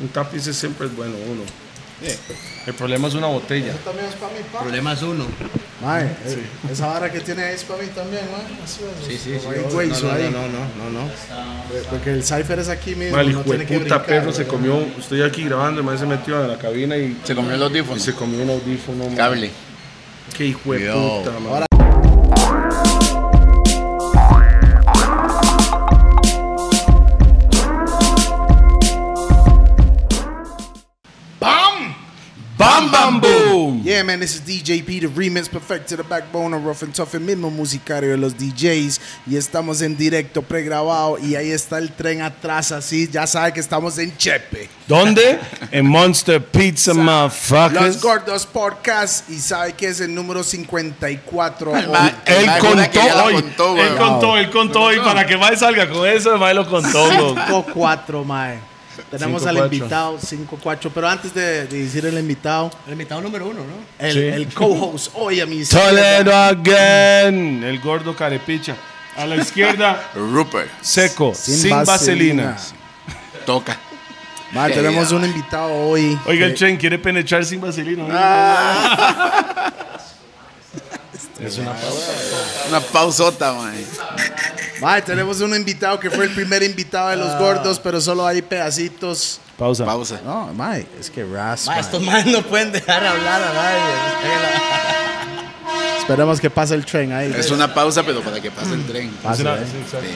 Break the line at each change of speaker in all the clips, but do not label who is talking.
Un tapiz siempre es bueno, uno. Eh,
El problema es una botella.
También es para mí, pa.
Problema es uno.
Mae, esa vara que tiene ahí es para mí también, mae. Así es.
Sí, sí, sí.
Como hay
obvio.
güeyzo
No, no,
ahí.
no, no, no, no, no.
Porque el cipher es aquí mismo.
Mal
no
hijo
tiene
de
que
puta
brincar,
perro se
¿verdad?
comió. Estoy aquí grabando, el man se metió en la cabina y,
Se comió el audífono.
y se comió un audífono. man.
Cable.
Qué hijo de
Cuidado.
puta, man.
Ahora-
¡Bam! ¡Bam, bam, boom!
Yeah, man, this is DJ P, the remix perfect to the backbone of Rough and Tough, el mismo musicario de los DJs. Y estamos en directo, pregrabado, y ahí está el tren atrás, así, ya sabe que estamos en Chepe.
¿Dónde? En Monster Pizza,
Los
Pues-
motherfuckers.
Gordos Podcast, y sabe que es el número 54.
El ma-
Él
ma- jura que
contó,
ya la
oye,
contó,
él
weón.
contó, él contó, y para que Mae salga con eso, Mae lo contó, weón.
5-4, mae. Tenemos
Cinco,
al
cuatro.
invitado, 5-4, pero antes de, de decir el invitado,
El invitado número uno, ¿no?
el,
Sí.
el co-host hoy a mi izquierda.
Toledo again. El gordo carepicha. A la izquierda,
Rupert.
seco, sin,
Sin
vaselina.
vaselina.
Toca.
Mae, tenemos un invitado hoy. Eh,
Oiga, el
que-
Chen quiere penetrar sin vaselina. ¿no?
Una pausota, man.
Mae, tenemos un invitado que fue el primer invitado de los Ah. gordos, pero solo hay pedacitos.
Pausa.
Pausa.
No, Mae, es que Ras.
Ma,
mae.
estos más no pueden dejar hablar a nadie.
Esperemos que pase el tren ahí.
Es una pausa, pero para que pase el tren.
Pase,
Será-
eh.
Ah, sí, exacto.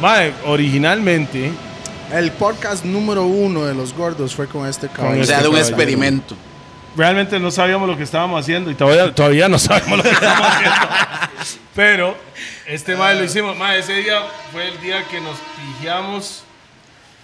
Mae, originalmente,
El podcast número uno de los gordos fue con este cabrón.
O sea,
este
de un
caballero.
experimento.
realmente no sabíamos lo que estábamos haciendo y todavía, todavía no sabemos lo que estábamos haciendo. Pero este Mae lo hicimos. Mae, ese día fue el día que nos pijeamos.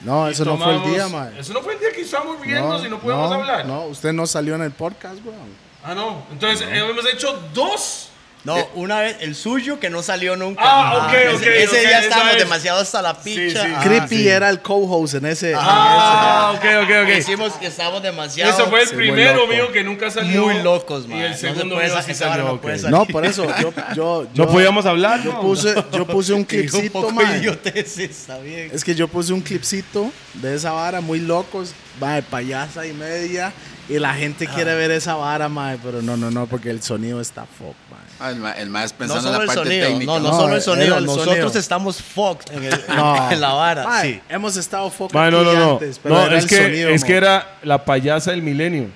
No,
y
eso no fue el
tomamos-
día, Mae.
Eso no fue el día que estábamos riendo y no podíamos
no,
hablar.
No, usted no salió en el podcast, weón.
Ah, no. Entonces, eh, hemos hecho dos.
No, una vez, el suyo que no salió nunca.
Ah, ok,
ese,
ok,
Ese
ok,
día
esa
estábamos
es.
demasiado hasta la picha.
sí.
Ah,
Creepy era el co-host en ese.
Ah, ok, ok, ok.
Hicimos que estábamos demasiado.
Ah. Eso fue el
Sí, muy
primero
loco.
mío que nunca salió.
Muy locos, man.
Y el
No se
segundo
puede
mío
sa-
sí
esa vara
salió.
no
ok.
puede salir.
no, por eso. Yo, yo,
No
yo-
podíamos hablar.
Yo
no.
puse, yo puse un
Que dijo un
clipcito,
poco
Mae.
idioteces, está bien.
Es que yo puse un clipcito de esa vara muy locos, va de payasa y media. Y la gente
Ah.
quiere ver esa vara, mae, pero no, no, no, porque el sonido está fuck, mae.
Ah, El ma- el más
No
pensando en
solo
la
el
parte
sonido,
técnica.
no, no,
No,
solo el sonido.
era el
Nosotros
sonido.
estamos fucked en, el-
No.
en la vara.
Mae,
Sí.
Hemos estado fuck
Mae, no,
aquí
no, no.
antes, pero
No,
era
es
el
que,
sonido,
es
mae.
que era la payasa del milenio.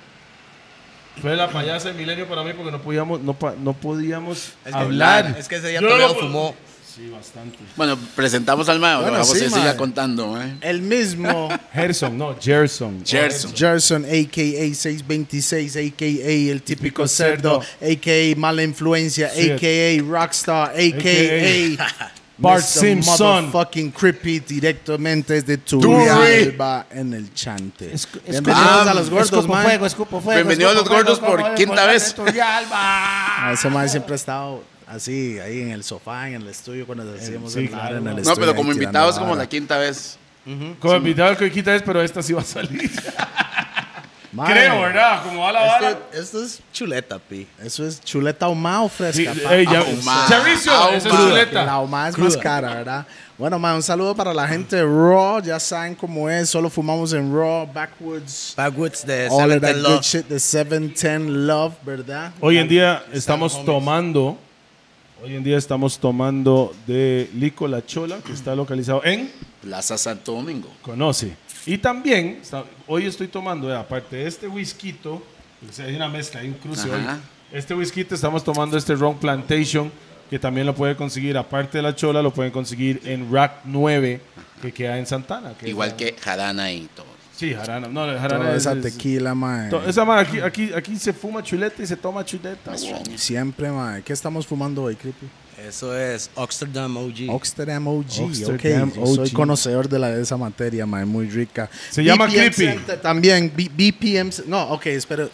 Fue la payasa del milenio para mí porque no podíamos, no, pa- no podíamos
Es que-
hablar.
Es que ese
Yo
día
no
Toledo
lo puedo-
fumó.
Sí, bastante.
Bueno, presentamos al mago.
Bueno,
Bueno, vamos
sí,
a siga
mae.
contando, eh. man.
El mismo
Gerson, no, Gerson.
Gerson.
Gerson, a.k.a. 626, a.k.a. El Típico Cerdo, a.k.a. Mala Influencia,
Sí.
a.k.a. Rockstar, a.k.a.
Bart
Mr.
Simpson.
Motherfucking Creepy directamente desde tu
Turri.
alba en el chante. Bienvenidos a los gordos, man.
escupo
Bienvenido a los gordos por quinta vez.
Ah, Ese man siempre ha estado así, ahí en el sofá, en el estudio, cuando decíamos
Eh, sí,
hablar
claro,
en el
man.
No,
estudio.
pero
ahí
como
tirando
invitados, como
vara.
la quinta vez.
Como invitado que quinta vez, pero esta sí va a salir.
Man,
Creo, ¿verdad? Como va la vara.
Esto, esto es chuleta, pi.
Eso es chuleta ahumada o
Sí,
fresca. pa.
eh, ya-
ahumada,
Servicio, eso es
ahumada.
chuleta.
La ahumada es más cara, ¿verdad? Bueno, man, un saludo para la gente de Raw. Ya saben cómo es. Solo fumamos en Raw, Backwoods.
Backwoods de
All of
Seventh
that
and
good
Love.
shit de 710 Love, ¿verdad?
Hoy en día estamos tomando, hoy en día estamos tomando de Lico La Chola, que está localizado en
Plaza Santo Domingo.
Conoce. Y también, está- hoy estoy tomando, eh, aparte de este whisky, o sea, hay una mezcla, hay un cruce hoy.
Ajá.
Este whisky estamos tomando este Ron Plantation, que también lo puede conseguir, aparte de La Chola, lo pueden conseguir en Rack 9, que queda en Santana. es
Igual
la-
que Jadana y todo.
Sí, Jarana. No, Jarana
Toda
es-
esa
es-
tequila, man.
to- esa madre, aquí, aquí, aquí se fuma chuleta y se toma chuleta. wow.
Siempre, man. ¿Qué estamos fumando hoy, Creepy?
Eso es Oxfordham OG.
Oxterdam OG.
Oxterdam
ok, yo soy
OG.
conocedor de, la, de esa materia, man. Muy rica.
Se llama Creepy.
Center también. B- BPM. ce- No, ok, espera.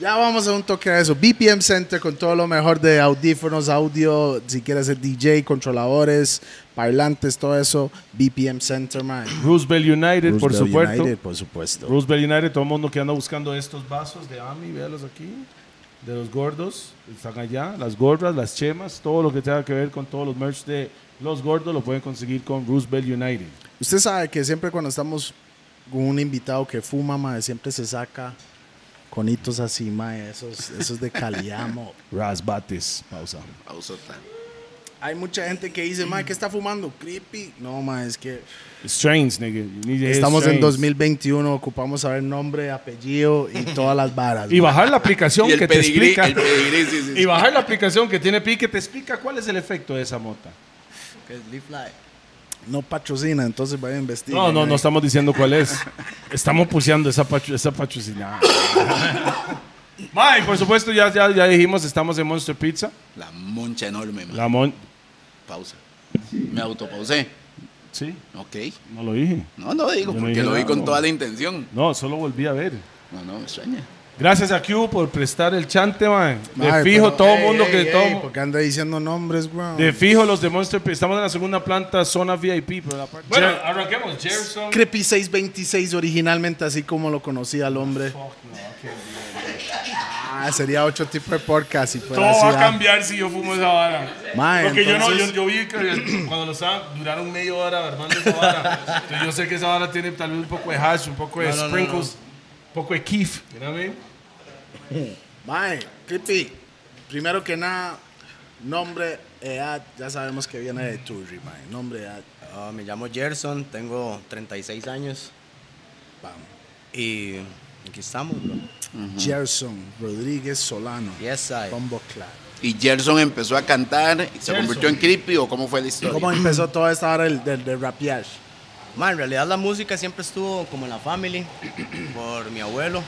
Ya vamos a un toque a eso. BPM Center con todo lo mejor de audífonos, audio, si quieres ser DJ, controladores, parlantes, todo eso. BPM Center, man.
Roosevelt United, por
Roosevelt
supuesto.
United, por supuesto.
Roosevelt United, todo el mundo que anda buscando estos vasos de AMI, véalos aquí, de los gordos, están allá, las gorras, las chemas, todo lo que tenga que ver con todos los merch de los gordos lo pueden conseguir con Roosevelt United.
Usted sabe que siempre cuando estamos un invitado que fuma, mae, siempre se saca conitos así, mae, esos, esos de calidad, mo.
Rasbates. Pausa.
Pausota.
Hay mucha gente que dice, mae, ¿qué está fumando? Creepy. No, mae, es que
Strains, nigga. You need to hit
estamos en
strains.
2021, ocupamos saber nombre, apellido y todas las varas.
Y bajar la aplicación
Y el
que te
pedigrí,
explica.
el pedigrí, sí, sí, sí.
Y bajar la aplicación que tiene Pi que te explica cuál es el efecto de esa mota.
Que es Leaf Light.
No patrocina, entonces vaya a investigar.
No, no, no estamos diciendo cuál es. Estamos puseando esa, pachu, esa pachucinada. Mike, por supuesto, ya, ya, ya dijimos, estamos en Monster Pizza.
La moncha enorme, man.
La mon-
Pausa. Me autopausé.
Sí,
Ok.
no lo dije.
No, no digo,
Yo no
porque
dije
lo vi
nada,
con
no.
toda la intención.
No, solo volví a ver.
No, no, me extraña.
Gracias a Q por prestar el chante, man. De
Mae,
fijo,
pero-
todo
Ey,
mundo
ey,
que
ey,
todo mu-
Porque anda diciendo nombres, weón.
De fijo, los de Monster Pizza. Estamos en la segunda planta, zona VIP. Pero la parte- bueno, arranquemos. Jefferson.
Creepy 626 originalmente, así como lo conocía el hombre. Ah, sería otro tipo de podcast si fuera
Todo
así,
va a
ah.
cambiar si yo fumo esa vara.
Mae,
Porque yo no, yo,
entonces-
yo vi que cuando lo estaban, duraron media hora armando esa vara. Entonces yo sé que esa vara tiene tal vez un poco de hash, un poco de
No, no, no,
sprinkles, un poco de keef. You know what I mean?
Mae, Creepy, primero que nada, nombre, edad, ya sabemos que viene de Turri, mae. Nombre, edad,
Ah, me llamo Gerson, tengo 36 años
vamos.
y aquí estamos, bro.
Gerson Rodríguez Solano.
Yes, sir.
Bombo claro.
Y Gerson empezó a cantar y se convirtió en creepy o cómo fue la historia.
¿Cómo empezó toda esta hora del, del, del rapear?
Ma, en realidad la música siempre estuvo como en la family, por mi abuelo.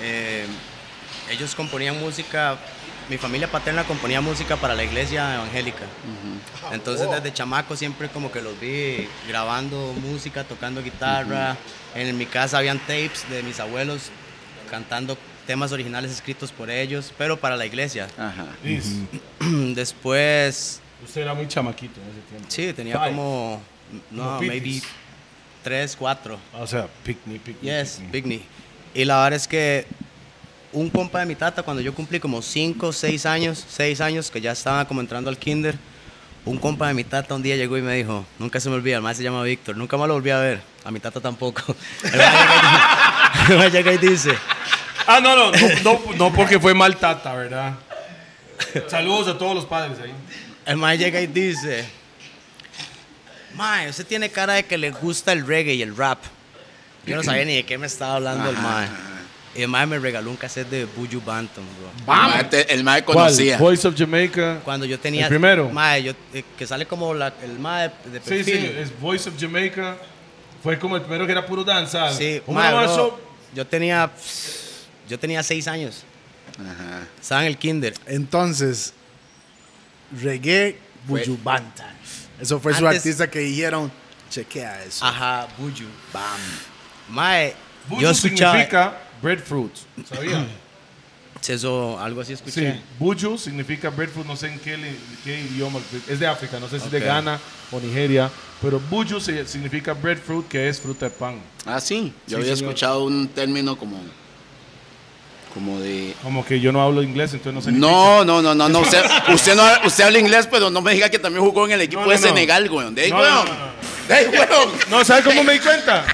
Eh, ellos componían música, mi familia paterna componía música para la iglesia evangélica. Entonces desde chamaco siempre como que los vi grabando música, tocando guitarra. En mi casa habían tapes de mis abuelos cantando temas originales escritos por ellos, pero para la iglesia.
Ajá.
Liz,
Después,
usted era muy chamaquito en ese tiempo.
sí, tenía
Five.
como, no,
Como
maybe
pitis.
tres, cuatro.
O sea, picnic, picnic.
Yes,
picnic.
Big Knee. Y la verdad es que un compa de mi tata, cuando yo cumplí como 5, 6 años, 6 años, que ya estaba como entrando al kinder, un compa de mi tata un día llegó y me dijo, nunca se me olvida, el más se llama Víctor, nunca más lo volví a ver, a mi tata tampoco. El mae llega y- El mae llega y dice,
Ah, no, no, no, no, no porque fue mal tata, ¿verdad? Saludos a todos los padres ahí.
el mae llega y dice, mae, usted tiene cara de que le gusta el reggae y el rap. Yo no sabía ni de qué me estaba hablando el mae. Y el mae me regaló un cassette de Buju Banton, bro.
El mae te- El mae conocía.
Voice of Jamaica.
Cuando yo tenía.
¿El primero?
Mae, yo, eh, que sale como la- el mae de, de
Sí,
perfil.
sí, es Voice of Jamaica. Fue como el primero que era puro danza.
Sí,
eh, Un
mae, bro,
abrazo.
yo tenía. Yo tenía seis años.
Ajá.
Estaba en el kinder.
Entonces, reggae Buyubanta. Eso fue su
Antes- Ah,
artista que dijeron, chequea eso.
Ajá, Buju.
Bam.
Mae,
Buju
yo escuchaba.
significa breadfruit. ¿Sabía?
Eso, algo así escuché.
Sí. Buju significa breadfruit, no sé en qué, le- qué idioma. Es de África, no sé si es de
Ok.
Ghana o Nigeria. Pero Buju se- significa breadfruit, que es fruta de pan.
Ah, sí. Yo
Sí,
había
señor.
escuchado un término como. Como de.
Como que yo no hablo inglés, entonces no sé ni qué-
No, no, no, no, no. Usted, usted no usted habla inglés, pero no me diga que también jugó en el equipo
No, no,
de
no.
Senegal, weón. De ahí,
No, no,
weón.
no, no,
De ahí, weón.
No, ¿sabe cómo me di cuenta?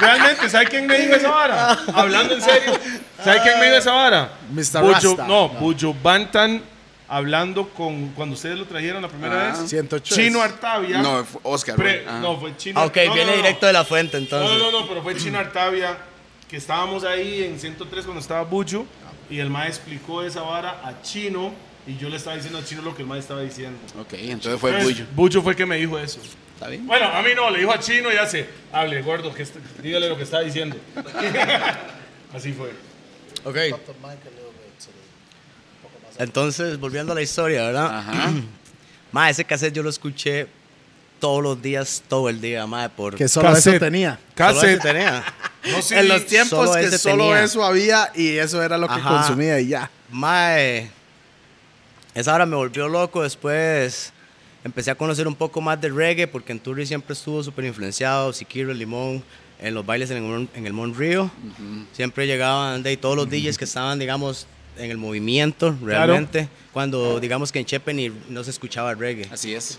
Realmente, ¿sabe quién me dijo esa vara? Hablando en serio, ¿sabe quién me dijo esa vara?
Mr.
Bujo-
Rasta.
No, Bujo Bantan, hablando con, cuando ustedes lo trajeron la primera
Ah.
vez.
103.
Chino Artavia.
No, fue Oscar.
pre-
weón. Ah.
No, fue Chino
Ah, ok,
no, no,
viene
no.
directo de la fuente entonces.
No, no, no, pero fue Chino Artavia, que estábamos ahí en 103 cuando estaba Bujo, y el maestro explicó esa vara a Chino, y yo le estaba diciendo a Chino lo que el maestro estaba diciendo.
Ok, entonces fue Bullo.
Bujo fue que me dijo eso.
¿Está bien?
Bueno, a mí no, le dijo a Chino y hace, hable, gordo, que est- dígale lo que está diciendo. Así fue.
Ok. Entonces, volviendo a la historia, ¿verdad?
Ajá.
Mae, ese cassette yo lo escuché todos los días, todo el día, mae, por.
Que solo
Cassette.
eso tenía.
solo ese tenía.
No, sí,
en los tiempos
solo
que
ese
solo
tenía.
eso había y eso era lo que
Ajá.
consumía y ya.
Mae, esa hora me volvió loco. Después empecé a conocer un poco más de reggae porque en Turri siempre estuvo súper influenciado. Siquiro, Limón, en los bailes en el, Mon- en el Mon Río. Siempre llegaban de ahí todos los DJs que estaban, digamos, en el movimiento realmente. Cuando, digamos, que en Chepe ni no se escuchaba reggae.
Así es.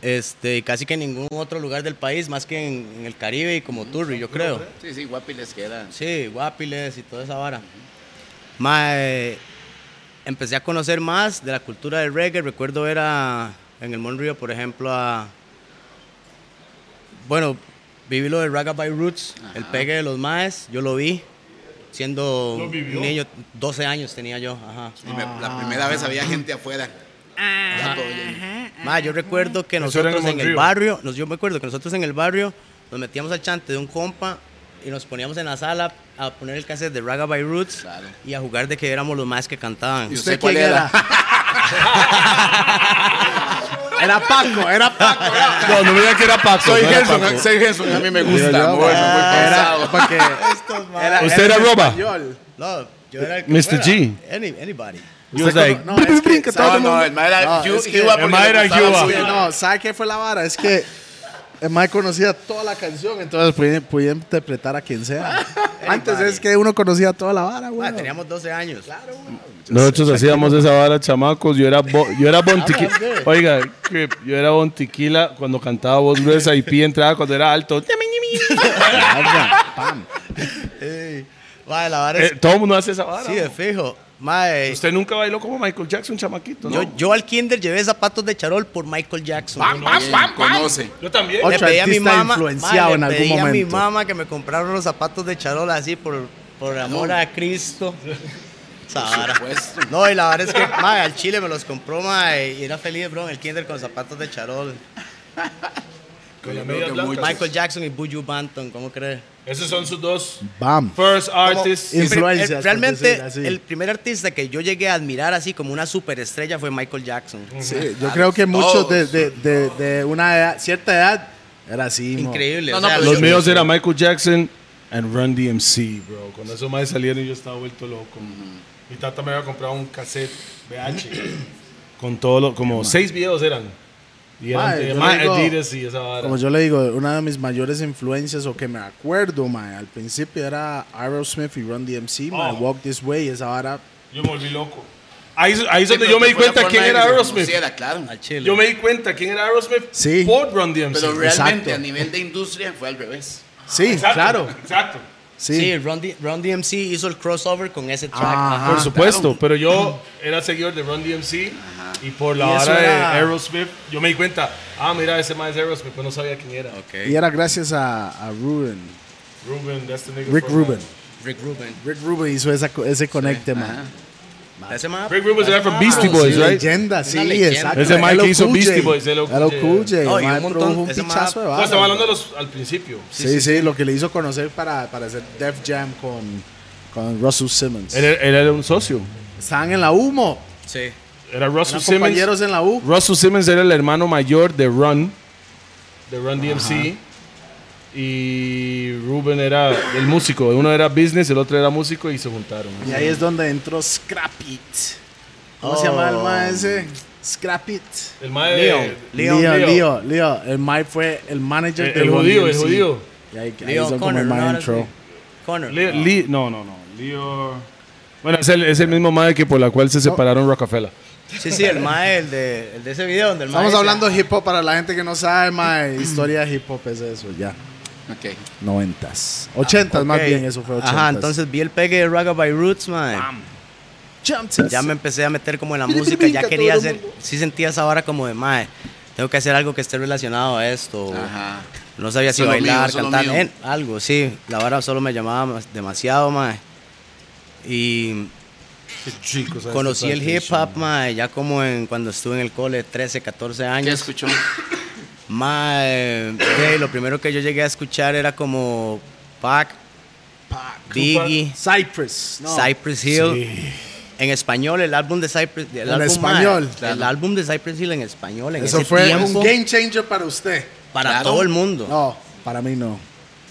este, casi que en ningún otro lugar del país, más que en, en el Caribe y como Turri, yo creo.
Sí, sí, guapi les queda.
Sí, guapiles y toda esa vara. Mae, empecé a conocer más de la cultura del reggae. Recuerdo ver a- en el Monrío, por ejemplo, a. Bueno, viví lo de Raga by Roots, el pegue de los maes, yo lo vi. Siendo
¿Lo vivió?
un niño, 12 años tenía yo, ajá.
Y me- la primera vez había gente afuera. Ya todo lleno.
Ma, yo recuerdo que
Eso era en
nosotros en el
Monrío.
barrio, nos- yo me acuerdo que nosotros en el barrio nos metíamos al chante de un compa y nos poníamos en la sala a poner el cassette de Raga by Roots
Claro.
y a jugar de que éramos los más que cantaban.
¿Y
¿Usted
usted cuál
quién
era?
Era Paco, era Paco.
No, no me digan que era Paco.
Soy
Pues no era Paco.
Gerson, soy Gerson, a mí me gusta.
Mira, yo-
bueno, muy
Era
pesado.
porque
¿Usted era Roba?
español.
No, yo era el que
Mr.
fuera.
G.
Any- anybody.
Yo was like,
No, es que-
No, no, el mae era
No,
Yu-
es que-
Yuba
el
porque
mae
le
era
gustaba
Yuba.
su-
Sí, no, ¿sabe qué fue la vara? Es que el Mike conocía toda la canción, entonces podía, podía interpretar a quien sea. Antes es que uno conocía toda la vara,
Ma,
güey.
teníamos 12 años.
Nosotros hacíamos esa vara, chamacos. Yo era, bo- yo era Bontiquila. Oiga, que yo era Bontiquila cuando cantaba voz gruesa y Pi entraba cuando era alto.
Ey. Ma, la vara es-
Eh, todo el mundo hace esa vara.
sí, de fijo. Ma, eh,
Usted nunca bailó como Michael Jackson, chamaquito, ¿no?
yo, yo al kinder llevé zapatos de charol por Michael Jackson.
Bien, Conoce.
Yo también.
Ocho
le pedí a mi
artistas
mamá,
influenciado
ma,
en
le
algún
pedí a mi
momento.
mamá que me compraron los zapatos de charol así por, por amor a Cristo. Esa vara.
supuesto.
No, y la verdad es que ma, al chile me los compró ma, y era feliz, bro, en el kinder con zapatos de charol.
Yo creo que mucho.
Michael Jackson y Buju Banton, ¿cómo crees?
Esos son sus dos
Bam.
first artists.
Como- Influencias,
El-
por
Realmente,
decir así.
el primer artista que yo llegué a admirar así como una superestrella fue Michael Jackson.
Sí, yo creo que muchos de, de, de, de una edad, cierta edad era así. mo.
Increíble.
No,
o
no,
sea,
pero
Los
yo-
míos eran Michael Jackson and Run DMC, bro.
Bro, cuando esos más salieron yo estaba vuelto loco. Mi tata me había comprado un cassette VH con todo lo, como seis videos eran. Y eran
Mae,
de
yo
Mae
le digo-
Adidas y esa vara.
Como yo le digo, una de mis mayores influencias o que me acuerdo, mae, al principio era Aerosmith y Run DMC, mae,
Oh.
Walk This Way, esa vara.
Yo me volví loco. Ahí, ahí es
Sí,
donde
pero
yo me
que
di
fue la
cuenta
forma
quién
de
era
que se
Aerosmith.
conociera, claro.
al chile.
Yo me di cuenta quién era Aerosmith
Sí.
por Run DMC.
Pero realmente
Exacto.
a nivel de industria fue al revés.
Sí,
Exacto,
claro.
Exacto.
Sí. Ah.
Sí, Ron, D- Ron DMC hizo el crossover con ese track.
Ajá.
Por supuesto,
claro.
pero
Pero yo era seguidor de Run DMC y por la
Y eso
hora de
era-
Aerosmith, yo me di cuenta, ah, mira, ese más es Aerosmith, pues no sabía quién era.
Y era gracias a, a Ruben,
Ruben, that's
este
the nigga
Rick
from-
Ruben.
Rick Rubin.
Rick Ruben hizo esa, co- ese conecte, man. Ah,
Ese man-
Rick Rubin era
Ah,
from
Beastie Boys,
Sí,
right?
Leyenda, sí,
leyenda.
exacto.
Ese Mike
LL
hizo
Cool J.
Beastie
Boys, LL Cool
LL Cool
J.
J,
No, y un
mae,
montón,
produjo un
ese mae-
pichazo de
No, estaba
bala.
hablando de los, al principio.
Sí, sí, lo que le hizo conocer para, para hacer Def Jam con, con Russell Simmons.
Él, él era un socio.
Estaban en la humo,
Sí.
Era Russell
eran
Simmons.
compañeros en la U.
Russell Simmons era el hermano mayor de Run.
de Run DMC.
Y Ruben era el músico. Uno era business, el otro era músico y se juntaron.
Y ahí es donde entró Scrap It. ¿Cómo se llama el
Oh.
mae ese? Scrap It.
El mae de
Leo, Leo, Leo. El Mike fue el manager
El,
de
el
Run
judío, el
DMC.
judío.
Y ahí, ahí
Leo
hizo como
Connor,
el
¿no?
mae
Ahora
entró.
sí. Connor.
Le- Lee- no, no, no. Leo. Bueno, es el, es el mismo madre que por la cual se separaron Rockefeller.
Sí, sí, el mae, el de, el de ese video donde el mae
Estamos
dice-
hablando de hip hop para la gente que no sabe, mae. Historia de hip hop es eso, ya.
Ok.
Noventas. Ochentas más
Ok.
bien, eso fue ochentas.
Ajá, entonces vi el pegue de Raga by Roots, mae.
Chances.
Ya me empecé a meter como en la música, ya quería hacer, sí sentía esa hora como de mae. Tengo que hacer algo que esté relacionado a esto.
Ajá.
No sabía si
Eso es lo mío,
bailar,
eso es lo
cantar,
mío.
eh, algo, sí. La vara solo me llamaba mas- demasiado, mae. Y conocí el hip hop, mae, ya como en cuando estuve en el cole, 13, 14
¿Qué
años.
escuchó?
Mae, de, lo primero que yo llegué a escuchar era como Pac, Biggie,
Cypress. No.
Cypress Hill. En español, el álbum de Cypress Hill.
En español,
El
claro.
álbum de Cypress Hill en español. En
Eso
ese
fue
tiempo,
un game changer para usted.
Para
Claro.
todo el mundo.
No, para mí no.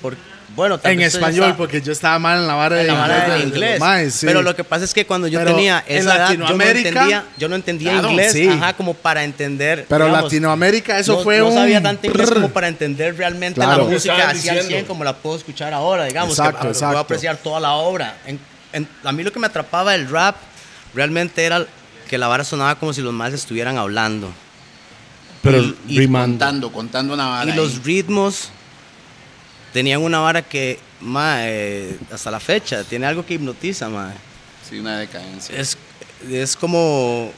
Por- bueno, tal
En
vez eso ya
español,
está-
porque yo estaba mal en la vara de
la vara del
de- de-
inglés.
mae, sí.
Pero lo que pasa es que cuando yo
Pero
tenía
en
esa edad, yo no
Latinoamérica-
entendía, yo no entendía
Claro,
inglés,
sí.
ajá, como para entender.
Pero
digamos,
Latinoamérica, eso
no-
fue
no
un.
sabía tanto inglés
prrr.
como para entender realmente
Claro.
la música
Estaban
así al 100
diciendo.
como la puedo escuchar ahora, digamos. que
Exacto,
puedo
exacto.
apreciar toda la obra. En- en- a mí lo que me atrapaba del rap realmente era que la vara sonaba como si los más estuvieran hablando.
Pero
y, y
rimando.
contando, contando una vara.
Y
ahí.
los ritmos tenían una vara que, ma, eh, hasta la fecha, tiene algo que hipnotiza, ma.
Sí, una decadencia.
Es, es como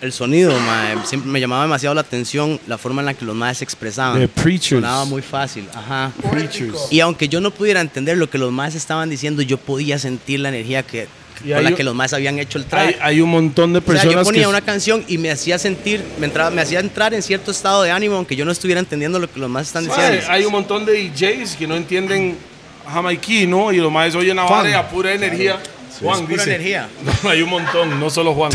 el sonido, ma. Siempre me llamaba demasiado la atención la forma en la que los maes se expresaban.
The Preachers.
Sonaba muy fácil, ajá.
Preachers.
Y aunque yo no pudiera entender lo que los más estaban diciendo, yo podía sentir la energía que,
Y
con
hay
la
un-
que los más habían hecho el
Hay,
track.
hay un montón de
o sea,
personas
yo ponía
que...
una canción y me hacía sentir, me, entraba, me hacía entrar en cierto estado de ánimo, aunque yo no estuviera entendiendo lo que los más están
Mae,
diciendo.
hay un montón de DJs que no entienden jamaiquino y los maes oyen a
Juan.
vara y a pura energía. Juan
Es pura
dice.
energía.
No, hay un montón, no solo Juan.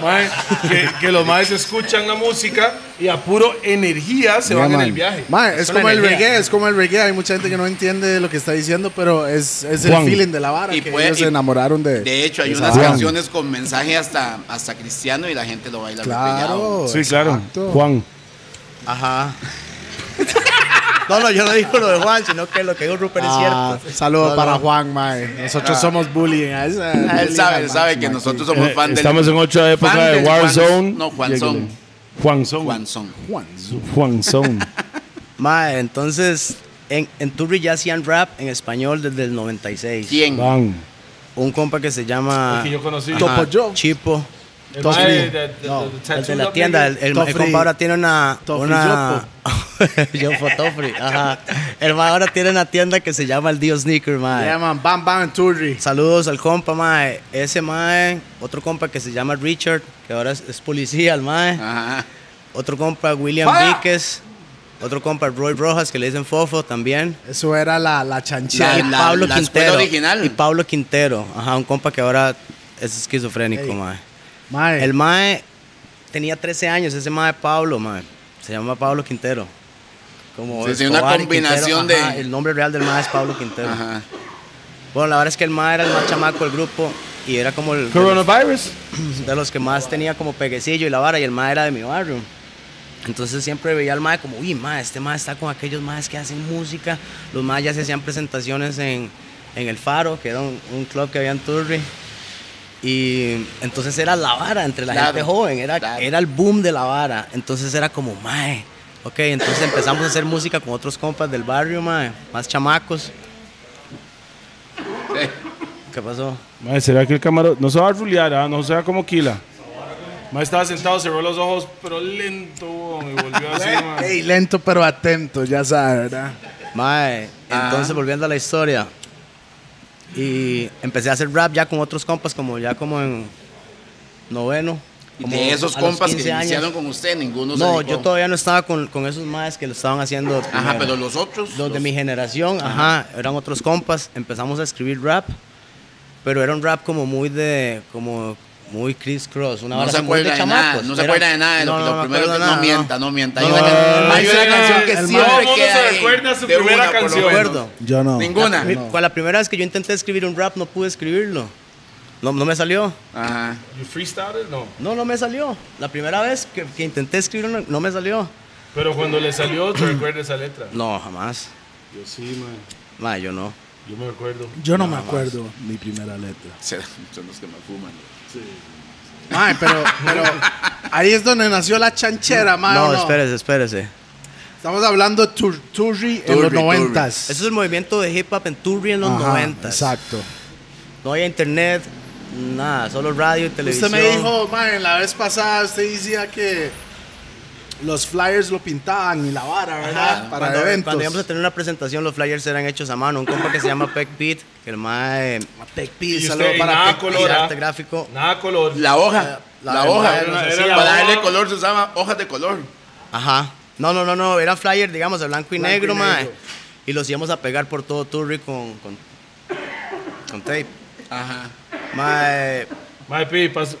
Mae, que, que los maes escuchan la música y a puro energía se van en el viaje.
Mae, es,
Es una
como el
energía.
reggae, es como el reggae. Hay mucha gente que no entiende lo que está diciendo, pero es, es el
Juan.
feeling de la vara.
Y
que
puede-
ellos
y-
se enamoraron de.
De hecho, hay
de esa
unas
vara.
canciones con mensaje hasta, hasta cristiano y la gente lo baila repellado.
Claro. exacto.
Juan.
Ajá. No, no, yo no digo lo de Juan, sino que lo que dijo Rupert
Ah,
es cierto.
saludo
No,
para
no.
Juan, mae. Nosotros somos bullying. a esa-
Él
bullying
sabe,
al
él sabe
máximo
que
aquí.
nosotros somos fan del
eh, Estamos en otra época
fan
de
del
Warzone.
Juan- no, Juanzón.
Juanzón.
Juanzón.
Juan.
Juanzón.
Mae, entonces, en, en Turri ya hacían rap en español desde el 96.
¿Quién?
Van.
Un compa que se llama...
que yo conocí.
Ajá,
Topo Joe.
Chipo.
El
Tough
mae
Lee.
de- de- de-
No,
de-
el de
Tattoo
la tienda, el, el,
Tofri.
el compa ahora tiene una...
Tofri
una Yopo Tofri, ajá. El mae ahora tiene una tienda que se llama El Dio Sneaker,
Le
mae.
llaman Bam Bam Turri.
Saludos al compa, mae. Ese mae, otro compa que se llama Richard, que ahora es, es policía, el mae.
Ajá.
Otro compa William Víquez. Otro compa Roy Rojas, que le dicen Fofo también.
Eso era la, la chanchera.
La-
y Pablo
la escuela
Quintero.
original.
Y Pablo Quintero. Ajá, un compa que ahora es esquizofrénico,
Ey.
mae.
Mae.
El mae tenía 13 años, ese mae Pablo, mae. Se llama Pablo Quintero. Como
Sí, sí, una
Escobar y
combinación
Quintero, ajá,
de-
el nombre real del mae es Pablo Quintero.
Ajá.
Bueno, la verdad es que el mae era el más chamaco del grupo y era como el... de los-
Coronavirus.
de los que más tenía como peguecillo y la vara, y el mae era de mi barrio. Entonces siempre veía al mae como, uy, mae, este mae está con aquellos maes que hacen música. Los maes ya se hacían presentaciones en, en El Faro, que era un, un club que había en Turri. Y entonces era la vara entre la
Claro,
gente joven, era,
claro.
era el boom de la vara. Entonces era como, mae. Ok, entonces empezamos a hacer música con otros compas del barrio, mae, más chamacos. ¿Qué pasó?
Mae, ¿será que el camarón no se va a rulear? ah? No se va como Kila.
Mae estaba sentado, cerró los ojos, pero lento, weón, y volvió así, mae.
Ey, lento pero atento, ya sabe, ¿verdad?
Mae,
Ajá.
entonces volviendo a la historia. Y empecé a hacer rap ya con otros compas, como ya como en noveno.
Y
como
de esos
a los
compas que
15 años.
iniciaron con usted, ninguno se
No,
dedicó.
yo todavía no estaba con, con esos maes que lo estaban haciendo.
Ajá,
primero.
pero los otros.
Los de
los-
mi generación, ajá, eran otros compas. Empezamos a escribir rap, pero era un rap como muy de. como muy criss cross, una
No
vara
se
muy
acuerda de nada,
chamacos.
no se
Era-
acuerda de nada. de Lo,
no,
lo
no me
primero
acuerdo
que
nada,
no mienta, no mienta. Hay
No,
una, can-
no,
hay una
no,
canción
no,
que
el
siempre
mae- todo mundo
queda
se
ahí,
recuerda su
de una,
primera
por lo
canción.
Me
menos.
acuerdo.
Yo no.
Ninguna.
Ah, Mi- Con la primera vez que yo intenté escribir un rap no pude escribirlo. No, no me salió.
Ajá.
¿You freestyle? No.
No, no me salió. La primera vez que, que intenté escribir no, no me salió.
Pero cuando le salió, te recuerda esa letra.
No, jamás.
Yo sí, mae.
Ma, yo no.
Yo me recuerdo.
Yo no, me acuerdo mi primera letra.
Se- Son los que me fuman.
Mae, pero, pero ahí es donde nació la chanchera, mae.
no,
¿o
espérese, espérese.
Estamos hablando de Tur- Turri en los
Turri, Turri.
noventas.
Eso es el movimiento de hip hop en Turri en los
Ajá,
90.
Exacto.
No había internet, nada, solo radio y televisión.
Usted me dijo, mae, la vez pasada usted decía que los flyers lo pintaban y la vara, ¿verdad?
Ajá,
ah, Para
cuando,
eventos.
cuando íbamos a tener una presentación, los flyers eran hechos a mano. Un compa que se llama Peck Pete, que el mae.
Tecpi,
Y
saludo
usted- y
para
nada
Tecpi.
color,
y arte
ah.
gráfico.
Nada color.
La hoja. Eh, La,
la-
hoja.
era-
era la
Para
hoja.
darle color se usaba hojas de color.
Ajá. No, no, no, no. Era flyer, digamos, a blanco y
Blanco
negro,
y
mae.
negro.
Y los íbamos a pegar por todo Turri con, con, con tape.
Ajá.
Mae.
Mae, pi, pas-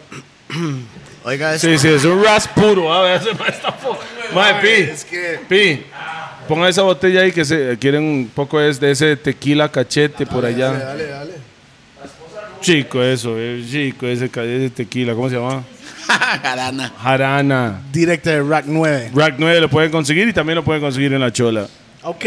Oiga, eso.
Sí, sí, es un ras puro. ah,
A ver, ese mae está fo-
Mae,
Mae,
pi.
Es que
Pi. Ponga esa botella ahí que se quieren un poco es de ese tequila cachete por allá.
Dale, dale.
Chico, eso, eh, chico, ese, ca- ese tequila, ¿cómo se llama?
Jarana.
Jarana.
Directa de Rack 9.
Rack 9 lo pueden conseguir y también lo pueden conseguir en la chola.
Ok.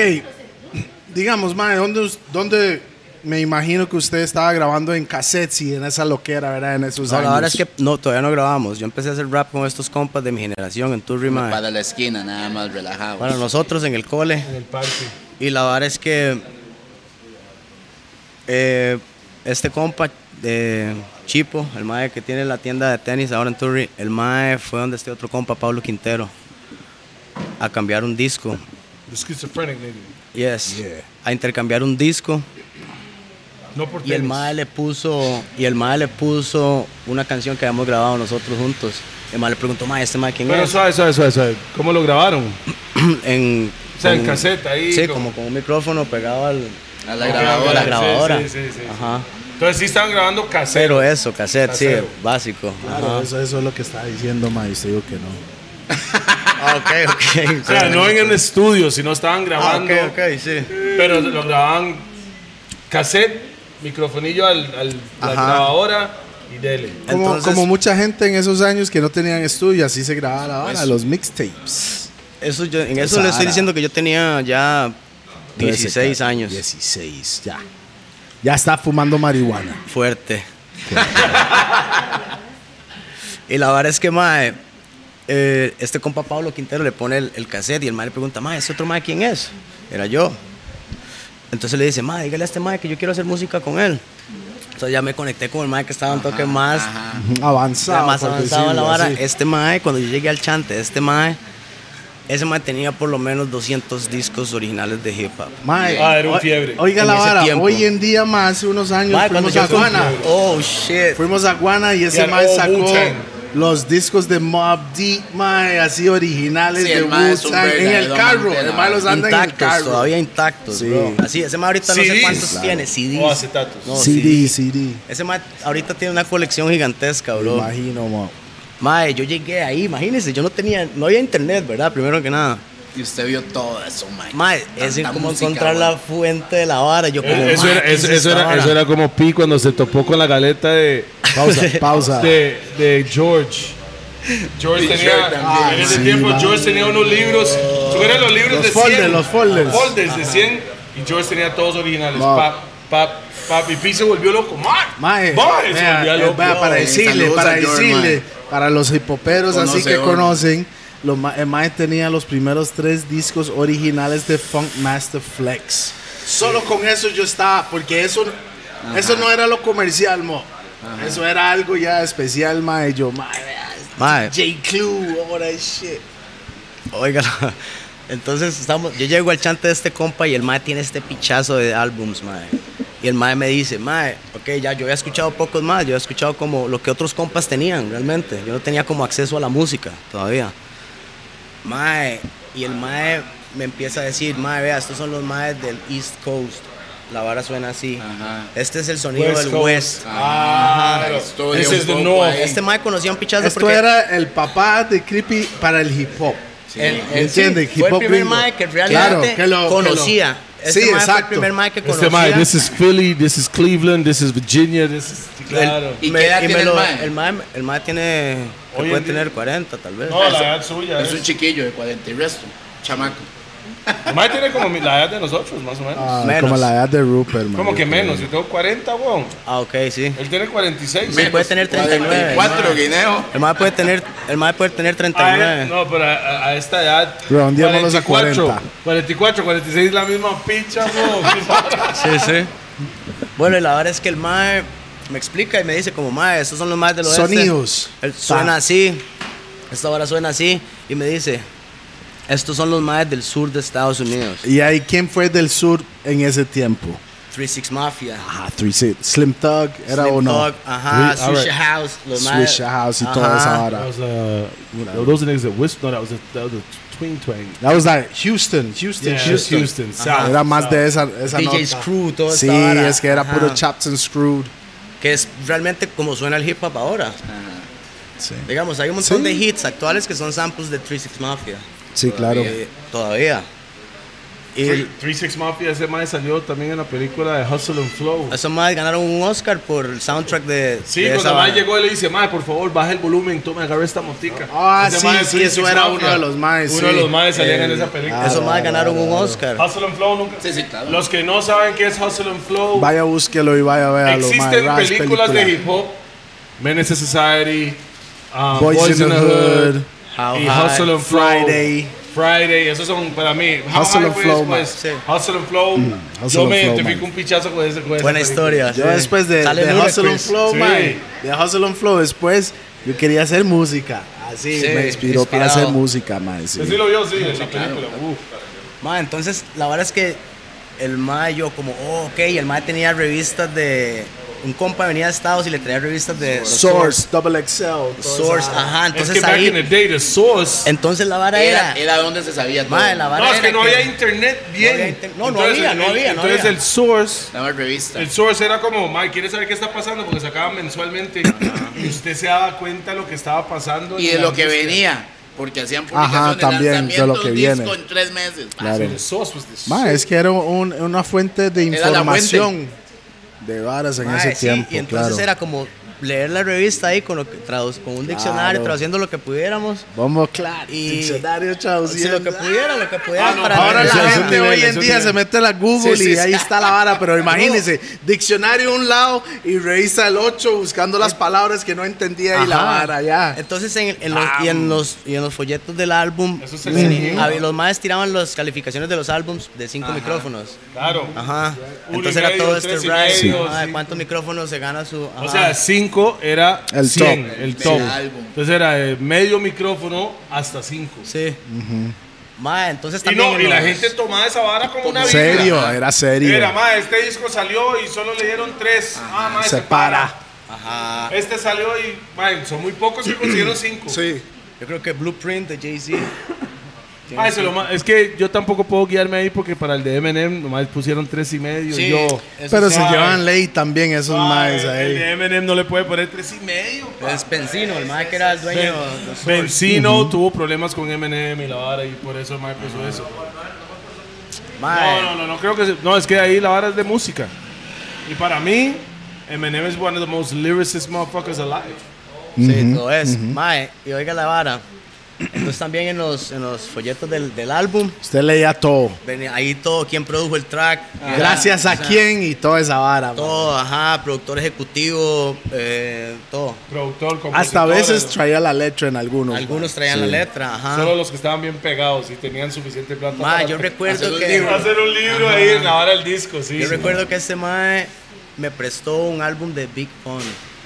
Digamos, mae, ¿dónde, us- ¿dónde me imagino que usted estaba grabando en cassettes y en esa loquera, ¿verdad? En esos
No,
años.
la verdad es que no, todavía no grabamos. Yo empecé a hacer rap con estos compas de mi generación en Turrima.
Para la esquina, nada más relajado.
Para nosotros en el cole.
En el parque.
Y la verdad es que eh, este compa eh, Chipo, el mae que tiene la tienda de tenis ahora en Turri, el mae fue donde este otro compa, Pablo Quintero, a cambiar un disco.
The schizophrenic nigga.
Yes. A intercambiar un disco.
No por
Y el
tenis.
mae le puso y el mae le puso una canción que habíamos grabado nosotros juntos. El mae le preguntó, mae, este mae quién
Pero
es?
suave, suave, suave, suave. ¿Cómo lo grabaron?
en,
O sea, en caseta ahí,
Sí,
como-
como con un micrófono pegado al,
A la
Ok,
a la
grabadora.
ok.
grabadora.
sí, sí, sí.
Ajá.
Entonces sí estaban grabando casero.
Pero eso, cassette, sí,
Casero.
básico.
Claro, eso, eso es lo que estaba diciendo, ma, y usted dijo que no.
ok, ok.
O sea, no en el estudio, sino estaban grabando.
Ah, ok, sí.
Pero lo grababan cassette, microfonillo al, al la
Ajá.
grabadora y dele.
Como,
Entonces-
como mucha gente en esos años que no tenían estudio, así se grababa la vara, los mixtapes.
Eso yo, en eso
Esa
le estoy
vara.
diciendo que yo tenía ya 16 años.
16, ya. Ya está fumando marihuana.
Fuerte. y la verdad es que, mae, eh, este compa Pablo Quintero le pone el, el cassette y el mae le pregunta, mae, ¿ese otro mae quién es? Era yo. Entonces le dice, mae, dígale a este mae que yo quiero hacer música con él. Entonces ya me conecté con el mae que estaba un toque más,
Avanzado.
Era más
por
avanzado en la
decirlo
vara.
así.
Este mae, cuando yo llegué al chante, este mae, ese mae tenía por lo menos 200 discos originales de hip hop.
Mae,
Ah, era un
o-
fiebre.
Oiga
En
la
ese
vara,
tiempo.
hoy en día más hace unos años
Mae, cuando
fuimos
yo
a Guana.
Oh shit.
Fuimos a Guana y
Y
ese
al
mae
nuevo
sacó
Wu-Tang.
los discos de Mob Deep, mae, así originales
Sí,
de
el mae es un
Wu-Tang en el
verdadero
carro.
mantero.
El mae los anda en el
Intactos,
carro.
todavía intactos,
Sí.
bro. Así, ese mae ahorita no sé
CDs.
cuántos tiene, CDs.
O
Oh,
acetatos.
No,
CD,
CDs.
CD.
Ese mae ahorita tiene una colección gigantesca, bro.
Imagino, mo.
Mae, yo llegué ahí, imagínense, yo no tenía, no había internet, ¿verdad? Primero que nada.
Y usted vio todo eso, man.
Mae, es
Tanta
como
música,
encontrar
güey.
la fuente de la vara. Yo como,
Eh, Eso
mae,
era,
¿qué es
eso, eso
esta
era,
vara?
eso era como Pi cuando se topó con la galeta de,
Pausa, pausa.
de, de George.
George
T-shirt
tenía,
también.
en ese
sí,
tiempo
va.
George tenía unos libros, eran los libros
Los
de 100.
folders, los folders.
de 100 y George tenía todos originales.
Wow.
Pap, pap, pap y Pi se volvió loco. Mae,
Mae,
mae, se
vea,
volvió
eh,
loco.
vea, para
Mae,
decirle,
saludos
para
a George,
decirle,
mae.
para los hipoperos así
Conoce
que
uno.
conocen, los ma- el mae tenía los primeros tres discos originales de Funk Master Flex. Solo con eso yo estaba, porque eso, eso no era lo comercial, mo. Eso era algo ya especial, mae. Yo, mae, este
Mae,
J. Clue, ahora es shit.
Oiga, entonces estamos, yo llego al chante de este compa y el mae tiene este pichazo de álbums, mae. Y el mae me dice, mae, ok, ya yo había escuchado pocos más, yo había escuchado como lo que otros compas tenían realmente. Yo no tenía como acceso a la música todavía. Mae, y el mae me empieza a decir, mae, vea, estos son los maes del East Coast. La vara suena así.
Ajá.
Este es el sonido
West
del
Coast.
West.
Ah,
Ajá, estudia
ese
un
es de
poco
North.
ahí.
Este mae conocía un pichazo
Esto
porque...
era el papá de Creepy para el hip hop.
El, el-
Entiende,
sí, fue
hip
el
hop
primer
gringo.
mae que realmente
Claro, que lo- que
conocía.
lo- Sí,
Este mae fue el
exacto.
primer mae que conocía.
Este mae, this is Philly, this is Cleveland, this is Virginia, this is...
Claro.
¿Y
Me-
qué edad
y me
tiene el
lo-
mae?
El mae, el mae tiene, que
Hoy en
puede
día-
tener 40 tal vez.
No, la edad suya. eh.
Es un chiquillo de 40 y resto. Chamaco.
El mae tiene como mi- la edad de nosotros, más o menos.
Ah,
Menos.
Como la edad de Rupert, mae.
como que
Yo
menos. Yo tengo 40, weón.
Ah, ok, sí.
Él tiene 46.
Sí, puede tener 39.
4 guineo.
El mae puede tener, el mae puede tener
A él-
39.
no, pero a, a- a esta edad.
Redondeémonos a 40.
44, 46, la misma picha, weón.
Sí, sí. Bueno, y la verdad es que el mae me explica y me dice como mae, estos son los maes del oeste.
Sonidos.
Él suena
Pa.
así. Esta hora suena así y me dice, estos son los maes del sur de Estados Unidos.
creo. Y ahí, ¿quién fue del sur en ese tiempo?
36 Mafia.
Ah, Three Six. Slim Thug era
Slim
uno.
Thug, ajá,
Three-
Swisha House, los más.
Swisha House y toda esa
That
vara.
was, uh, those niggas that Wisp, no, that was a, that was a twin twang.
That was like Houston, Houston, Houston.
Houston,
Ah,
South.
era más de esa, esa
DJ
nota.
Screw, toda
Sí,
esa vara.
es que era
Ajá.
puro chaps and screwed.
Que es realmente como suena el hip hop ahora.
Sí,
Digamos, hay un montón
Sí.
de hits actuales que son samples de 36 Mafia.
sí claro.
Eh, todavía. Y
36 Mafia, ese mae salió también en la película de Hustle and Flow.
esos más ganaron un Oscar por el soundtrack de.
Sí,
de
cuando
esa
el mae
vara.
llegó y le dice, mae, por favor, baja el volumen, toma, agarra esta motica.
Ah,
Ese
sí,
mae de
sí,
36
eso era
Mafia.
uno de los maes,
Uno
sí.
de los maes salían en esa película.
Esos más ganaron un Oscar.
Hustle and Flow nunca.
Sí, sí, claro.
Los que no saben qué es Hustle and Flow,
Vaya, búsquelo y vaya a ver a los
existen películas de hip hop, Menace Society, um,
Boys, in the Hood,
How
y
High,
Hustle and Flow.
Friday.
Friday, esos son para mí. How
Hustle
High
and
fue
Flow, Mm,
después.
man.
Hustle and Flow.
Hustle
Yo
and
me
Flow,
identifico
man.
un pichazo con ese. con esa película.
Buena historia.
Yo
sí.
después de,
Sale
de
Ludacris.
Hustle and Flow,
Sí.
mae, de Hustle and Flow, después yo quería hacer música. Así
Sí,
me inspiró para
inspirado.
hacer música, mae. Pues sí.
Sí, sí lo vio, sí, en la película. Uf.
Ma, entonces la verdad es que el mae yo como, oh, ok, y el mae tenía revistas de... Un compa venía de Estados y le traía revistas de... de
Source, ah. Double XL. toda esa
Source,
vara.
ajá,
Es
entonces
que back in the
ahí...
day, the source.
Entonces la vara
Era,
era...
era donde se sabía todo.
Mae, la vara
No, es
era
que no había internet bien.
había inter- no, no había, no
el-
había, no
Entonces
había.
el source.
Dame revista.
El source era como, Mike, ¿quieres saber qué está pasando? Porque sacaban mensualmente y usted se daba cuenta de lo que estaba pasando.
Y de
en
lo
la
que
industria.
venía. Porque hacían
Ajá,
publicaciones,
también, de lo que
lanzamientos,
viene.
disco en tres meses. pa.
Claro.
The source was the
Mae, es que era un- una fuente de
Era la fuente.
información de varas en
Mae,
ese
sí,
tiempo.
y entonces
claro.
era como leer la revista ahí con, lo que traduc- con un diccionario,
Claro.
traduciendo lo que pudiéramos.
Vamos, claro.
Y-
Diccionario,
Sí, lo que
traduciendo.
pudiera, lo que pudiera.
Ah, no,
para
Ahora la
Eso es un
gente
nivel,
hoy
eso
en
es
día
un
se
nivel.
mete a la Google
Sí, sí,
y ahí
sí.
está la vara, pero imagínense, diccionario un lado y revista el otro buscando las palabras que no entendía y la
Eh. Ajá.
vara ya.
Entonces, en, en los, y, en los, y en los folletos del álbum,
Eso se
veni-
leía.
hab- los maestros tiraban las calificaciones de los álbums de cinco micrófonos.
Claro.
Ajá.
Uno
Entonces
y
era
medio,
todo este
tres y
ride.
medio,
ajá, de
sí.
¿Cuántos micrófonos se gana su.?
O
ajá.
sea, 5 era
El
100,
top.
el
Del
top.
álbum.
Entonces era de medio micrófono hasta 5.
sí. Mae, entonces
Y,
también.
no,
en
y la
los-
gente tomaba esa vara como una
En
biblia.
serio, era serio.
Era, ma, este disco salió y solo le dieron 3. Ah, ma,
se para.
Ajá.
Este salió y, ma, son muy pocos que consiguieron 5.
Sí.
Yo creo que Blueprint de Jay-Z.
Ah, eso lo ma- es que yo tampoco puedo guiarme ahí porque para el de Eminem nomás pusieron tres y medio. y yo,
eso
Pero
sí.
se llevan ley también esos
"Ay,
maes
el
ahí.
de Eminem no le puede poner tres y medio. pa".
Es Pensino, el mae que era el dueño. de su-
Pues
Benzino tuvo problemas con Eminem y la vara y por eso Mike puso eso. No,
Mae.
no, no, no creo que se- no es que ahí la vara es de música. Y para mí Eminem is one of the most lyricist motherfuckers alive.
Sí, lo es. Mae, y oiga la vara. Entonces también en los, en los folletos del, del álbum,
Usted leía todo.
venía ahí todo, quién produjo el track.
Ah.
era-
Gracias a quién y toda esa vara. man.
Todo, ajá, productor ejecutivo, eh, todo.
Productor, compositor.
Hasta a veces
eh,
traía la letra en algunos.
Algunos traían la letra,
solo
ajá.
los que estaban bien pegados y tenían suficiente plata.
Mae,
para
Ah. yo recuerdo
Iba a
que
hacer un libro ahí en la vara del disco, sí.
yo recuerdo que este mae me prestó un álbum de Big Pun,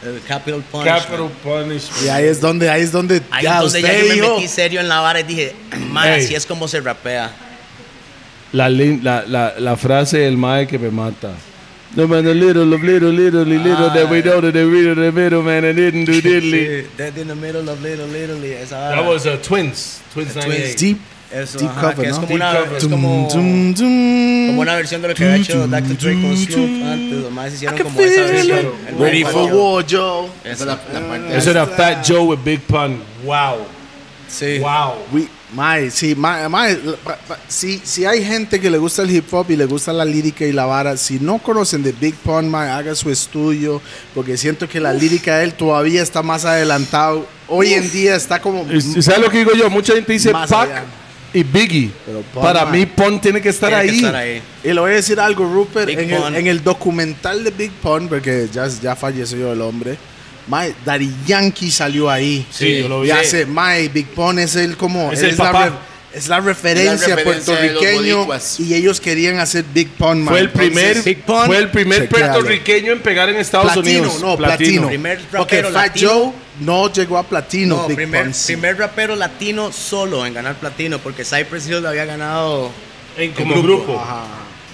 el Capital Pun.
Capital Punishment.
Y ahí es donde, ahí es donde
Ahí
ya
entonces ya
usted
yo me
dijo,
metí serio en la vara y dije, mae,
Ey.
así es como se rapea.
La, lin- la, la, la frase del mae que me mata. No man, a little, a little, little, little, that we know that they read it, they middle man, and didn't do diddly.
Dead in the middle of little, little, esa vara.
That was uh, Twins. Twins 98.
Twins.
deep,
Eso,
deep
ajá,
cover,
que es
¿no?
como una,
cover.
es como,
Dum, dum.
como una versión de lo que había hecho Dr. Dre con Snoop antes. Los más hicieron como esa versión. El
Ready
más
for
fallo.
war, Joe.
Esa es la, la parte.
Eso era Fat Joe with Big Pun.
Wow.
Sí.
Wow.
We, mae, sí, mae, mae, la- pa- pa- si, si hay gente que le gusta el hip hop y le gusta la lírica y la vara, si no conocen de Big Pun, mae, haga su estudio, porque siento que la lírica de él todavía está más adelantado. Hoy en día está como...
¿Y- y ¿Sabes lo que digo yo? Mucha gente dice
Más
Pac
allá.
y Biggie.
Pero Pun,
Para
mae.
mí, Pun tiene que estar
Tiene que
ahí.
estar ahí.
Y le voy a decir algo, Rupert,
Big
en el,
Pun.
en el documental de Big Pun, porque ya, ya falleció el hombre, mae, Daddy Yankee salió ahí.
Sí, yo lo vi.
Ya sé, Mae, Big Pon es el como.
Es
él
el
la
papá.
es la referencia
La referencia de los
puertorriqueño
boricuas.
y ellos querían hacer Big Pon, mae.
Fue el primer,
Entonces,
Big Pun.
fue el primer
Chequealo.
puertorriqueño en pegar en Estados
platino,
Unidos.
no, platino.
Primer
Porque
rapero
Fat
latino.
Joe no llegó a platino.
No,
Big
primer,
Pun sí.
primer rapero latino solo en ganar platino, porque Cypress Hill lo había ganado,
En, como grupo.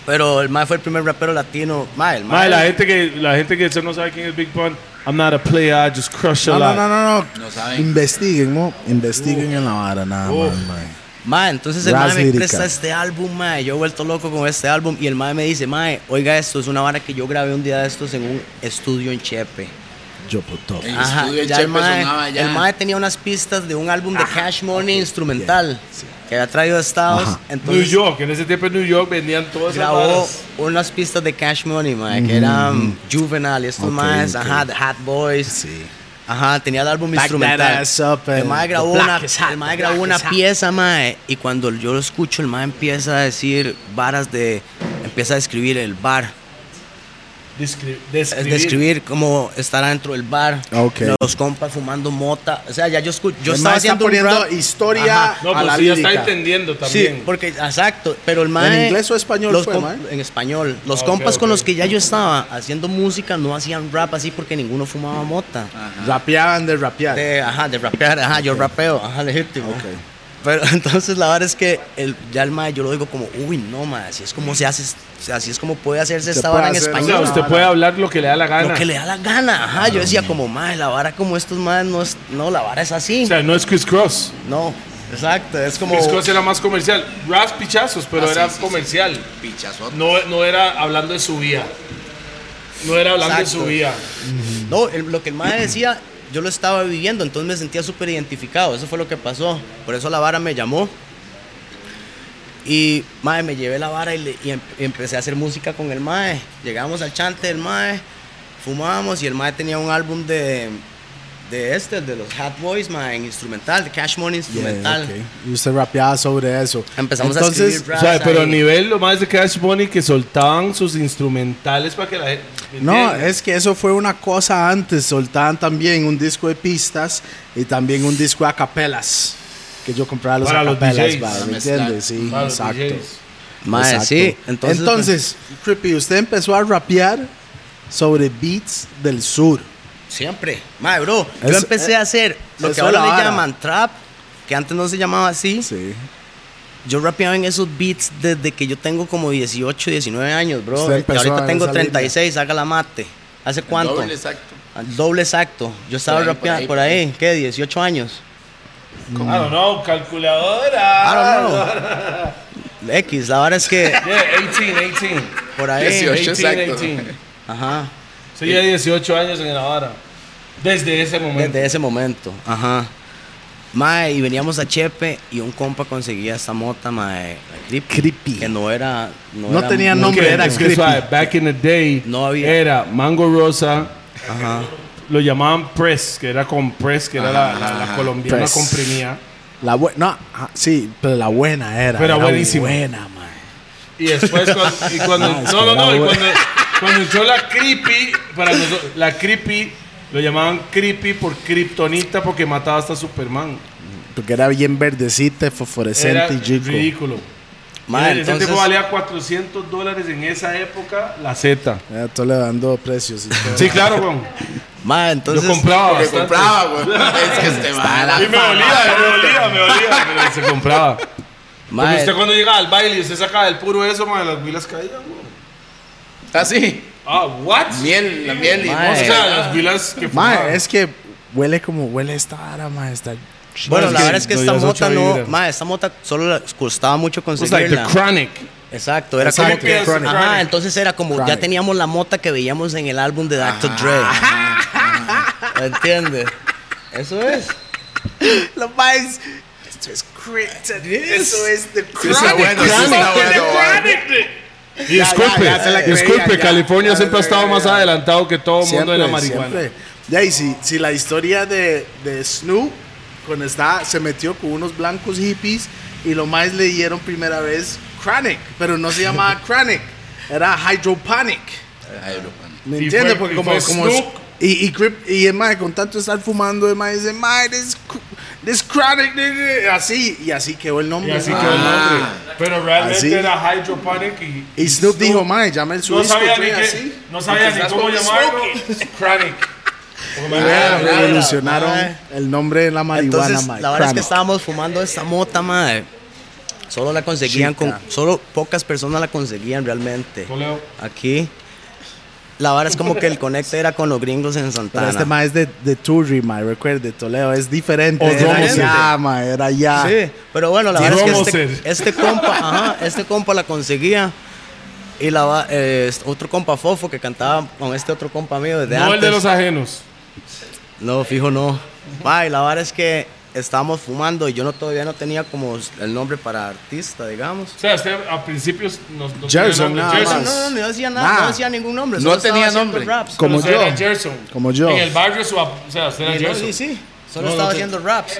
pero el más fue el primer rapero latino. Mae, el
Mae,
mae.
la gente que la gente que no sabe quién es Big Pun, I'm not a player, I just crush a
No, no,
lot.
no, no, no.
No saben.
Investiguen, ¿no? Investiguen en la vara, nada
Uf.
más, mae.
Mae, entonces el
Ras
mae me
lírica.
presta este álbum, mae. Yo he vuelto loco con este álbum y el mae me dice, mae, oiga esto, es una vara que yo grabé un día de estos en un estudio en Chepe.
Yo puto.
El
Ajá,
estudio de
ya
Chepe
el, mae,
sonaba ya.
el mae tenía unas pistas de un álbum de Cash Money instrumental. que había traído de Estados.
New
Entonces
York, en ese tiempo en New York vendían todas esas
grabó
varas.
unas pistas de Cash Money, mae, que eran Juvenal y estos
Ok,
más,
ok.
ajá, The Hat Boys.
Sí.
Ajá, tenía el álbum
Back that
instrumental.
ass up
el
and
mae
the
grabó
black
una,
is hot,
el mae
the
grabó
black
una
is hot.
pieza, mae, y cuando yo lo escucho, el mae empieza a decir varas de, empieza a describir el bar,
Descri-
es
describir.
describir cómo estar adentro del bar,
Ok.
los compas fumando mota, o sea, ya yo escucho, yo
El
estaba
mae está
haciendo un
poniendo
rap.
historia
Ajá.
No,
a la
pues sí, ya está
lírica.
entendiendo también.
Sí, porque exacto, pero el mae
¿En inglés o español
los
fue,
com-
mae?
En español. Los
Ah, ok,
compas con
ok.
los que ya yo estaba haciendo música no hacían rap así porque ninguno fumaba mota.
Ah. Rapeaban de rapear.
De, ajá, de rapear, ajá, yo rapeo, ajá, legítimo. Pero entonces la verdad es que el, ya el mae yo lo digo como, uy, no, mae, así es como se hace, o sea, así es como puede hacerse
Se
esta
puede
vara en
hacer, o
O
español.
sea, usted puede hablar lo que le da la
Lo
gana.
que le da la gana, ajá, yo
Ah.
decía como, mae, la vara como estos maes no es, no, la vara es así.
O sea, no es Chris Cross.
no, exacto, es como...
Chris Cross era más comercial. Ras pichazos, pero era comercial.
Pichazote.
No, no era hablando de su vida. No era hablando de
Exacto.
su vida.
No, el- lo que el mae decía, yo lo estaba viviendo, entonces me sentía súper identificado. Eso fue lo que pasó. Por eso la vara me llamó. Y, mae, me llevé la vara y, le- y em- y empecé a hacer música con el mae. Llegamos al chante del mae, fumábamos y el mae tenía un álbum de, de este, de los Hat Boys, mae, en instrumental, de Cash Money
Yeah,
instrumental.
ok. Y usted rapeaba sobre eso.
Empezamos a
Entonces,
escribir
O
raps
sea, pero a
ahí.
nivel lo más de Cash Money que soltaban sus instrumentales para que la gente. ¿me
No,
entiendes?
es que eso fue una cosa antes. Soltaban también un disco de pistas y también un disco de acapelas. Que yo compraba los
Para los
acapelas,
DJs,
va,
para
¿me entiendes? Sí,
Para los
exacto.
DJs.
Mae,
exacto.
sí. Entonces,
Entonces, pues- Creepy, usted empezó a rapear sobre beats del sur.
Siempre. Mae, bro, yo
Es-
empecé
eh,
a hacer
eso
lo
es
que ahora
la
le
vara.
llaman trap, que antes no se llamaba así.
Sí.
Yo rapeaba en esos beats desde que yo tengo como 18, 19 años, bro.
Usted
Y
empezó
ahorita
en
tengo
esa
36, haga la mate. ¿Hace cuánto?
Doble exacto.
Al doble exacto. Yo estaba
ahí, por
rapeando
ahí,
por
por
ahí, ¿qué? 18 años.
I don't know,
I
Ah, calculadora.
don't know. X, la verdad es que
Yeah, 18, 18.
por ahí.
18.
18,
exacto.
18.
Ajá.
Sí, ya 18 años en la vara. Desde ese momento.
Desde ese momento. Ajá. Mae, y veníamos a Chepe y un compa conseguía esta mota, mae. la Creepy.
Creepy.
Que no era. No,
No
era
tenía
muy-
Ok,
nombre, era
es que,
creepy.
suave, back in the day
No había.
era Mango Rosa,
Ajá.
lo llamaban Press, que era con Press, que era la, la- la colombiana
Press.
comprimida.
La buena, no, ah, sí, pero la buena era.
Pero
era
buenísima.
Buena, man.
Y después, cuando, y cuando
No, es
no,
que
no, no,
era
y
bueno.
cuando, cuando entró la creepy, para nosotros, la creepy lo llamaban creepy por kriptonita porque mataba hasta Superman.
Porque era bien verdecita, fosforescente
Era
y chico.
ridículo.
Mae,
ese
Ah, entonces.
tipo valía 400 dólares en esa época la Z.
Era todo le dando precios. y todo.
Sí, claro, weón.
Mae, entonces.
Yo compraba
Porque
bastante.
compraba, güey. Es que este va.
Y me olía, me olía, me olía. pero se compraba. Porque
Mae,
usted cuando llegaba al Ah, baile y usted sacaba del puro eso, madre, las vilas caían. güey.
Así.
Ah, what? Ah.
Miel, la miel. y-
O
Mae.
sea, las vilas que fumaban.
Mae, es que huele como huele esta vara, mae. Está
Bueno,
Es
la
que
verdad es que
no,
esta
ya es
mota
ocho
no,
libras.
ma, esta mota solo la- costaba mucho
It was like the
conseguirla.
Chronic.
Exacto, era
Exacto,
como que,
es Chronic.
ajá, entonces era como ya
Chronic.
teníamos la mota que veíamos en el álbum de Dr. Dre. ¿Me ¿Entiendes? Eso es.
Lo más. Esto es Eso es de
Sí, está bueno, sí, está bueno. güey.
Y disculpe,
ya, ya se la creían,
disculpe,
ya.
California
Ya se
siempre ha
la
estado más
creían.
adelantado que todo el mundo
Siempre,
en la marihuana.
siempre. Ya, y si, si la historia de, de Snoop, cuando estaba, se metió con unos blancos hippies y lo más le dieron primera vez Chronic, pero no se llamaba Chronic, era Hydroponic.
Ay, lo bueno.
¿Me
Y
entiendes?
fue-
Porque
y
como,
fue
como
Snoop.
y, y, Crip- y el mae, con tanto estar fumando, el mae dice, mae, this, cr- this chronic, nigga", así, y así quedó el
Y
nombre.
así
mae.
quedó el
Ah.
nombre. Pero realmente
Así.
era hydroponic y.
Y Snoop dijo, mae, llame el su
No
disco,
sabía ni,
mae,
qué-
así.
no sabía ni cómo llamarlo. Chronic. Porque
Ah,
me-
Vea,
Mae,
revolucionaron
mae.
el nombre de la marihuana,
Ah, Entonces,
mae,
la verdad es que
Chronic.
estábamos fumando esta mota, madre. Solo la conseguían
Chica.
con. Solo pocas personas la conseguían realmente.
Coleo.
Aquí. La vara es como que el conecte era con los gringos en
Pero
Santana.
este mae es de, de Turri, mae, recuerde, Toledo, es diferente.
O
Era
Romoser.
ya, mae, era ya.
Sí, pero bueno, la
Sí, eh.
verdad es que
Romoser.
este, este compa, ajá, este compa la conseguía. Y la, va- eh, es- otro compa fofo que cantaba con este otro compa mío desde
No el
antes.
de los ajenos.
No, fijo, no. Va, y la verdad es que estábamos fumando y yo no, todavía no tenía como el nombre para artista, digamos.
O sea, usted a principios nos, nos
Gerson,
tenía
nada
nombre.
No,
más.
no, no, no decía nada,
Nada.
no decía ningún nombre.
No
solo estaba
tenía
haciendo
nombre.
raps.
Como
Usted
yo.
era Gerson.
Como yo.
En el barrio, su, ab- o sea, usted era
Y no,
Gerson.
sí, sí, solo
No,
estaba
no,
haciendo raps.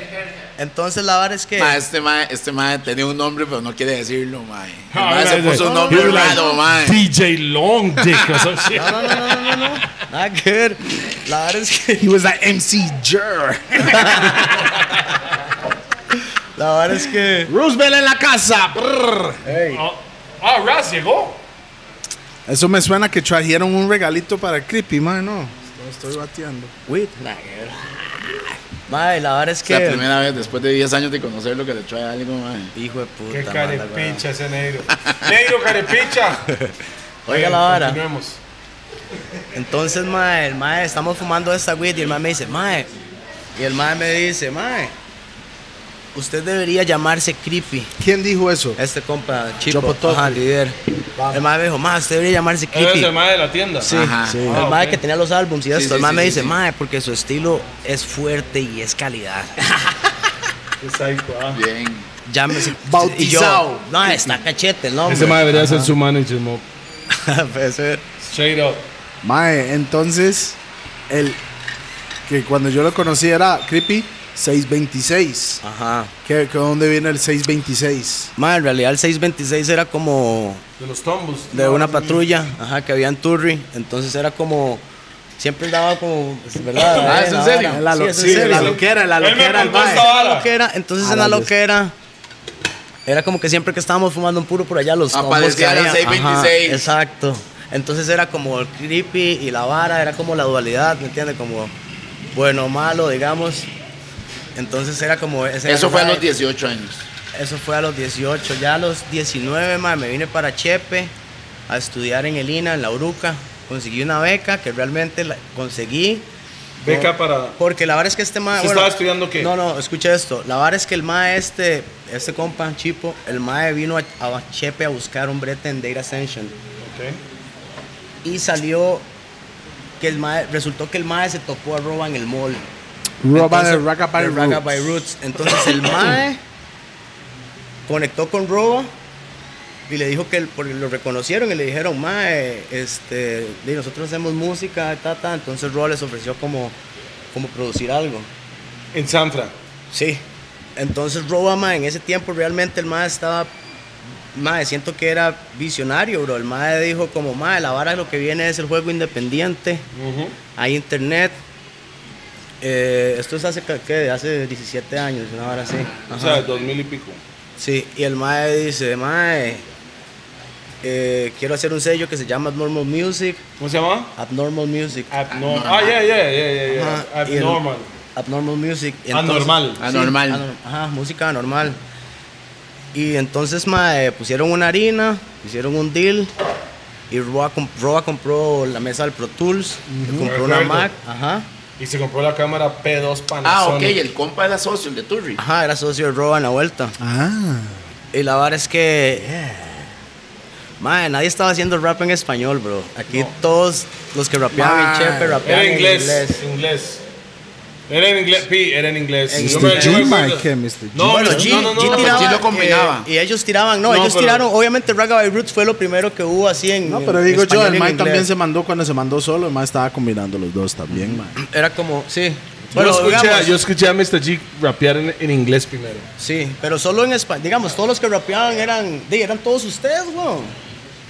Entonces la verdad es que...
Ma, este mae este mae tenía un nombre, pero no quiere decirlo, mae. El
Ah,
mae se
right,
puso
right.
un nombre
You're like-
raro, mae.
DJ Long Dick o some shit.
No, no, no, no, no, no, no. Nada que ver. La verdad es que...
He was like MC Jer.
La verdad es que...
Roosevelt en la casa.
Ah, Ah, Raz llegó.
Eso me suena que trajeron un regalito para Creepy, man. No, no estoy bateando.
Wait, nada que ver. Madre, la verdad es
Es la
que...
primera vez después de 10 años de conocerlo que le trae algo, mae.
Hijo de puta.
Qué
manda, weón.
carepicha ese negro. Negro carepicha.
Oiga la vara.
Continuemos.
Entonces, mae, el mae, estamos fumando esta weed y el mae me dice, mae. Y el mae me dice, mae, usted debería llamarse Creepy.
¿Quién dijo eso?
Este compa, Chico,
Chopo Tofu.
ajá, líder. El mae me dijo, mae, usted debería llamarse
Ese es
Creepy.
el mae de la tienda.
Sí,
Ajá.
sí. el
Ah,
mae
ok.
que tenía los álbumes y esto.
sí,
el mae
sí,
me
sí,
dice,
sí.
mae, porque su estilo es fuerte y es calidad.
Bien.
Llámese.
Bautizado.
Y yo, no, está cachete, ¿no?
Ese mae debería ser su manager, mo.
Puede ser.
Straight up.
Mae, entonces, el que cuando yo lo conocí era Creepy 626.
Ajá.
¿Qué, qué- dónde viene el 626?
Mae, en realidad el 626 era como
De los tombos.
de una patrulla, ajá, que había en Turri, entonces era como siempre andaba como, pues, ¿verdad? eh,
Ah, ¿es en
La
serio?
vara.
La
Sí,
lo-
es en
sí,
serio.
la
Sí.
loquera, la
Él me
loquera, el
contó
mae. Ah,
esta vara.
Loquera, entonces
A
en
la
la
Dios.
loquera era como que siempre que estábamos fumando un puro por allá los combos que
Aparecía la
había.
626.
Ajá, exacto. Entonces era como el creepy y la vara, era como la dualidad, ¿me entiendes? Como bueno, malo, digamos. Entonces era como ese era
Eso
el
fue a
vibe.
los 18 años.
Eso fue a los 18. Ya a los 19, mae, me vine para Chepe a estudiar en el INA, en la URUCA. Conseguí una beca que realmente la conseguí.
Beca para.
Porque la verdad es que este mae.
¿Se estaba estudiando qué?
No, no, escucha esto. La verdad es que el mae este, este compa, Chipo, el mae vino a, a Chepe a buscar un brete en Data Ascension. Y salió que el mae, resultó que el mae se topó a Roba en el mall.
Roba de
Entonces,
Rockabye
de Rockabye
Roots.
Roots. Entonces el MAE conectó con Roba y le dijo que el- porque lo reconocieron y le dijeron, MAE, este, di, nosotros hacemos música, ta, ta. Entonces Roba les ofreció como, como producir algo.
En Sanfra.
Sí. Entonces Roba, MAE, en ese tiempo realmente el MAE estaba. MAE, siento que era visionario, bro. El MAE dijo, como MAE, la vara lo que viene es el juego independiente hay internet. Eh, esto es hace, ca- ¿qué? hace 17 años, una hora así.
O
Ajá.
sea, dos mil y pico.
Sí, y el mae dice, mae, eh, quiero hacer un sello que se llama Abnormal Music.
¿Cómo se llama?
Abnormal Music.
Abnormal. Ah, yeah, yeah, yeah, yeah. yeah.
Ajá, y el-
Abnormal.
Abnormal Music. Y
Anormal.
Sí,
Anormal.
anor- ajá, música anormal. Y entonces, mae, pusieron una harina, hicieron un deal. Y Roa, comp- Roa compró la mesa del Pro Tools, compró una
Recuerdo.
Mac, ajá.
Y se compró la cámara P2 Panasonic.
Ah, ok, el compa era socio el de Turri.
Ajá, era socio de Roa en la vuelta.
Ah,
Y la verdad es que. Mae, nadie estaba haciendo rap en español, bro. Aquí todos los que rapeaban en
Mae.
Chepe rapeaban
Era
en inglés.
inglés. Inglés. Era en inglés. Pi, era en inglés.
En
Yo
inglés.
me- yo me
G,
acuerdo.
Mike, ¿qué, Mr. G?
No,
Bueno,
no,
G,
no, no,
G
no,
tiraba,
G lo
eh,
combinaba.
y ellos tiraban, no,
No,
ellos
pero-
tiraron, obviamente Ragabay Roots fue lo primero que hubo así en.
no, pero
en
digo yo,
español y
el
en
Mae
inglés.
también se mandó cuando se mandó solo. El Mae estaba combinando los dos también, Mae.
Era como, sí.
Yo
Bueno,
escuché, a-
digamos,
yo escuché a Mr. G rapear en, en inglés primero.
Sí, pero solo en español. Digamos, todos los que rapeaban eran. di, eran todos ustedes, weón.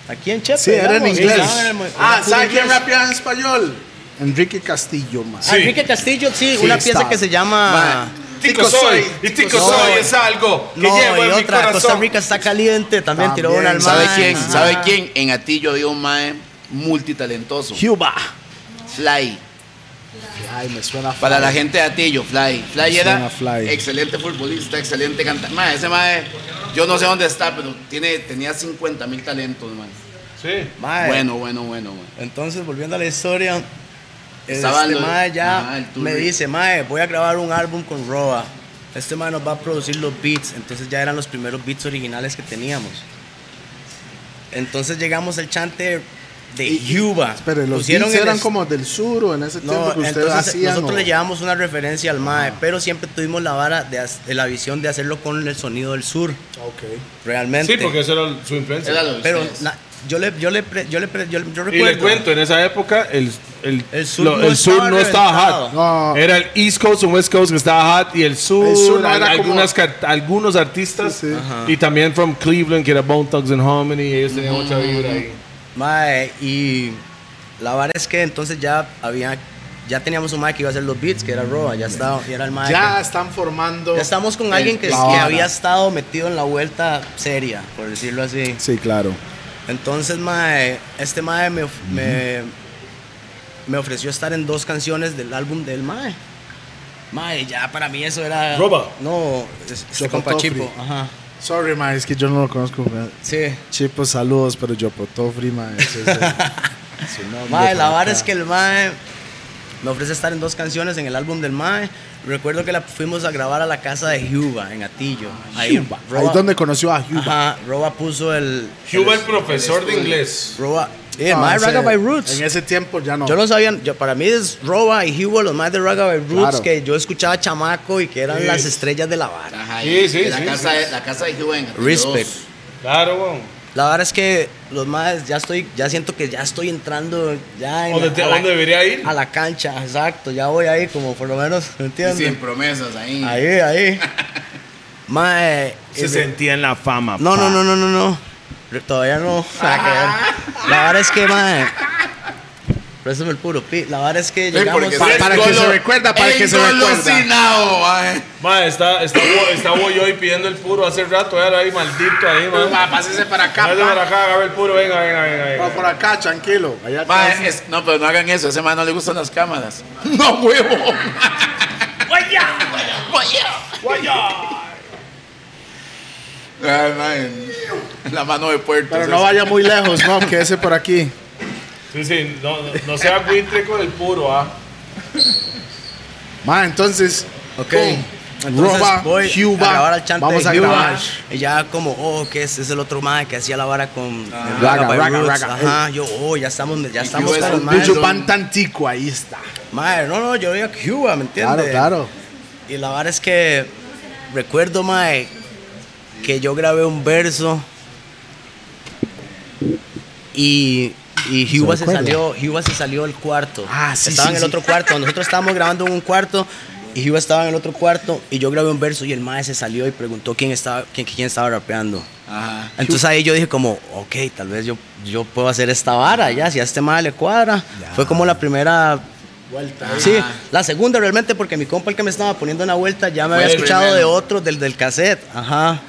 Aquí en Chepe.
Sí, era en
digamos,
inglés.
estaban en el-
Ah,
en
¿sabe quién
inglés.
rapeaba en español? Enrique Castillo, Mae.
Ah, Enrique Castillo, sí,
Sí,
una
está.
pieza que se llama.
Tico soy. Y Tico
No,
soy
y-
es algo que
No,
llevo
y
en mi
otra, Costa
corazón.
Rica está caliente, también, tiró
También,
una al
¿Sabe
mar.
quién?
Ajá.
¿Sabe quién? En Atillo había un mae multitalentoso.
Cuba.
Fly.
Ay, me suena
Para
fly.
la gente de Atillo, Fly. Fly era
Suena Fly.
excelente futbolista, excelente cantante. Mae, ese mae, yo no sé dónde está, pero tiene, tenía 50 mil talentos, mae.
Sí.
Mae,
Bueno, bueno, bueno, mae.
Entonces, volviendo a la historia,
Estaba
este
lo-
mae ya
ajá, el tour.
me dice, mae, voy a grabar un álbum con Roa. Este mae nos va a producir los beats, entonces ya eran los primeros beats originales que teníamos. Entonces llegamos al chante de Cuba.
Pero los
Pusieron
beats
en
eran
es-
como del sur o en ese
No,
tiempo que ustedes
entonces
hacían.
nosotros
o-
le llevamos una referencia al MAE, pero siempre tuvimos la vara de, hac- de la visión de hacerlo con el sonido del sur,
Ok.
realmente.
Sí, porque eso era su influencia.
Era lo de
Pero
ustedes.
na- yo le, yo le, pre- yo le, pre- yo, yo
Y
recuerdo.
le cuento, en esa época el, el,
El sur
lo-
no
el sur
estaba
no estaba
reventado.
hot.
No.
Era el East Coast y West Coast que estaba hot y el sur,
El sur no
al-
era como-
algunas, car- algunos artistas
Sí, sí. Ajá.
y también from Cleveland que era Bone Thugs and Harmony ellos tenían mucha vibra ahí.
Mm. Mae, y la vara es que entonces ya había, ya teníamos un mae que iba a hacer los beats, que era Roa, ya estaba, Ah, ya era el mae.
Ya
que-
están formando.
ya estamos con alguien que,
la
que
vara.
había estado metido en la vuelta seria, por decirlo así.
Sí, claro.
Entonces, mae, este mae me, of- me, me ofreció estar en dos canciones del álbum del mae. Mae, ya para mí eso era...
Roba.
No, es- este compa
Chocotofri.
Chipo, ajá.
Sorry, ma, es que yo no lo conozco. ma.
Sí.
Chipo, saludos, pero yo potofri, ma. ese es el- su nombre
Mae, la
para
vara es
acá.
que el Mae me ofrece estar en dos canciones en el álbum del Mae. Recuerdo que la fuimos a grabar a la casa de Juba, en Atillo.
Cuba. Ahí
Roba,
donde conoció a Cuba.
Ajá, Roba puso el.
Cuba el profesor de inglés.
Roba. Eh,
No,
mae,
ese-
Raga by Roots.
Ah, En ese tiempo ya no.
Yo no sabía, yo, para mí es Roba y Juba, los más de Raga by Roots,
Claro.
que yo escuchaba chamaco y que eran las estrellas de la vara.
Ajá,
Sí,
y-
sí,
y la
sí,
casa de la casa de Juven.
Respect.
Claro, weón.
La verdad es que los más, ya estoy, ya siento que ya estoy entrando ya en
¿Dónde,
la-
te-
a la-
dónde debería ir?
a la cancha, exacto, ya voy ahí como por lo menos, ¿me entiendes?
Sin promesas ahí.
Ahí, ahí. Mae. eh,
sentía en la fama.
No, no, no, no, no, no. Re- Todavía no. Nada que ver. La verdad es que, mae. Préstame el puro pi. La verdad es que
Sí,
llegamos.
porque
Pa-
sí.
para que se recuerda, para que se recuerda.
Engolosinado, mae.
Ma, está, está, Bo- está Boyoy pidiendo el puro hace rato, era ahí maldito ahí,
Pero,
man.
mae, Pásese para acá.
Dale para
mae.
acá, agarra el puro, venga, venga, venga. venga.
Va Por acá, tranquilo. Allá atrás.
Mae, es- no, pero no hagan eso. A ese mae no le gustan las cámaras. No, huevo. Guaya, guaya, guaya. Ay, mae, La mano de puerto.
Pero no vaya muy lejos, no, quédese por aquí.
Sí, sí, no, no, no sea buitre con el puro, ah.
Ma, entonces.
Ok.
boom.
Entonces
Roba,
voy
Cuba,
a grabar al chante
vamos
de
a
Cuba,
grabar.
Y ya como, oh, que es, es el otro mae que hacía la vara con el
Raga,
by
raga,
Roots.
raga.
Ajá, yo, oh, ya estamos, ya estamos
Cuba es
con los
un
maes.
bicho
Bicho pan tantico, ahí está.
Mae, no, no, yo voy a Cuba, ¿me entiendes?
Claro, claro.
Y la verdad es que recuerdo, Mae, que yo grabé un verso y, y Juba, se
recuerda?
salió, Juba se salió del cuarto.
Ah, sí,
Estaba
sí,
en el
sí.
otro cuarto. Nosotros estábamos grabando en un cuarto y Juba estaba en el otro cuarto y yo grabé un verso y el Mae se salió y preguntó quién estaba, quién, quién estaba rapeando.
Ajá.
Entonces ahí yo dije como, ok, tal vez yo, yo puedo hacer esta vara ya, si a este mae le cuadra. Fue como la primera vuelta. Sí, la segunda realmente porque mi compa el que me estaba poniendo una vuelta ya
Fue
me había
el
escuchado de
primero.
otro, del, del cassette. Ajá.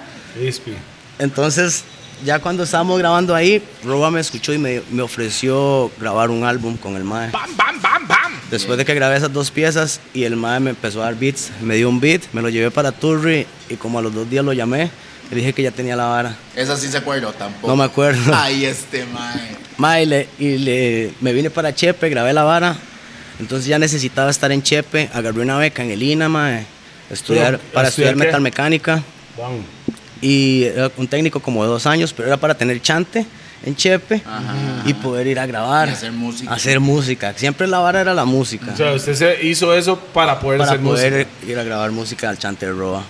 Entonces ya cuando estábamos grabando ahí, Roba me escuchó y me, me ofreció grabar un álbum con el mae. Después de que grabé esas dos piezas y el mae me empezó a dar beats, me dio un beat, me lo llevé para Turri y como a los dos días lo llamé, le dije que ya tenía la vara.
Esa sí se acuerdo tampoco.
No me acuerdo.
Ay, este mae.
Mae, y le- y le- me vine para Chepe, grabé la vara. Entonces ya necesitaba estar en Chepe. Agarré una beca en el INA, mae, estudiar,
Pero,
para
¿estudiar
estudiar
qué?
metalmecánica.
Vamos.
Y era un técnico como de dos años, pero era para tener chante en Chepe
Ajá.
y poder ir a grabar.
Y hacer música.
Hacer música. Siempre la vara era la música.
O sea, usted se hizo eso para poder
para
hacer
poder
música.
ir a grabar música al Chante de Roa.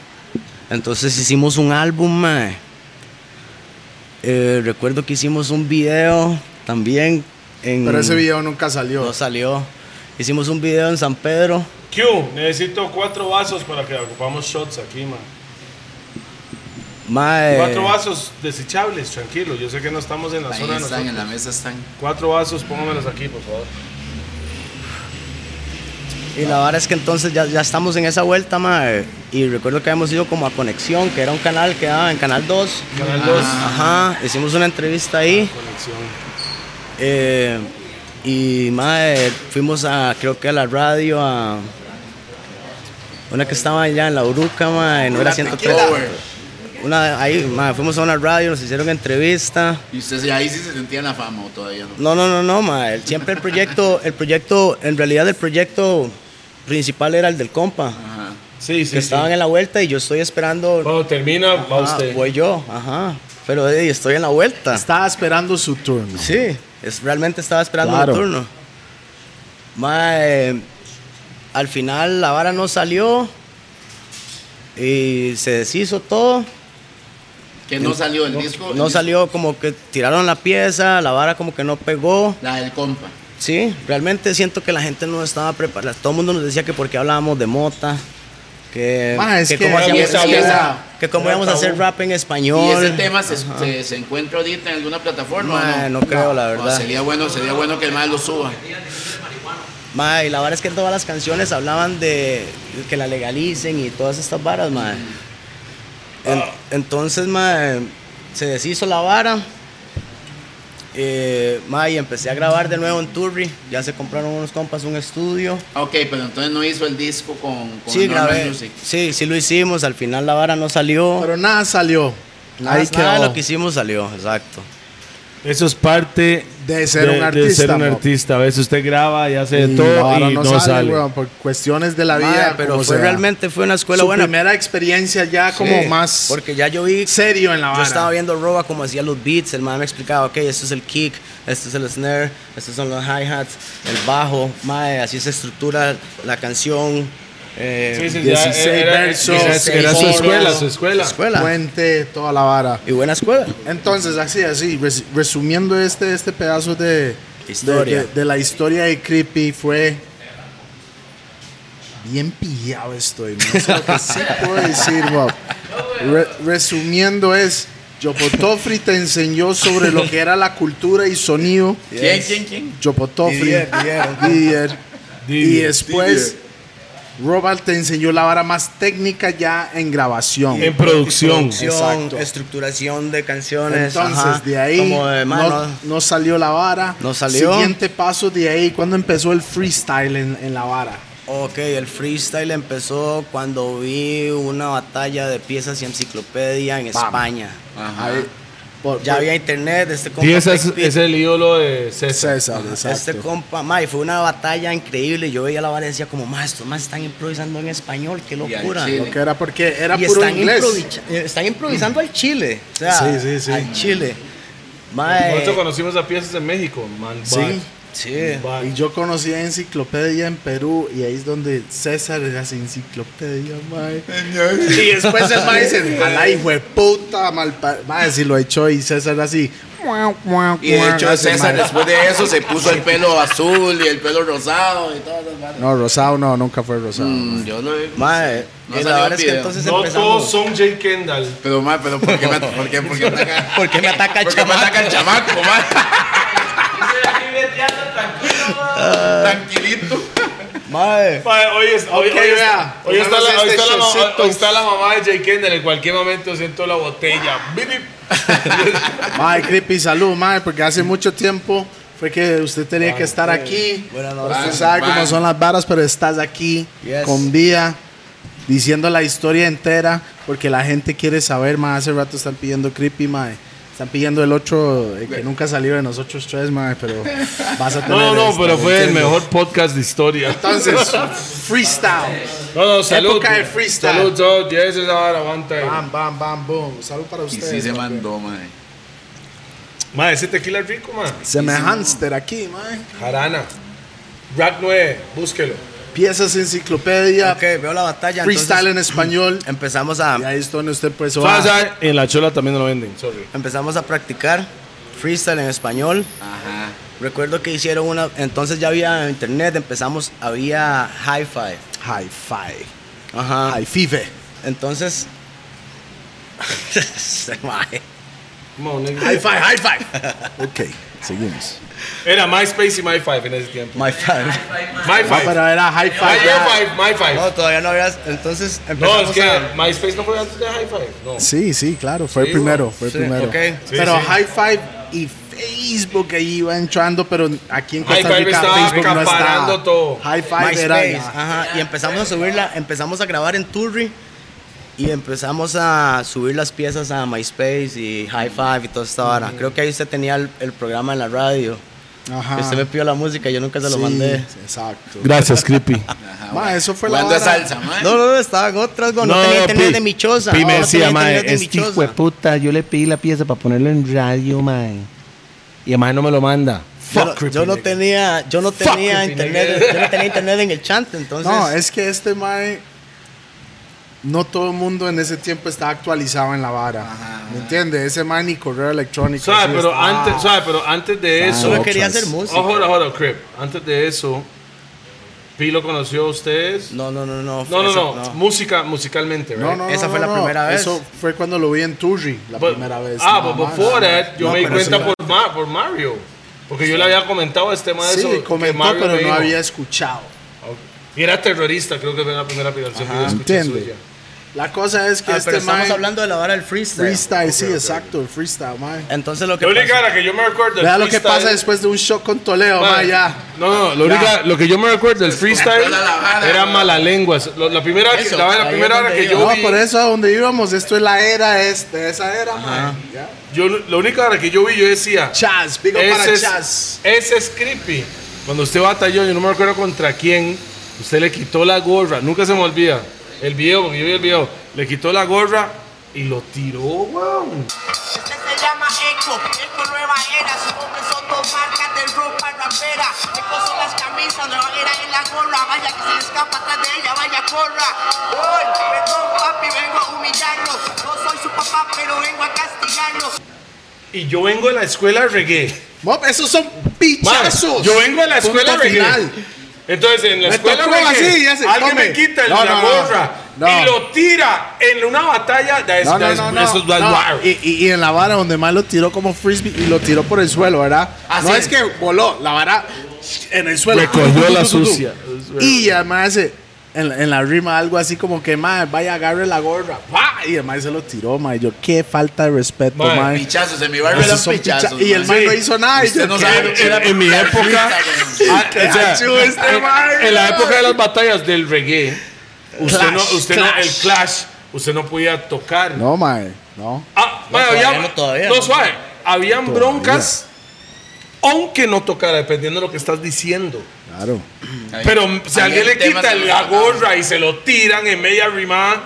Entonces hicimos un álbum, mae. Eh, recuerdo que hicimos un video también. En,
Pero ese video nunca salió.
No salió. Hicimos un video en San Pedro.
Q, necesito cuatro vasos para que ocupamos shots aquí, man.
Mae,
Cuatro vasos desechables, tranquilo. Yo sé que no estamos en la
Ahí
zona de
están, en
nosotros.
la mesa están.
Cuatro vasos, póngamelos aquí, por favor.
Y la verdad es que entonces ya, ya estamos en esa vuelta, mae. Y recuerdo que habíamos ido como a Conexión, que era un canal que daba en Canal 2.
Canal 2.
Ajá, hicimos una entrevista ahí.
Ah, Conexión.
Eh, y mae, fuimos a, creo que a la radio, a una que estaba allá en la Uruca, mae, no era 103.
Over.
Una, ahí, mae, fuimos a una radio, nos hicieron entrevista.
Y ustedes ahí sí se sentían la fama o todavía no.
No, no, no, no, mae. Siempre el proyecto, el proyecto, en realidad el proyecto principal era el del compa.
Ajá.
Sí, sí,
que estaban en la vuelta y yo estoy esperando.
Cuando termina, va
Ah,
usted.
voy yo, ajá. Pero ey, estoy en la vuelta.
Estaba esperando su turno.
Sí. Es, realmente estaba esperando
Claro.
mi turno. Mae, al final la vara no salió y se deshizo todo.
Que no salió el disco.
No salió como que tiraron la pieza, la vara como que no pegó.
La del compa.
Sí, realmente siento que la gente no estaba preparada. Todo el mundo nos decía que porque hablábamos de mota, que,
Ma, es que
cómo
era
hacíamos-
muy
que-
tabú.
que cómo íbamos a hacer rap en español.
Y ese tema se, se, se encuentra ahorita en alguna plataforma.
Ma,
¿o
no creo, la
No,
verdad.
sería bueno, sería bueno que el mal lo suba.
Ma, y la verdad es que todas las canciones hablaban de que la legalicen y todas estas varas, ma. En- entonces, ma, se deshizo la vara. Eh, ma, y empecé a grabar de nuevo en Turri. Ya se compraron unos compas un estudio.
Ok, pero entonces no hizo el disco con, con
sí,
Normal
grabé.
Music.
Sí, sí lo hicimos. Al final la vara no salió.
Pero nada salió.
nada
Ahí
nada de
quedó.
lo que hicimos salió, exacto.
Eso es parte
De ser un artista,
ser un
mo.
artista. A veces usted graba y hace de
Y
todo
ahora
y no,
sale,
sale.
weón, por cuestiones de la
Ma,
vida.
pero
como
fue
sea.
realmente fue una escuela
Su
buena.
primera experiencia ya como
Sí,
más
Porque ya yo vi
serio en la
Yo
vara.
estaba viendo Roba como hacía los beats, el man me explicaba, ok, esto es el kick, este es el snare, estos son los hi-hats, el bajo, mae, así se estructura la canción. eh,
Sí, sí, ya,
16
era- era-
versos,
era- era su
seis
escuela,
horas.
su escuela.
escuela.
Puente, toda la vara.
Y buena escuela.
Entonces, así, así, res- resumiendo este, este pedazo de,
Historia.
de, de- de la historia de Creepy, fue bien pillado estoy, no sé lo que sí puedo decir, Bob. Re- resumiendo es, Yopotofri te enseñó sobre lo que era la cultura y sonido.
¿Quién, quién, quién?
Yopotofri.
Didier,
Didier. Y después, Robert te enseñó la vara más técnica ya en grabación.
En producción.
Producción,
Exacto.
estructuración de canciones.
Entonces,
ajá,
de ahí
Como de
no,
mano.
no salió la vara.
No salió.
Siguiente paso de ahí, cuando empezó el freestyle en, en la vara.
Ok, el freestyle empezó cuando vi una batalla de piezas y enciclopedia en España.
Ahí, por-
Ya
por-
había internet, este compa
Pieza es,
Tech Beat.
es el ídolo de César.
César, exacto.
Este compa, mae, fue una batalla increíble. Yo veía la vara y decía como, mae, estos más están improvisando en español, qué
al
locura.
chile.
Y,
Lo que era porque era puro
están,
inglés.
improvicha- eh, están improvisando al chile. O sea,
Sí, sí, sí.
al chile. Mae,
Nosotros conocimos a piezas en México, man.
Sí.
sí.
Bad,
Y
bad.
yo conocí enciclopedia en Perú y ahí es donde César hace enciclopedia, mae. Y después el mae dice, alá hijo de puta, mal mae, si lo echó y César así.
Y de hecho,
Hace
César
mal.
después de eso se puso el pelo azul y el pelo rosado y todas las varas.
No, rosado no, nunca fue rosado.
Mm, yo lo he visto.
Mae,
No
y la
salió
verdad es que
video.
entonces
No todos
empezamos.
son Jay Kendall.
Pero, ma, pero ¿por qué me, por qué, por qué me ataca?
¿Por qué me ataca el
¿Por qué me
chamaco?
ataca el chamaco, ma? Tranquilito.
Mae,
Mae, hoy, es- hoy-
Ok,
hoy es-
vea.
hoy está,
Pongamos
la, hoy
este
está la mamá-
shotcito.
hoy está la mamá de Jay Kendall. En cualquier momento siento la botella. Bip,
Mae, creepy, salud, mae, porque hace mucho tiempo fue que usted tenía que
eh,
estar aquí.
Buenas noches.
Usted sabe
Bye.
cómo son las varas, pero estás aquí
Yes.
con vida, diciendo la historia entera, porque la gente quiere saber, mae. Hace rato están pidiendo creepy, mae. Están pidiendo el otro eh, que nunca salió de nosotros tres, mae, pero vas a tener.
No, no,
esta,
pero
¿me
fue el
entiendes?
mejor podcast de historia.
Entonces, freestyle.
No, no, salud.
Época de freestyle.
Salud, salud. Ya esa es ahora, aguanta. ahí.
Bam, bam, bam, boom. Salud para
Y
ustedes.
sí se mandó, ma.
Mae, ese tequila es rico, man.
Semejánster aquí, mae.
Jarana. Rack 9, búsquelo.
Piezas enciclopedia.
ok, veo la batalla.
Freestyle
entonces
en español.
empezamos a.
Y ahí es donde usted pues va.
O sea, En la chola también lo venden.
Sorry.
Empezamos a practicar freestyle en español.
Ajá.
Recuerdo que hicieron una, entonces ya había internet, empezamos, había hi-fi.
Hi-Fi.
Ajá.
Hi-Five.
Entonces, se mae.
Come on, nigga.
Hi-Fi, Hi-Fi. ok, seguimos.
Era MySpace y MyFive en ese tiempo.
my five.
Ah,
MyFive.
pero era Hi-Fi. ya.
MyFive, MyFive.
No, todavía no había, entonces
No,
empezamos
es que
a...
MySpace no fue antes de Hi-Fi. No.
Sí, sí, claro. Fue el
Sí,
primero.
bueno,
Fue el
sí,
primero.
ok. Sí,
pero
sí.
Hi-Fi y Facebook ahí iba entrando, pero aquí en Costa
Hi-Fi
Rica
estaba
Facebook no
acaparando
estaba.
todo.
Hi-Fi era...
MySpace, ajá, y empezamos a subirla, empezamos a grabar en Turri y empezamos a subir las piezas a MySpace y High Five y toda esta vara. Creo que ahí usted tenía el, el programa en la radio.
Ajá.
Usted Este me pidió la música, yo nunca se lo
Sí,
mandé.
Exacto.
Gracias, Creepy.
Ajá,
Ma, eso fue la
Jugando a
vara.
salsa, ma.
No, no, no, estaban otras, güey. No, tenía internet
pi-
de mi choza.
Pi me
No, no tenía
decía, mae,
internet de mi
este hijo
choza.
de puta, yo le pedí la pieza para ponerlo en radio, mae. Y además no me lo manda. Fuck
yo, no, yo no tenía, yo no tenía internet, yo no tenía internet en el chant, entonces.
No, es que este mae. No todo el mundo en ese tiempo está actualizado en la vara. ¿Me entiendes? Ese mae ni correo electrónico.
Suave,
así
pero
está.
antes, suave, pero antes de eso.
solo
no,
quería
otras.
hacer música.
Ojo, ojo, ojo, Crip. Antes de eso, ¿Pilo conoció a ustedes?
No, no, no, no.
No, no,
eso
no. Música, musicalmente,
No,
right?
no,
Esa
no,
fue la
no,
primera vez.
Eso fue cuando lo vi en Turri, la
But-
primera vez.
Ah,
nada
but
más.
before that, yo
No,
me di
pero
cuenta
sí,
por, Ma- por Mario. Porque yo le había comentado a este maestro.
Sí,
que
comentó,
Mario
pero
me
no
dijo.
había escuchado.
Y era terrorista, creo que fue la primera canción que yo
Ajá,
escuché
entiende.
suya.
La cosa es que
Ah, pero
este
estamos
mae.
hablando de la vara del freestyle.
Freestyle, sí, exacto, el freestyle, mae.
Entonces lo que
La única
pasó-
era que yo me recuerdo. del
Vea lo que
freestyle-
pasa después de un shock con Toledo,
Ma,
mae, ya.
No, no, lo, única- lo que yo me recuerdo del freestyle
la vara,
era
ma.
mala lenguas. Lo- la primera, que-
Eso,
la, la
ahí
primera
es
hora
donde
que
iba.
yo
No,
vi,
por eso a donde íbamos, esto es la era es- de esa era, mae. Ya.
yo, la única hora que yo vi, yo decía, "Eh,
Chaz, big up para
Ese
Chaz.
es, ese es creepy. Cuando usted batalló, yo no me acuerdo contra quién, usted le quitó la gorra. Nunca se me olvida. El video, porque yo vi el video. Le quitó la gorra y lo tiró, weón.
Este se llama Echo, Echo Nueva Era, sus nombres son dos marcas de ropa rapera. Echo son las camisas, Nueva Era es la gorra, vaya que se le escapa atrás de ella, vaya corra. Hoy, perdón papi, vengo a humillarlo, no soy su papá, pero vengo a castigarlo.
Y yo vengo de la escuela reggae.
Mop, esos son
Man,
pichazos.
yo vengo de la
Punto
escuela reggae.
final.
Entonces, en la
Me
escuela
tocó
reggae,
así, ya se
alguien
come.
me quita el-
No,
la
no, no,
gorra
no.
y lo tira en una batalla. de
No, no, no, no.
Eso es Black
No,
Wire.
Y, y- y en la vara donde más lo tiró como frisbee y lo tiró por el suelo, ¿verdad?
Ah,
Así
no
es.
es que voló, la vara en el suelo.
Recogió la
Tu, tu, tu, tu, tu.
sucia.
Y además eh, en, la- en la rima algo así como que, mae, vaya, agarre la gorra. ¡pa! Y además se lo tiró, mae. Yo, qué falta de respeto,
Mae,
mae.
Pichazos, en mi barrio
Esos
eran
son picha-
pichazos.
Y el
mae.
mae no hizo nada. y
Usted
yo,
no
¿qué?
sabe
en- en mi época- Ah,
Qué achú este
en-
mae,
en la
weón.
época de las batallas del reggae, usted
Clash,
no, usted no,
clash.
el clash, usted no podía tocar.
No, mae. No.
Ah,
No,
mae,
todavía
había-
no, todavía
no,
no.
suave, habían broncas, aunque no tocara, dependiendo de lo que estás diciendo.
Claro.
Pero si
Ahí
alguien
el
le
tema
quita
se lo
la
sacan.
gorra y se lo tiran en media rimada,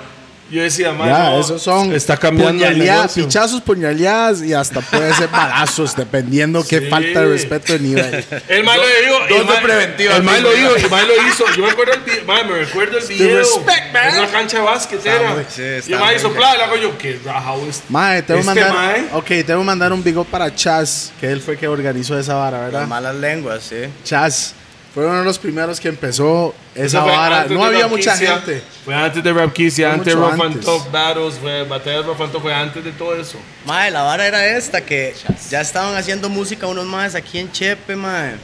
yo decía, mae,
Ya,
no,
esos son
está cambiando el
puñalea-
negocio.
pichazos, puñaleadas y hasta puede ser balazos, dependiendo qué
Sí.
falta de respeto de nivel.
El mae lo dijo. y
dos
el mae-
de preventiva,
El mae
sí,
lo
güey.
dijo. y El mae lo hizo. Yo me acuerdo el, vi- mae, me recuerdo el video.
respect, man.
En una cancha de básquet
Está
era.
muy- sí, está
y el mae
muy
hizo
bien.
plá. Y le hago yo, qué rajado este.
Mae, te voy a
Este
mandar.
mae.
Ok, te voy a mandar un big up para Chaz, que él fue que organizó esa vara,
Las
¿verdad?
malas lenguas, sí.
Chaz fue uno de los primeros que empezó
Eso
esa
fue
vara.
antes
No
de
había
Rock
mucha
Kizia,
gente.
Fue antes de Rap Kizia,
Fue
antes de
mucho
Rough and
antes.
Top Battles, fue Batalla de Rough and Top, fue antes de todo eso.
Mae, la vara era esta, que ya estaban haciendo música unos maes aquí en Chepe, mae.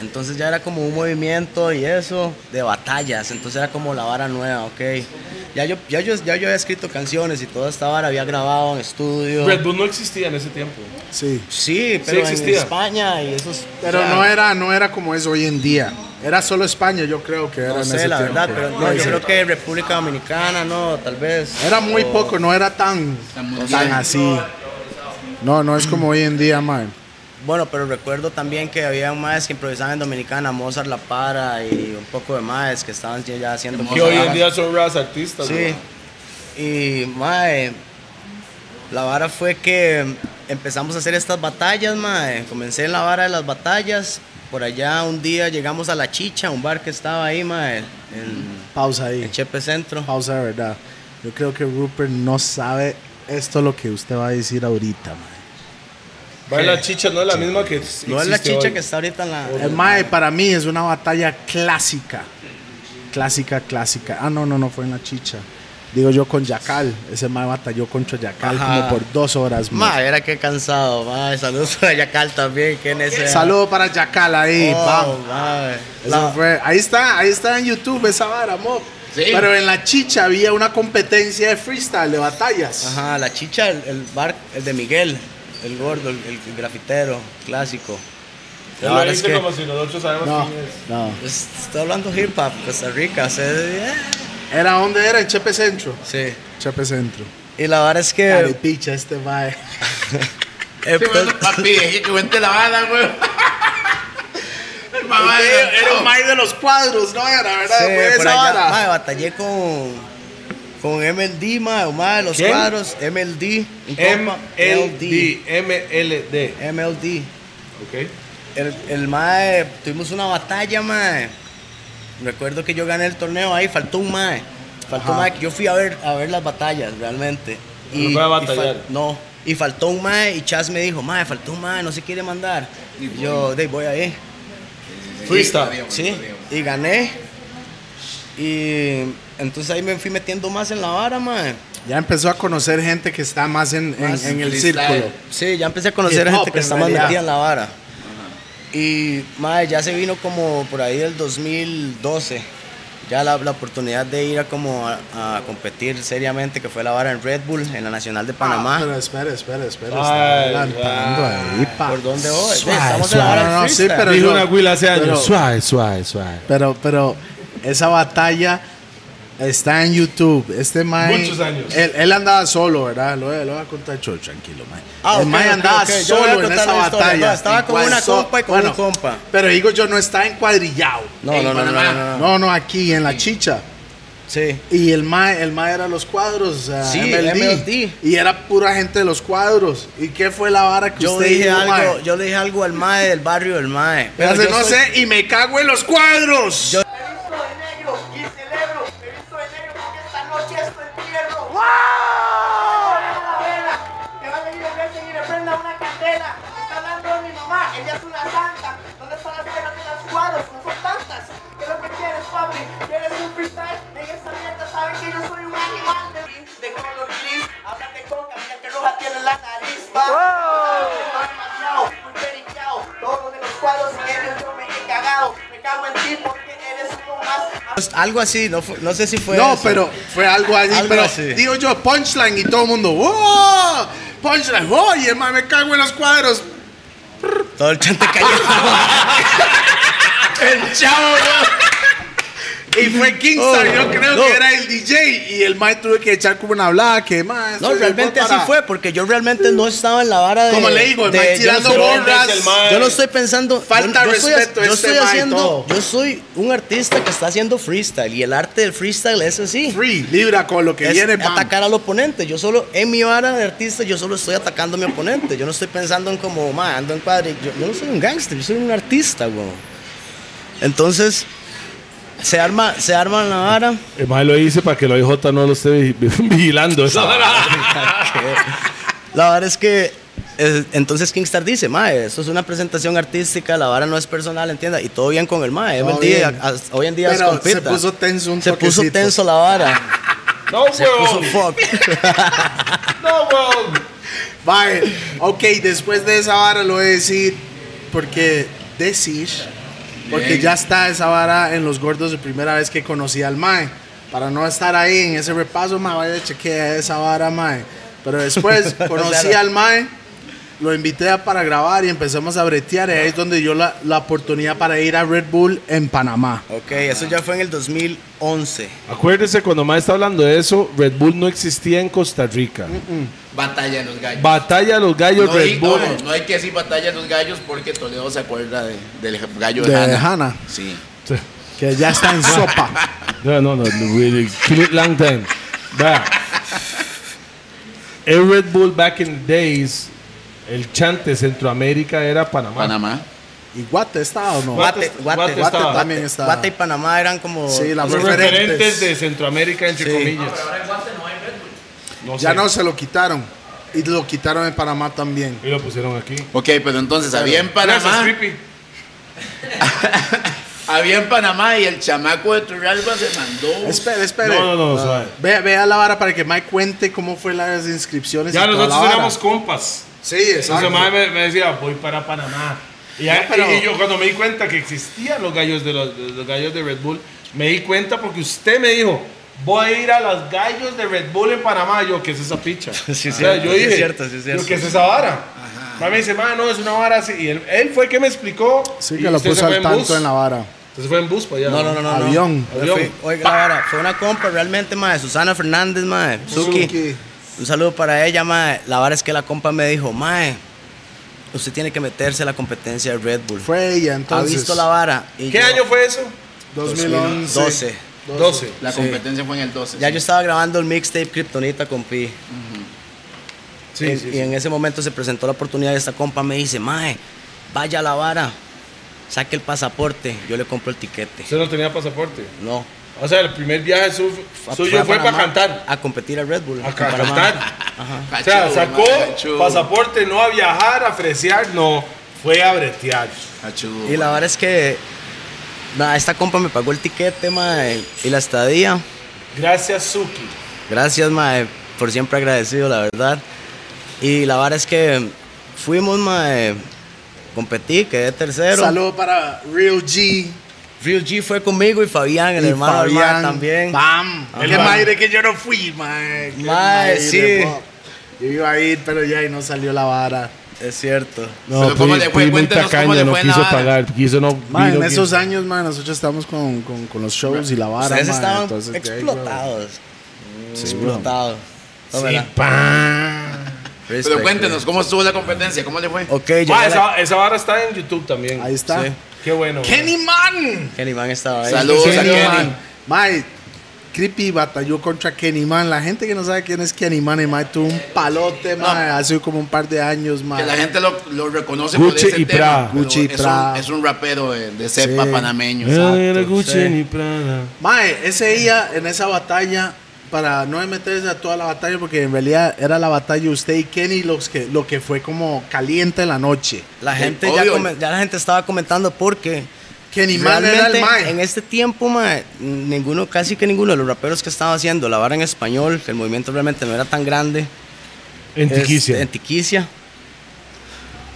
Entonces ya era como un movimiento y eso, de batallas, entonces era como la vara nueva, ok. Ya yo, ya yo, ya yo había escrito canciones y toda esta vara había grabado en estudio.
Red Bull no existía en ese tiempo.
Sí.
Sí, pero en
existía.
España y esos...
Pero
o sea,
no era, no era como es hoy en día. Era solo España, yo creo que era
No
en
sé,
ese
la
tiempo.
verdad, pero no,
Puede
yo
ser.
creo que República Dominicana, no, tal vez.
Era muy
O-
poco, no era tan,
Tan mundial.
tan así. No, no es como hoy en día, mae.
Bueno, pero recuerdo también que había maes que improvisaban en Dominicana, Mozart La Para y un poco de maes que estaban ya- ya haciendo
Que hoy en día son raras artistas.
Sí. Y, mae, la vara fue que empezamos a hacer estas batallas, mae. Comencé en la vara de las batallas. Por allá un día llegamos a La Chicha, un bar que estaba ahí, mae, en,
Pausa ahí.
en Chepe Centro.
pausa de verdad. Yo creo que Rupert no sabe esto lo que usted va a decir ahorita, mae.
Va la chicha, no es la misma que.
No es La
existe
Chicha
hoy.
que está ahorita en la...
Eh, mae, para mí es una batalla clásica. Clásica, clásica. Ah, no, no, no fue en la chicha. Digo yo con Yacal. Ese mae batalló contra Yacal
Ajá.
como por dos horas, mae.
Mae, era que cansado, mae. Saludos para Yacal también, que en ese...
Saludo para Yacal ahí,
Oh,
vamos.
mae.
Eso
La-
fue- Ahí está, ahí está en YouTube esa vara, mo.
Sí.
Pero en la chicha había una competencia de freestyle, de batallas.
Ajá, la chicha, el, el bar, el de Miguel, el gordo, el, el grafitero, clásico.
Él
La
lo
verdad es
dice
que-
como si nosotros sabemos
No,
quién es.
no.
Pues, estoy hablando hip hop, Costa Rica, o sea, eh,
¿Era dónde era? En Chepe Centro.
sí.
Chepe Centro.
Y la verdad es que... pues,
Carepicha este mae.
Sí, bueno,
entonces-
Papi, dejé que cuente la bala, güey. El mamá de-
Era un mae de los cuadros, ¿no? Era, ¿verdad?
Sí,
Pues,
Fue
por
esa
allá,
vara.
mae, batallé con, con MLD, mae, o mae, los
¿Quién?
cuadros, MLD, un compa,
MLD, MLD.
MLD.
Ok.
El, el mae, tuvimos una batalla, mae. Recuerdo que yo gané el torneo ahí, faltó un mae. Faltó un mae que yo fui a ver, a ver las batallas realmente. Y,
fue a
y
batallar.
fal- no, y faltó un mae y Chas me dijo, mae, faltó un mae, no se quiere mandar. Y yo, de voy ahí.
Fuiste.
Sí, y gané. Y entonces ahí me fui metiendo más en la vara, mae.
Ya empezó a conocer gente que está más Ah, en, en-
Más
en el
freestyle.
círculo.
Sí, ya empecé a conocer
Hip hop,
gente que
en
está más
realidad.
metida en la vara. Y madre, ya se vino como por ahí del 2012. Ya la, la oportunidad de ir a como a, a competir seriamente, que fue la vara en Red Bull, en la Nacional
Ah,
de Panamá.
Pero espera, espera, espera.
Ay,
Está adelantando ahí, pa.
¿Por dónde voy?
ah. Suave,
Estamos en
suave.
la vara del
No, no, sí,
freestyle.
pero
Dijo
yo-
una güila hace
pero-
años.
Suave, suave, suave. Pero, pero esa batalla está en YouTube. Este Mae.
Muchos años.
Él, él andandaba solo, ¿verdad? Lo, voy- lo voy a contar yo, tranquilo, Mae.
Ah,
el
ok,
Mae
ok,
andaba
ok. Yo voy a
solo en
contar
esa
la historia,
batalla.
no, estaba
¿En
con
cuál
una
so-
compa y con un compa.
Pero digo yo, no está encuadrillado.
No, no, no, no, no, no, no.
No, no, aquí, en la chicha.
Sí.
Y el mae, el mae era los cuadros. o sea,
Sí,
MLD.
MLD.
Y era pura gente de los cuadros. ¿Y qué fue la vara que
Yo
usted
dije
dijo, mae?
algo, yo le dije algo al mae del barrio del mae.
Me hace,
yo
no
soy-
sé, y me cago en los cuadros.
Yo-
Me visto de negro y celebro. Me visto de negro porque esta noche estoy tierno. ¡Wow! Me va a venir a ver y me prenda una candela. Me está hablando mi mamá, ella es una santa. ¿Dónde están las penas de las cuadros? No son tantas. ¿Qué es lo que quieres, papi? ¿Quieres un freestyle? En esta mierda saben que yo soy un animal de, de color gris. Hablan de coca, mira que roja tiene la nariz. ¡Wow! Todo de los cuadros, en ellos yo me he cagado. Me cago en ti porque eres uno más.
Algo así, no, fue- no sé si fue.
no,
eso.
pero fue algo así.
Algo
pero
así.
digo yo, punchline y todo el mundo, ¡wow! Punchline, ¡oh! Y el mae, me cago en los cuadros.
Todo el chante cayó.
El chavo, ¿no? Y fue Kingston,
Oh,
yo creo
no.
que era el DJ. Y el mae tuve que echar como una hablada, que más.
No, realmente así fue, porque yo realmente no estaba en la vara de.
Como le digo, el
de-
mae
yo
tirando
no estoy-
gorras.
el mae-
Yo no estoy pensando.
Falta
yo, yo estoy-
respeto a
yo
este
estoy
mae y
haciendo.
todo.
Yo soy un artista que está haciendo freestyle y el arte del freestyle es así.
Free, libra con lo que
Es
viene. bam.
atacar al oponente. Yo solo, en mi vara de artista, yo solo estoy atacando a mi oponente. Yo no estoy pensando en como, "Ma, ando en cuadri. Yo, yo no soy un gángster, yo soy un artista, weón. Entonces, se arma, se arma la vara.
El mae lo hice para que el OIJ no lo esté vi- vi- vigilando. Esa vara.
La verdad es que eh, entonces Kingstar dice, mae, esto es una presentación artística, la vara no es personal, entienda, y todo bien con el mae. Hoy en
Todo
día,
bien.
as- hoy en día
Pero
es compita.
se puso tenso un
Se puso
toquecito.
tenso la vara.
No,
Se puso
weón.
fuck.
No, weón.
Vale, ok, después de esa vara lo voy a decir porque decir, porque
Bien.
ya está esa vara en los gordos de primera vez que conocí al Mae. Para no estar ahí en ese repaso, Mae, vaya chequea esa vara, Mae. Pero después conocí
Claro.
al Mae, lo invité a- para grabar y empezamos a bretear. Y ahí es donde yo la, la oportunidad para ir a Red Bull en Panamá.
Ok, eso ya fue en el 2011.
Acuérdese, cuando Mae está hablando de eso, Red Bull no existía en Costa Rica.
Batalla de los gallos.
Batalla de los gallos,
no,
Red
hay, no,
Bull.
no, no hay que decir batalla de los gallos porque Toledo se acuerda de- del gallo de,
De
Hanna.
Hanna.
Sí.
Que ya está en sopa.
No, no, no. no, Really, kill it long time. Vea. El Red Bull back in the days, el chante Centroamérica era Panamá.
Panamá.
¿Y Guate está o no?
Guate
Guate,
está-
Guate,
Guate
Guate
estaba.
también está.
Guate y Panamá eran como...
Sí, la
Los
referentes.
referentes. de Centroamérica, entre
Sí.
comillas. No
Ya
sé.
no se lo quitaron. Y lo quitaron en Panamá también.
Y lo pusieron aquí.
Ok, pero entonces había en
Gracias,
Panamá.
Creepy.
Había en Panamá y el chamaco de Turrialba se mandó.
Espere, espere. Ah,
No, no, no, suave.
Vea, vea la vara para que Mike cuente cómo fue las inscripciones. y
Ya
toda la
nosotros
vara.
éramos compas.
Sí,
Entonces,
exacto.
madre me, me decía, voy para Panamá. Y, ya-
No, pero-
y yo cuando me di cuenta que existían los gallos de los, de los gallos de Red Bull, me di cuenta porque usted me dijo, voy a ir a los gallos de Red Bull en Panamá. Yo, ¿qué es esa picha?
Sí,
O sea,
cierto,
yo
sí,
dije,
es cierto, sí, es cierto.
yo, ¿qué es esa vara? Mae me dice, "Mae, no, es una vara así. Y él, él fue el que me explicó.
Sí,
y
que lo
usted se
puso
fue
al tanto
bus.
en la vara.
Entonces fue en bus para allá.
No, no, no, no. no.
Avión.
Yo fui-
Avión.
oiga, la vara, fue una compra realmente, mae, Susana Fernández, mae, Suki.
Suki.
Un saludo para ella, mae. La vara es que la compa me dijo, mae, usted tiene que meterse a la competencia de Red Bull.
Fue ella, entonces.
ha visto la vara. Y
¿Qué
yo-
año fue eso?
2011.
2012.
12.
La competencia fue en el 12.
Ya
sí.
yo estaba grabando el mixtape Kryptonita con Pi.
Sí,
En-
sí,
y
sí.
en ese momento se presentó la oportunidad de esta compa. Me dice, Mae, vaya a la vara, saque el pasaporte, yo le compro el tiquete.
Usted no tenía pasaporte.
No.
O sea, el primer viaje su-
a-
suyo
a
fue para
Panamá
cantar.
A competir al Red Bull.
A
en
ca-
Panamá.
cantar.
Ajá.
O sea,
Cachudo,
sacó
mae, cachudo.
pasaporte, no a viajar, a fresear, no. Fue a bretear.
Cachudo,
Y la
mae.
verdad es que nada, esta compa me pagó el tiquete, mae, y la estadía.
Gracias, Suki.
Gracias, mae, por siempre agradecido, la verdad. Y la verdad es que fuimos, mae, competí, quedé tercero.
Saludo para Real G.
Real G fue conmigo y Fabián, el
y
hermano del mae,
Fabián.
también.
Bam.
Ajá.
Qué madre que yo no fui, mae. Qué
Mae,
madre,
sí.
pop. Yo iba a ir, pero ya y no salió la vara.
Es cierto.
No,
Pero ¿cómo
fui-
le fue?
fui muy
Cuéntenos cómo
tacaño,
le
no
fue en la
quiso
vara.
pagar, quiso no.
Mae,
vino
en
que-
esos años, mae, nosotros estábamos con, con, con los shows y la vara.
Ustedes
mae,
estaban
entonces, de ahí,
explotados. explotados. Tómela. Respect,
Pero cuéntenos, ¿cómo estuvo la competencia? ¿Cómo le fue?
güey. Ok, llegué
Ah,
a la-
esa, esa vara está en YouTube también.
Ahí está.
Sí.
Qué bueno.
Kenny Man.
Kenny Man estaba ahí.
Saludos a
Kenny
Kenny.
Man. Mae, Creepy batalló contra Kenny Man. La gente que no sabe quién es Kenny Man, el mae tuvo un palote, mae, hace como un par de años, mae.
Que la gente lo, lo reconoce
Gucci
por ese
y
tema.
Prada.
pero
Gucci y
es,
Prada.
Un, es un rapero de, de cepa
Sí.
panameño.
No
¿sabes?
era Gucci
eh.
sí.
ni Prada.
Mae, ese día en esa batalla, para no meterse a toda la batalla, porque en realidad era la batalla usted y Kenny los que, lo que fue como caliente en la noche.
La gente
Sí,
ya,
obvio.
come- ya la gente estaba comentando porque
Kenny Man era el
realmente en
mae.
este tiempo, mae, ninguno, casi que ninguno de los raperos que estaba haciendo la vara en español, que el movimiento realmente no era tan grande.
En Tiquicia.
Este, en Tiquicia.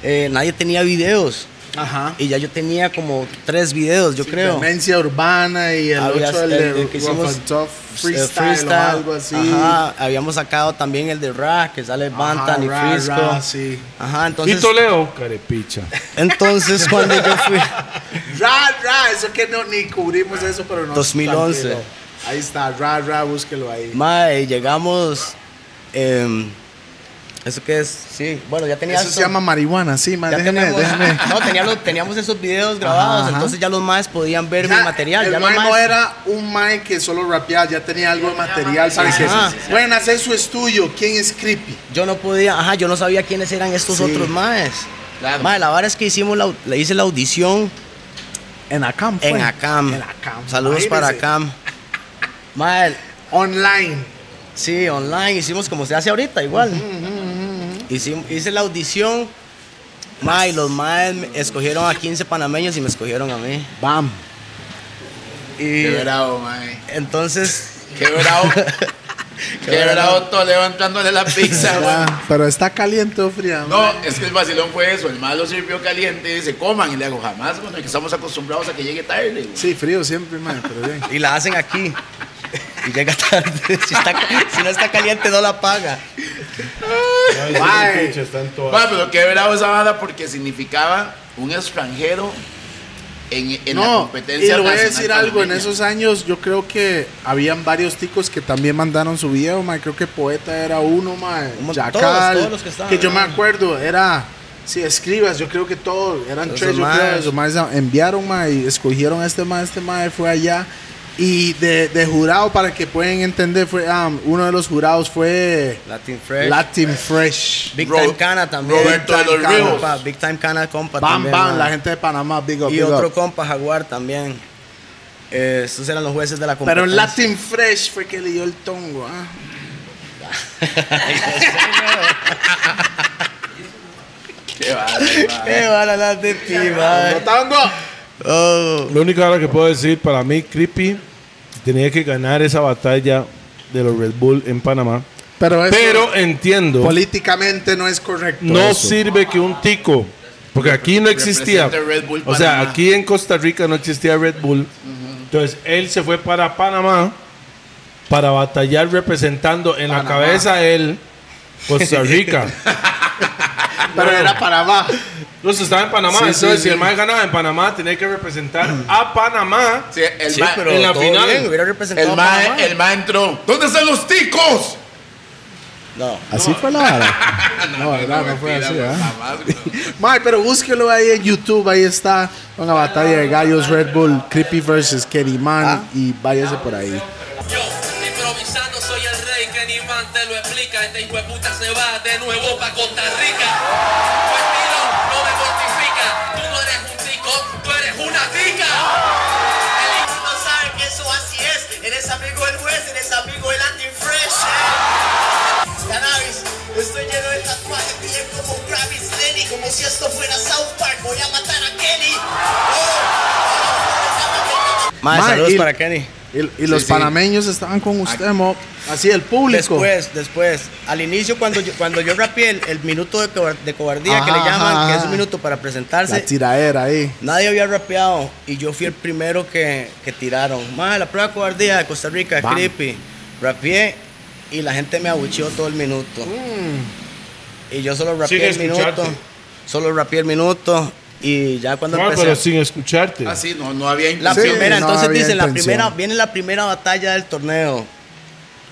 Eh, nadie tenía videos
Ajá.
y ya yo tenía como tres videos, yo creo.
Demencia urbana y el
Había-
otro el,
el-
de
el que hicimos-
Rough and Tough
Eh,
freestyle,
freestyle.
o algo así.
Ajá, habíamos sacado también el de Ra, que sale Bantan y
Ra,
Frisco.
Ra, sí.
Ajá,
Y
entonces,
Toledo.
Carepicha.
entonces cuando yo fui,
Ra, ra, eso que no, ni cubrimos eso, pero no.
2011.
tranquilo. Ahí está, ra, ra, búsquelo ahí.
mae, llegamos, em, ¿eso qué es? Sí, bueno, ya tenía
Eso se llama marihuana, sí, man,
Ya
déjeme,
teníamos,
déjeme.
No, teníamos, teníamos esos videos grabados,
Ajá.
entonces ya los más podían ver mi
Ya,
material.
El
ya los
mae no
maes-
era un mae que solo rapeaba, ya tenía algo de material para que.
Ajá.
Buenas, eso es tuyo. ¿Quién es Creepy?
Yo no podía, ajá, yo no sabía quiénes eran estos
Sí.
otros maes.
Claro.
Mae, la vara es que hicimos la, le hice la audición
En Acam.
en ACAM.
En Acam.
Saludos para
imagínese.
ACAM. Mae,
Online.
sí, online, hicimos como se hace ahorita, igual. Hicim- hice la audición. Mae, los maes me- escogieron a 15 panameños y me escogieron a mí.
Bam.
Y
Qué bravo, mae.
entonces,
Qué bravo. Qué bravo Toledo entrándole la pizza, mae.
Ya, pero está caliente o fría. mae.
No, es que el vacilón fue eso. El malo sirvió caliente y dice, coman. Y le hago, jamás, bueno, que estamos acostumbrados a que llegue tarde. güey".
Sí, frío siempre, mae, pero bien.
y la hacen aquí. Y llega tarde. Si, está- si no está caliente, no la paga.
Mae.
Mae, pero qué bravo esa banda porque significaba un extranjero en, en la competencia.
Y le voy a
nacional
decir algo, en
panameña.
esos años yo creo que habían varios ticos que también mandaron su video, mae. creo que Poeta era uno, mae.
Un mon-
Chacal,
todos, todos los que estaban,
yo me
¿no?
acuerdo, era, si escribas, yo creo que todos, eran
Esos
tres, yo
maes.
creo, esos maes enviaron, mae, y escogieron a este mae, este mae fue allá. Y de, de jurado, para que puedan entender, fue ah, uno de los jurados fue
Latin Fresh.
Latin Fresh.
Big
Ro-
Time Cana también.
Roberto de
Big Time
los
Cana,
Ríos.
compa, Big Time Cana, compa.
Bam,
también,
bam,
man.
la gente de Panamá, big up,
Y
big up.
otro compa, Jaguar también. Eh, estos eran los jueces de la competencia.
Pero en Latin Fresh fue que le dio el tongo. ah.
Qué bárbaro, mae.
¡Qué bala la de ti, man!
¡Tongo!
Oh.
Lo único ahora que puedo decir, para mí, Creepy tenía que ganar esa batalla de los Red Bull en Panamá.
Pero eso
Pero entiendo,
políticamente no es correcto. eh.
no
eso.
sirve que un tico, porque aquí no existía.
Representa Red Bull
O sea,
Panamá.
aquí en Costa Rica no existía Red Bull. Entonces, él se fue para Panamá para batallar representando en la cabeza él Costa Rica.
Pero era para abajo.
Los estaba en Panamá,
Sí, sí,
entonces
sí.
si el más ganaba en Panamá, tenía que representar a Panamá.
Sí, el
Sí,
mae-
pero
en la
todo
final,
bien, hubiera representado
El
a Panamá.
mae, el mae entró. ¿Dónde están los ticos?
No.
Así fue la vara. No, verdad, no fue así,
Mentira,
¿ah?
jamás, güey.
Mae, pero búsquelo ahí en YouTube. Ahí está una batalla de gallos Red Bull, Creepy versus Kenny Man. Y váyase por ahí.
Yo, improvisando, soy el rey que ni man te lo explica. Este hijo de puta se va de nuevo pa' Costa Rica. Tu estilo no me mortifica.
punatica. El hijo no sabe que eso así es. Eres amigo del juez, eres amigo del anti-fresh. Cannabis, estoy lleno de tatuajes, piel como Gravis Lenny, como si esto fuera South Park, voy a matar a Kenny.
Mae,
Mae,
saludos
y-
para Kenny.
Y, y los
sí.
panameños estaban con usted, mo. Así, el público.
Después, después, al inicio cuando yo, cuando yo rapeé el, el minuto de, cobar- de cobardía que le
Ajá,
llaman,
ajá,
que es un
ajá.
minuto para presentarse,
la tiraera ahí.
nadie había rapeado y yo fui el primero que, que tiraron. Más la prueba de cobardía de Costa Rica,
Bam.
creepy. Rapeé y la gente me abucheó todo el minuto.
Mm.
Y yo solo rapeé
Sin
el minuto.
escucharte.
Solo rapeé el minuto y ya cuando
Mae,
empecé...
pero sin escucharte.
Ah, sí, no, no había
La
Ah, Sí,
primera,
no
entonces
había
dicen, la
intención.
primera, viene la primera batalla del torneo.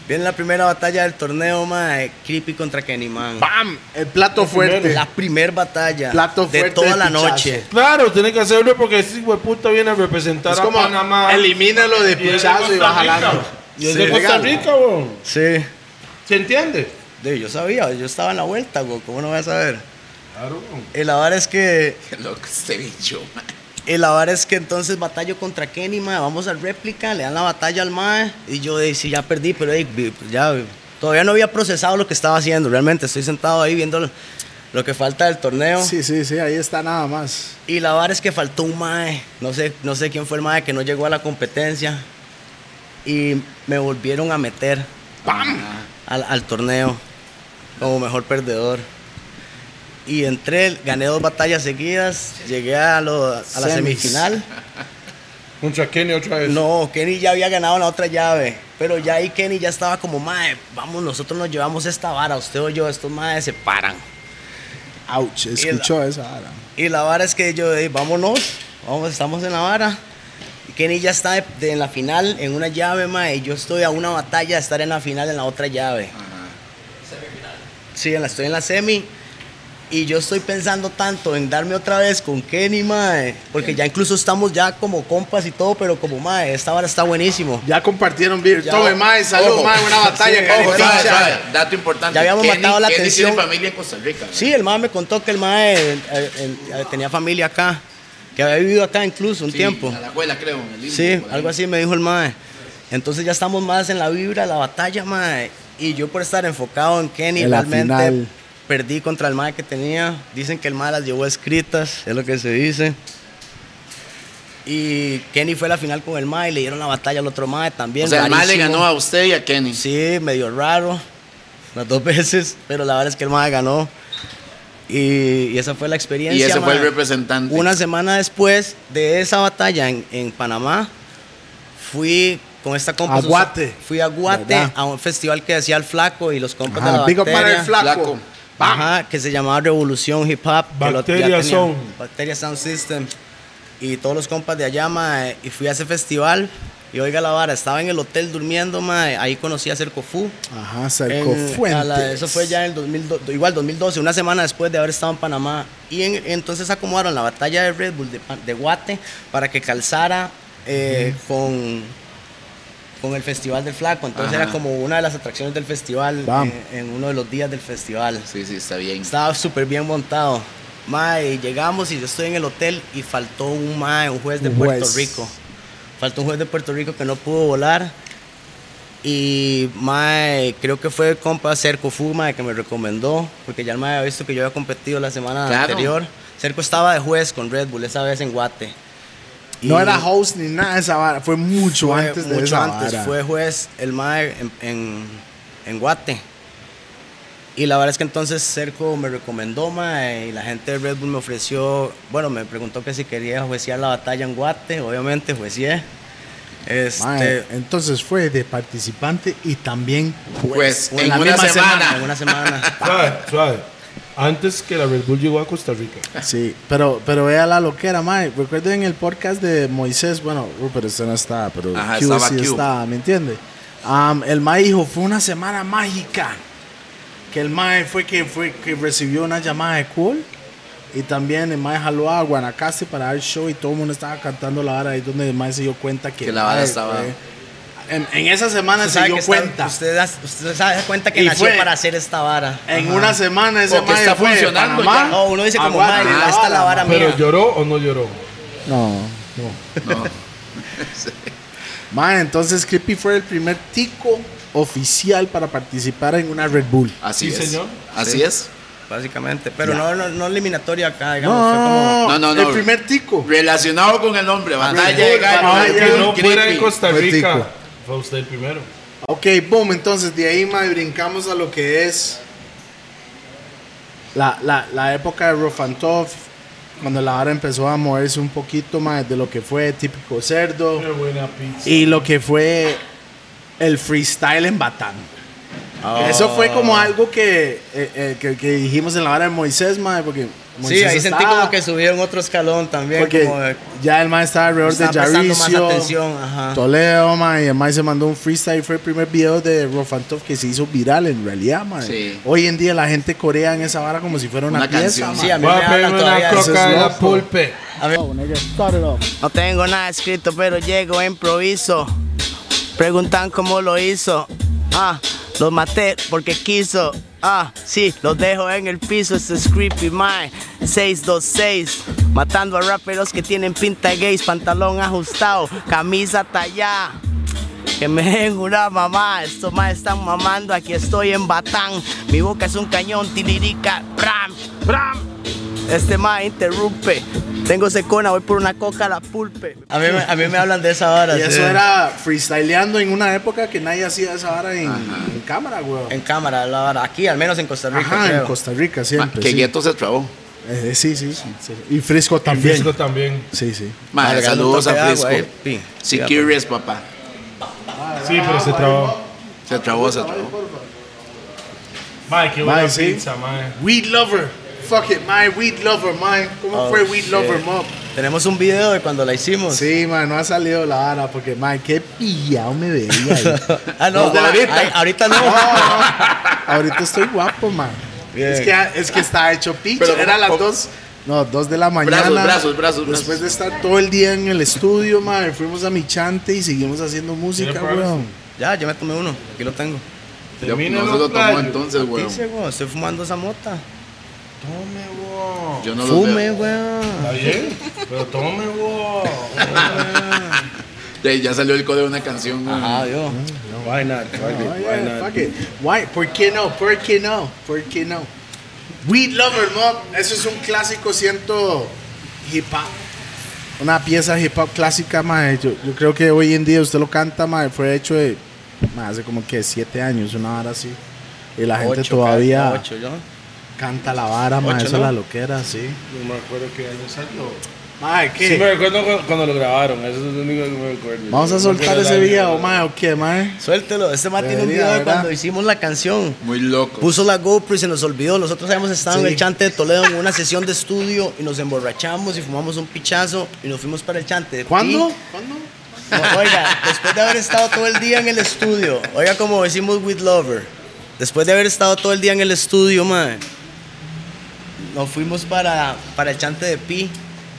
Viene la primera batalla del torneo, mae, Creepy contra Kenny Man.
¡Pam! El plato fuerte.
La primer batalla
Plato
de
fuerte
toda
de
la
pichazo.
noche.
Claro, tiene que hacerlo porque ese hijo de puta viene a representar
Es como
a Panamá.
elimínalo de
es de
pichazo y
Costa
va jalando.
Rica. Y es de
Sí,
Costa
regalo.
Rica, weón.
Sí.
¿Se entiende?
Dude, yo sabía, yo estaba en la vuelta, güey, ¿cómo no voy a saber? El avar es que,
Loco, este bicho, man.
el avar es que entonces batallo contra Kenny, mae, vamos a réplica, le dan la batalla al mae y yo eh, sí ya perdí, pero eh, vi- pues ya vi- todavía no había procesado lo que estaba haciendo, realmente estoy sentado ahí viendo lo- lo que falta del torneo.
Sí, sí, sí, ahí está nada más.
Y la vara es que faltó un mae. No sé, no sé quién fue el mae que no llegó a la competencia. Y me volvieron a meter al, al torneo como mejor perdedor. Y entré, gané dos batallas seguidas, llegué a, lo- a la
Semis.
semifinal.
Contra Kenny otra vez.
No, Kenny ya había ganado la otra llave. Pero ya ahí Kenny ya estaba como, mae, vamos, nosotros nos llevamos esta vara, usted o yo, estos maes se paran.
Ouch, escuchó esa ara.
Y la vara es que yo, eh, vámonos, vamos, estamos en la vara. Y Kenny ya está de- de- en la final, en una llave, mae. y Yo estoy a una batalla de estar en la final, en la otra llave. Sí, en la, estoy en la semi. Y yo estoy pensando tanto en darme otra vez con Kenny, mae. Porque ya incluso estamos ya como compas y todo, pero como, mae, esta vara está buenísimo.
Ya compartieron beer.
Ya.
Tome,
Ah,
mae, salud,
Ojo.
mae, buena batalla,
Sí,
Cali
Ojo, sabe,
Picha.
sabe, dato importante.
Ya habíamos matado la
tiene
tensión.
familia en Costa Rica.
Sí, el mae me contó que el mae eh, eh, eh, tenía familia acá. Que había vivido acá incluso un
Sí,
tiempo.
A la abuela, creo. en el limbo,
Sí,
por ahí.
algo así me dijo el mae. Entonces ya estamos más en la vibra, la batalla, mae. Y yo por estar enfocado en Kenny,
En la
realmente
final.
perdí contra el mae que tenía. Dicen que el mae las llevó escritas, es lo que se dice. Y Kenny fue a la final con el mae y le dieron la batalla al otro mae también.
O sea, el mae le
rarísimo.
ganó a usted y a Kenny.
Sí, medio raro, las dos veces, pero la verdad es que el mae ganó. Y, y esa fue la experiencia.
Y ese fue el
mae.
representante.
Una semana después de esa batalla en, en Panamá, fui con esta compa.
A Guate.
Fui a Guate
¿Verdad?
a un festival que hacía el Flaco y los compas
Ajá,
de
pico
la
para el
bacteria.
Flaco.
flaco.
Ajá, que se llamaba Revolución Hip Hop. que lo- ya
Bacteria
tenía-
Sound.
Bacteria Sound System. Y todos los compas de allá, mae, y fui a ese festival. Y oiga la vara, estaba en el hotel durmiendo, mae, ahí conocí a Cerco Fu.
Ajá,
En-
cerco
Eh, a la-
fuente.
eso fue ya en el 2012, igual 2012, una semana después de haber estado en Panamá. Y en- entonces acomodaron la batalla de Red Bull de, Pa- de Guate para que calzara eh, con, con el Festival del Flaco. Entonces
Ajá.
era como una de las atracciones del festival
Bam.
eh, en uno de los días del festival.
Sí, sí, está bien.
Estaba súper bien montado. Mae, llegamos y yo estoy en el hotel y faltó un mae, un juez de
Un
Puerto
juez.
Rico. Faltó un juez de Puerto Rico que no pudo volar. Y mae, creo que fue el compa Cerco Fuma que me recomendó, porque ya el mae había visto que yo había competido la semana
Claro.
anterior. Cerco estaba de juez con Red Bull esa vez en Guate.
No
Y-
era host ni nada de esa vara. Fue mucho
fue
antes de
mucho
esa
antes,
vara.
Fue juez el MAE en, en, en Guate. Y la verdad es que entonces Cerco me recomendó, mae, y la gente de Red Bull me ofreció, bueno, me preguntó que si quería juecear la batalla en Guate, obviamente juecié. Este,
Mae, entonces fue de participante y también
Pues,
fue
en
la
una
misma
semana.
En una semana.
Suave, suave. Antes que la Red Bull llegó a Costa Rica.
Sí, pero, pero vea la loquera, mae. Recuerden el podcast de Moisés, bueno, Rupert usted no está, pero
Ajá,
Q
estaba
sí
Q.
está, ¿me entiende? Am, el mae dijo, fue una semana mágica. Que el mae fue que, fue que recibió una llamada de cool. Y también el mae jaló a Guanacaste para dar show y todo el mundo estaba cantando la vara. Ahí es donde el mae se dio cuenta que...
Que
el
la vara
mae
estaba-
fue- En, en esa semana
Usted
se
sabe
dio
que está-
cuenta.
usted, da- usted sabe cuenta que
Y
nació
fue- Eh,
para hacer esta vara.
En una semana ese
Porque
mae
está
fue de
funcionando
Panamá
ya.
No, uno dice
a
como,
Guate,
mae, esta es la vara
¿Pero
mía.
lloró o no lloró?
No. Mae, entonces Creepy fue el primer tico oficial para participar en una Red Bull.
Así
Sí,
es.
señor.
Así es.
Básicamente, pero no, no, no eliminatoria acá, digamos, fue como...
No,
No, no, no.
El primer tico.
Relacionado con el nombre, batalla de gallo.
Ahora
Red
que
Bull,
no fuera en
creepy.
Costa
Fue
Rica.
tico.
Fue usted el primero.
Ok, boom. Entonces de ahí, mae, brincamos a lo que es la, la, la época de Rofantov. Cuando la hora empezó a moverse un poquito, más de lo que fue típico cerdo.
Qué buena pizza.
y lo que fue el freestyle en Batán. Eso
Ah.
fue como algo que, eh, eh, que, que dijimos en la hora de Moisés, mae, porque Moisés
Sí, ahí sentí
estaba-
Ah.
como que subieron otro escalón también,
porque
como de-
ya el mae estaba alrededor de
estaba prestando más
Jaricio,
atención,
Ah.
ajá.
Toledo, mae, y el mae se mandó un freestyle, fue el primer video de Rofantov que se hizo viral en realidad, mae.
Sí.
Hoy en día la gente corea en esa vara como si fuera una,
Una
pieza,
canción,
mae.
Sí, a mí
Voy
me
a
hablan
pedirme
todavía
una
de-
coca de la
loco.
pulpe.
a ver, No tengo nada escrito, pero llego a improviso. Preguntan cómo lo hizo. Ah, los maté porque quiso. Ah, sí, los dejo en el piso. Este es Creepy Mind 626. Matando a raperos que tienen pinta gays, pantalón ajustado, camisa tallada. Que me den una mamá, estos más están mamando, aquí estoy en Batán. Mi boca es un cañón, tiririca, bram, bram. Este más interrumpe. Tengo secona, voy por una coca a la pulpe. A mí, me- a mí me hablan de esa hora.
Y
sí.
eso era freestyleando en una época que nadie hacía esa vara en, en cámara, weón.
En cámara, la hora. Aquí, al menos en Costa Rica.
Ajá,
creo.
en Costa Rica Ah,
Ma,
siempre.
Que
sí.
Gueto se trabó.
Eh, eh, sí, sí, sí. Y Frisco también.
Frisco también.
Sí, sí.
Ma,
Cargando
saludos
un toque
a
de
Frisco.
agua, eh. Pi.
Si curious, papá.
Sí, pero
Ah,
se trabó.
Se trabó, se trabó.
Mae, qué
Mae,
buena
sí.
pizza, mae.
Weed Lover. Fuck it, my Weed Lover, man. ¿Cómo
Oh,
fue Weed
shit.
Lover, Mob?
Tenemos un video de cuando la hicimos.
Sí, man, no ha salido la vara porque, man, qué pillado me veía ahí.
Ah, no,
Los de la-
ahorita. ay, ahorita no.
Ahorita estoy guapo, man. Es que, ah, es que está hecho picho.
Pero,
Era las
¿cómo?
dos. No, dos de la mañana.
Brazos, brazos, brazos,
Después
brazos.
de estar todo el día en el estudio, man, fuimos a mi chante y seguimos haciendo música,
Tiene problemas.
weón.
Ya, yo me tomé uno. Aquí lo tengo.
Yo-
Termina
No
en
se lo
un
tomó
playo.
entonces, weón.
Dice, weón, estoy fumando esa mota.
Tome, wow.
Yo no lo
Fume,
veo.
weón.
Está bien, pero tome, wow.
Ya- Ya salió el código de una canción. weón.
Ajá, Dios.
Why not? Fuck it,
Oh,
why
yeah,
not?
fuck it. Why? ¿Por qué no? ¿Por qué no? ¿Por qué no? Weed Lover Mob, eso es un clásico, siento hip hop. Una pieza hip hop clásica, mae. Yo, yo creo que hoy en día usted lo canta, mae. Fue hecho de, mae, hace como que siete años, una vara así. Y la gente
Ocho,
todavía
cada Ocho, yo.
canta la vara, mae.
Ocho,
Eso es
¿no?
la loquera, sí.
No me acuerdo qué año salió.
Mae, ¿qué?
Sí, me recuerdo cu- cuando lo grabaron, eso es lo único que me recuerdo.
Vamos a
No
soltar
recuerdo
ese
el año.
video, mae, o qué, mae.
Suéltelo. Este man tiene un
Debería,
video de
¿verdad?
cuando hicimos la canción.
Muy loco.
Puso la GoPro y se nos olvidó. Nosotros habíamos estado en
Sí.
el chante de Toledo en una sesión de estudio y nos emborrachamos y fumamos un pichazo y nos fuimos para el chante. de
¿Cuándo?
Pi.
¿Cuándo?
No, oiga, después de haber estado todo el día en el estudio, oiga como decimos With Lover, después de haber estado todo el día en el estudio, madre, nos fuimos para, para el chante de Pi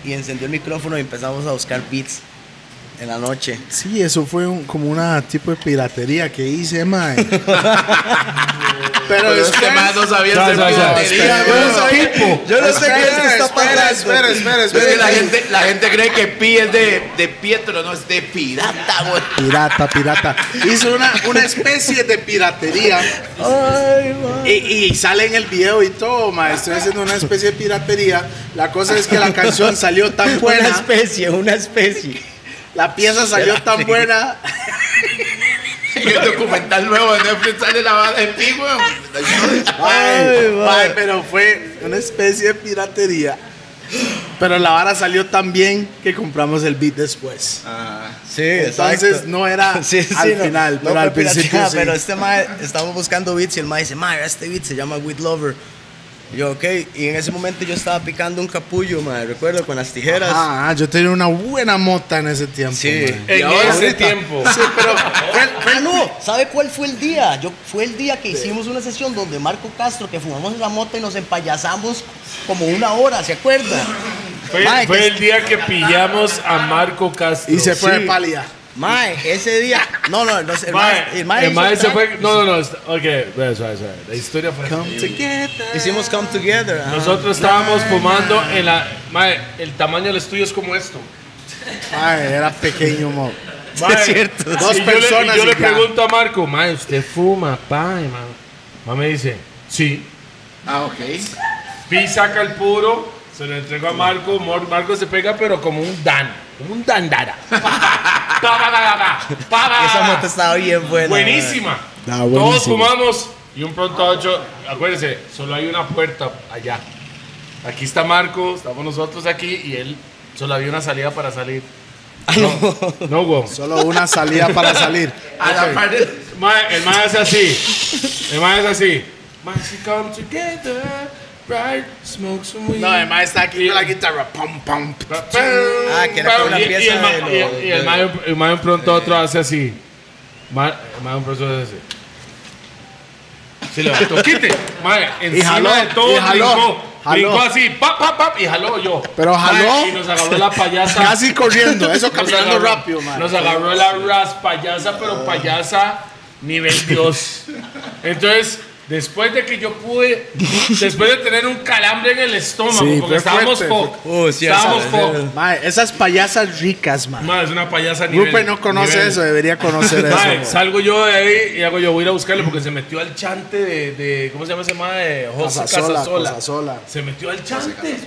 y encendió el micrófono y empezamos a buscar beats en la noche.
Sí, eso fue un- como una tipo de piratería que hice, mae. Pero
Pero este
después-
más no sabía
Ya,
hacer
ya, ya.
piratería,
Espera,
weón.
espera,
Yo no sé qué es que
espera,
está
espera,
pasando.
espera, espera,
Es que la
espera.
gente, la gente cree que Pi es de, de Pietro, no es de pirata, güey.
Pirata, pirata. Hizo una, una especie de piratería. Y, y sale en el video y todo, mae. Estoy haciendo una especie de piratería. La cosa es que la canción salió tan
Una
buena.
especie, una especie.
La pieza salió tan buena.
En el documental nuevo de Netflix sale la banda de Pi, güey.
Ay,
mae.
mae, pero fue una especie de piratería. Pero la vara salió tan bien que compramos el beat después.
Sí,
Entonces
exacto.
no era
Sí, sí,
al
no,
final,
no
pero
fue
al principio
pirateada,
sí.
Pero este mae, estábamos buscando beats y el mae dice, mae, este beat se llama With Lover. Y yo, ok, y en ese momento yo estaba picando un capullo, mae, recuerdo, con las tijeras.
Ah, yo tenía una buena mota en ese tiempo.
Sí.
mae.
En
ahora
ese
ahorita.
tiempo.
Ah, no, ¿sabe cuál fue el día? Yo, fue el día que hicimos una sesión donde Marco Castro, que fumamos esa mota y nos empayasamos como una hora, ¿se acuerda?
Fue,
Mae,
fue
que-
el día que pillamos a Marco Castro.
Y se fue
Sí.
de pálida.
Mae, ese día. No, no, no el
Mae,
mae, el mae
el
hizo
mae
el
se
track.
fue. No, no, no. está- Ok, espera, espera, espera. La historia fue.
Come together.
Hicimos Come
Ah.
Together. ajá.
Nosotros estábamos fumando en la. Mae, el tamaño del estudio es como esto.
Mae, era pequeño, mo.
Mae,
cierto.
y
Dos
yo le- y
personas
Yo
y
le,
ya.
pregunto a Marco, mae, ¿usted fuma, pa? Y ma- ma me dice, sí.
Ah, ok.
Pi saca el puro, se lo entrego a Marco. Mor- Marco se pega, pero como un dan. Como un dandara. Pa, pa, pa, pa, pa, pa, pa, pa.
Ah,
Esa moto estaba bien buena.
Buenísima.
Ah,
Todos
buenísimo.
fumamos y un pronto a ocho. Acuérdense, solo hay una puerta allá. Aquí está Marco, estamos nosotros aquí y él solo había una salida para salir. No, no, güey.
Solo una salida para salir.
A la par de-
Mae, el mae es así. El mae es así. Mae, she come together, right? Smoke some weed.
No, el mae está aquí
con la
guitarra. Pum, pum.
Ah,
que era como una
y,
pieza
el ma-
de lo-
y- y el
de-
mae- el mae un pronto a otro hace así. Ma- el mae un pronto hace así. Se levantó, quite. Mae, encima
jaló,
de todo
y jaló,
brincó.
jaló.
Brincó así, pap, pap, pap, y jaló yo.
Pero
Mae,
jaló.
y nos agarró la payasa.
Casi corriendo, eso
Nos
caminando
agarró-
rápido, mae.
Nos agarró la ras payasa, pero payasa nivel Dios. Entonces, después de que yo pude, después de tener un calambre en el estómago,
Sí,
porque
fue
estábamos
fuerte,
pop.
Uh, sí,
estábamos
esa-
pop.
Mae, esas payasas ricas, mae.
Madre, es una payasa nivel.
Rupert no conoce
nivel.
eso, debería conocer eso.
Madre,
mo.
salgo yo de ahí y hago yo, voy a ir a buscarle porque se metió al chante de, de- ¿cómo se llama ese madre? José
Casasola,
Casasola.
Casasola.
Se metió al chante.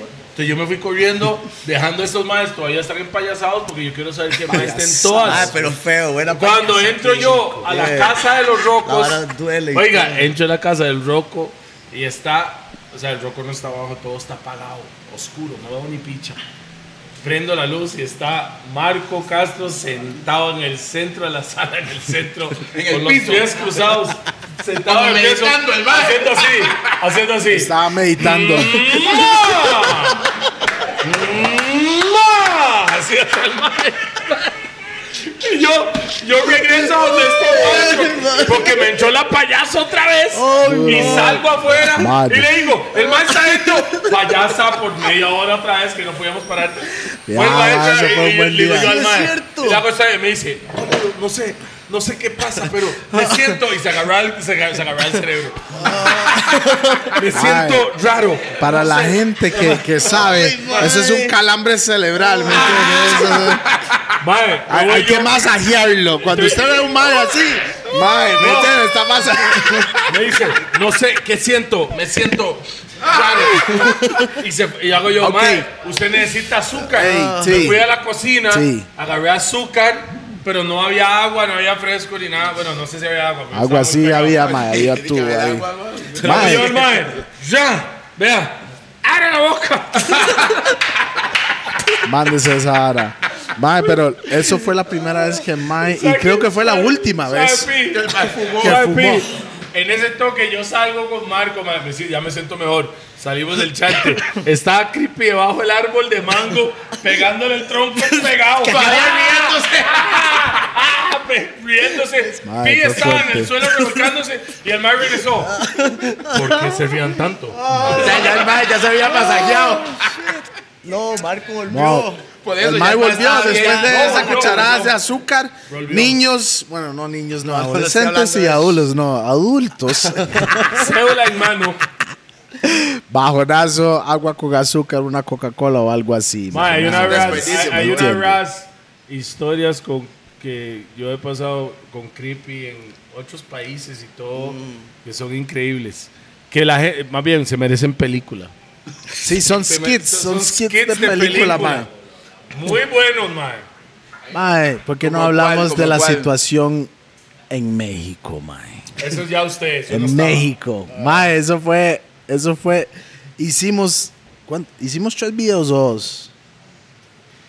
Entonces yo me fui corriendo, dejando a estos madres todavía estar empayasados porque yo quiero saber qué más estén
Ah,
todas.
pero feo, buena
Cuando
payasa.
entro yo a la
Eh,
casa de los rocos,
Ahora duele. y todo.
oiga, entro a la casa del roco y está, o sea, el roco no está abajo, todo está apagado, oscuro, no veo ni picha. Prendo la luz y está Marco Castro sentado en el centro de la sala, en el centro,
En el
con los
piso.
pies cruzados, sentado
Como
en el piso,
meditando el man.
haciendo así, haciendo así.
Estaba meditando.
¡Mua! ¡Mua! Así hasta el mae. Y yo, yo regreso a donde estoy maestro, porque me echó la payaso otra vez y salgo afuera
Madre.
y le digo, el man está dentro, payasa por media hora otra vez que no podíamos parar.
Ya,
Bueno, maestra,
ese fue un
y- y
buen
le digo
día.
yo al
Sí, es
mae,
cierto.
y la cosa y me dice, "Cómodo, no sé, no sé qué pasa, pero me siento y se agarra el, se agarra- se agarra el cerebro.
Ah.
me siento raro.
Para la gente que, que sabe, eso es un calambre cerebral, ¿me entiendes? Eso-
Mae,
Ah, Hay,
luego
hay
yo-
que masajearlo. Cuando usted ve un mae así, mae, ¿me entiendes? Está masajeando.
Me dice, no sé, ¿qué siento? Me siento raro. Y, se- y hago yo,
Ok.
"Mae, usted necesita azúcar.
Ey,
Me
sí.
fui a la cocina,
Sí.
agarré azúcar, pero no había agua, no había fresco ni nada. Bueno, no sé si había agua.
Agua
pero estaba muy pues.
así
pegado.
había, mae, había
Tiene que
tubo
haber
ahí.
agua, güey.
La
Mae.
mayor, mae, ya, vea, abre la boca.
Mándese esa vara. Mae, pero eso fue la primera vez que mae, y creo que fue la última vez.
Sabe, pi.
que
Sabe,
fumó.
pi. En ese toque yo salgo con Marco, mae, me dice, ya me siento mejor. Salimos del chante. Estaba creepy debajo del árbol de mango, pegándole el tronco pegado.
riéndose.
Ah, pe- riéndose.
Mae,
Pi
qué
estaba en
fuerte.
el suelo revolcándose y el mar regresó. ¿Por qué se rían tanto?
O sea, ya el mae ya se había masajeado.
No, Marco volvió.
Wow.
Por eso
El
ya
mae
el mae
volvió
estaba
después
bien.
de
No,
esa
volvió,
cucharada
volvió.
de azúcar.
Volvió.
Niños, bueno, no niños, no,
no estoy
adolescentes
hablando
y
de eso.
adultos, no, adultos.
Cédula en mano.
Bajonazo, agua con azúcar, una Coca-Cola o algo así.
Ma, hay una ras, hay,
desperdicio,
hay
¿me
una
entiende?
ras historias con que yo he pasado con creepy en otros países y todo
Mm.
que son increíbles. Que la gente, más bien, se merecen película.
Sí, son
Se
skits,
merecen-
son skits de película, mae.
Muy buenos, mae.
Mae, ¿por qué no
¿Como cuál,
hablamos de
como
la
cuál?
situación en México, mae?
Eso ya ustedes. eso no
En
estaba.
México. Mae, eso fue, eso fue, hicimos, ¿cuán- hicimos tres videos o dos.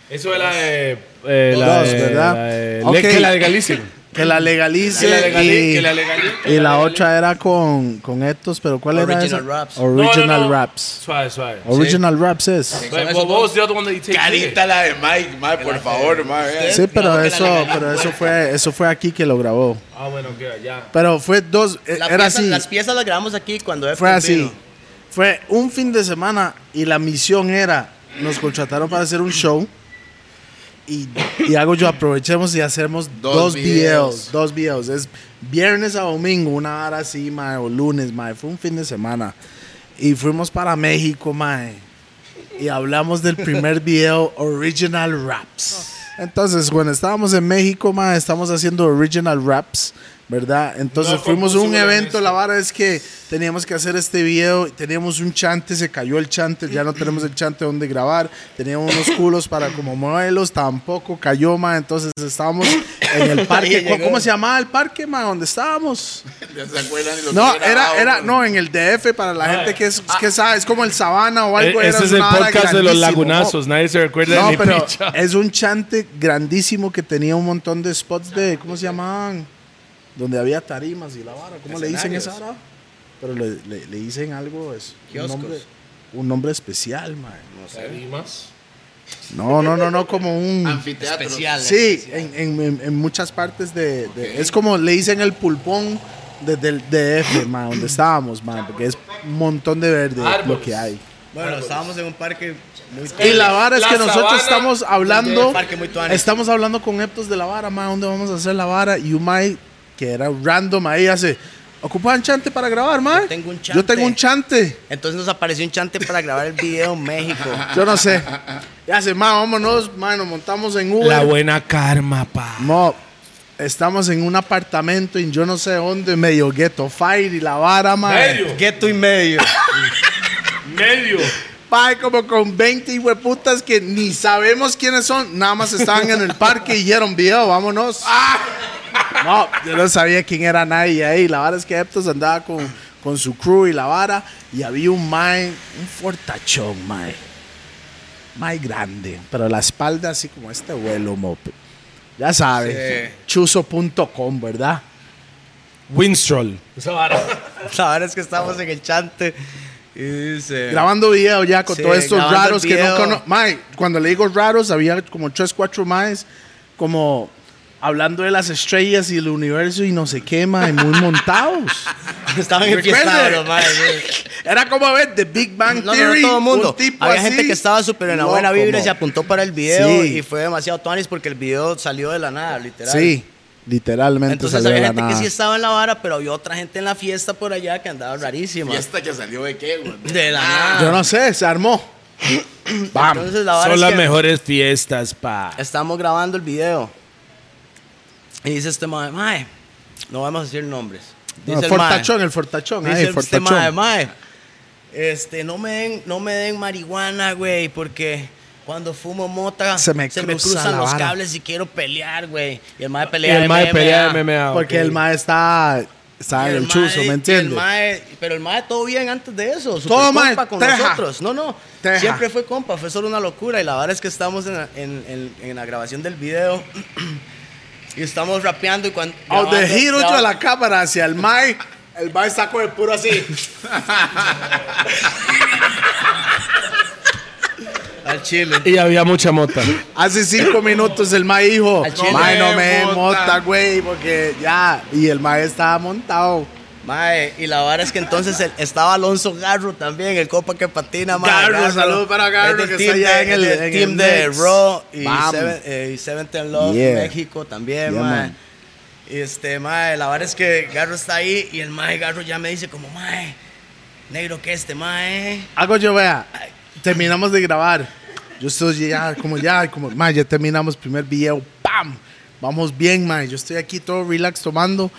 Eso es la de. eh, la
Dos,
de-
¿verdad?
la de-
Ok.
le- Que la legalicen.
Que la legalice.
Que la legalice,
y,
que la legalice, que
y
la
la
legalice.
otra era con, con estos, pero ¿cuál era
Original
esa?
Raps.
No, no,
Original
no.
Raps.
Suave, suave.
Original Raps es.
But- but what was the other one that you take
Carita la de Mike, mae, por favor, mae.
Sí, pero
que la
eso,
legalice.
pero eso fue, eso fue aquí que lo grabó.
Ah, bueno, que ya.
Pero fue dos, eh,
La
era
pieza-
así.
Las piezas las grabamos aquí cuando F
Fue así.
vino.
Fue un fin de semana y la misión era, nos contrataron para hacer un show y, y hago yo, aprovechemos y hacemos dos,
Dos
videos.
videos.
dos videos. Es viernes a domingo, una hora así, mae, o lunes, mae. Fue un fin de semana. Y fuimos para México, mae. y hablamos del primer video Original Raps. Entonces, cuando estábamos en México, ma, estamos haciendo Original Raps, ¿verdad? Entonces
No,
fuimos a
¿cómo
un
se
evento,
organiza?
la vara es que teníamos que hacer este video, y teníamos un chante, se cayó el chante, ya no tenemos el chante donde grabar, teníamos unos culos para como modelos, tampoco cayó, ma, entonces estábamos en el parque, ¿Cómo- ¿cómo se llamaba el parque, ma? ¿Dónde estábamos?
Ya se acuerdan de lo pues.
No,
que
era,
grabado,
era,
bro.
no, en el DF, para la gente que, es, que sabe, es como el Sabana o algo. era
Ah. Eh, E, Ese es el
una vara
podcast de los
grandísimo,
lagunazos. Nadie se recuerda
No,
de
No,
mi
pero
picha.
es un chante grandísimo que tenía un montón de spots de, ¿cómo se llamaban? Donde había tarimas y la vara. ¿Cómo le dicen esa vara? Pero le, le- le dicen algo, es un
Kioscos.
nombre, un nombre especial, man.
Tarimas.
No, no, no, no, como un...
Anfiteatro.
Especial.
Sí, en, en- en- en muchas partes de, de- Es como le dicen el pulpón de- del DF, ma, donde estábamos, ma, porque es un montón de verde lo
Árboles.
que hay.
Bueno, estábamos en un parque muy
pues. Y la vara es
La
que nosotros
sabana
estamos
del
hablando,
parque muy tuanes.
estamos hablando con Eptos de la vara, ma, ¿dónde vamos a hacer la vara? Y un mae que era random ahí hace, ocupan chante para grabar, ma.
Yo tengo un
Yo tengo
chante.
un chante.
Entonces nos apareció un chante para grabar el video en México.
Yo no sé. Y hace, ma, vámonos, ma, nos montamos en Uber.
La buena karma, pa.
Mo, estamos en un apartamento en yo no sé dónde, medio ghetto fire y la vara, ma.
Medio.
Ghetto y medio.
Medio.
Pa, como con 20 hueputas que ni sabemos quiénes son, nada más estaban en el parque y dieron video, vámonos. No, yo no sabía quién era nadie ahí. La vara es que Eptos andaba con, con su crew y la vara, y había un mae, un fortachón, mae. Mae grande, pero la espalda así como este vuelo, mope. Ya sabes, chuzo.com, ¿verdad?
Winstrol.
Esa vara.
La verdad es que estábamos en el chante y dice...
Grabando video ya con
Sí,
todos estos
grabando el
raros que no
video.
conozco. Mae, cuando le digo raros, había como tres, cuatro maes, como hablando de las estrellas y el universo y no sé qué, mae, muy montados.
Estaban
Recuerde.
enfiestados, mae.
Era como ver The Big Bang
No, no, no,
Theory.
todo el mundo.
un tipo
Había
así.
gente que estaba súper en la buena
Loco,
vibra y
mo.
se apuntó para el video
Sí.
y fue demasiado tuanis porque el video salió de la nada, literal.
Sí, literalmente
Entonces
salió de
había
la
gente que
nada.
sí estaba en la vara, pero había otra gente en la fiesta por allá que andaba rarísima.
Fiesta que salió de qué, güey.
De la nada.
Ah. Yo no sé, se armó. Bam.
Entonces la vara
Son
es
las
que
mejores fiestas, pa.
estamos grabando el video. Y dice este mae, mae, no vamos a decir nombres.
No,
Dice
el
el mae,
fortachón, el fortachón.
Dice
ahí,
el- este
fortachón.
mae, mae, este, no me den, no me den marihuana, güey, porque cuando fumo mota
Se me cruza
cruzan
la
los
vara.
cables y quiero pelear, güey. Y el mae
Y
pelea
el mae
MMA.
pelea de MMA.
Porque
ok.
el mae está, está
Ah, Y
en
el
el chuzo,
mae- y
¿me
el
entiendes?
mae- pero el mae todo bien antes de eso. super
Todo, mae,
compa con
teja.
nosotros. No, no.
Teja.
Siempre fue compa, fue solo una locura. Y la verdad es que estamos en, en- en- en la grabación del video. y estamos rapeando y cuando.
O de
grabando-
giro yo
graba-
a la cámara hacia el Mike. El Mike sacó el puro así.
Al chile.
Y había mucha mota.
Hace cinco minutos el Mike dijo:
Al chile.
Mike, no me den
Mota.
mota, güey, porque ya. Y el Mike estaba montado.
Mae, y la verdad es que entonces el- estaba Alonso Garro también, el copa que patina, mae.
Garro, saludos para Garro,
es del
que está
team
allá
de-
en el-
es del
en
team
el
de
Next.
Raw y
Vamos.
Seven, eh, y Seventh and Love
Yeah.
México también,
Yeah,
mae.
man.
Este, mae, la verdad es que Garro está ahí y el mae Garro ya me dice como, mae, negro que este, mae.
Hago yo, vea. Terminamos de grabar. Yo estoy ya, como ya, como, man, ya terminamos primer video. ¡Pam! Vamos bien, man. Yo estoy aquí todo relax tomando.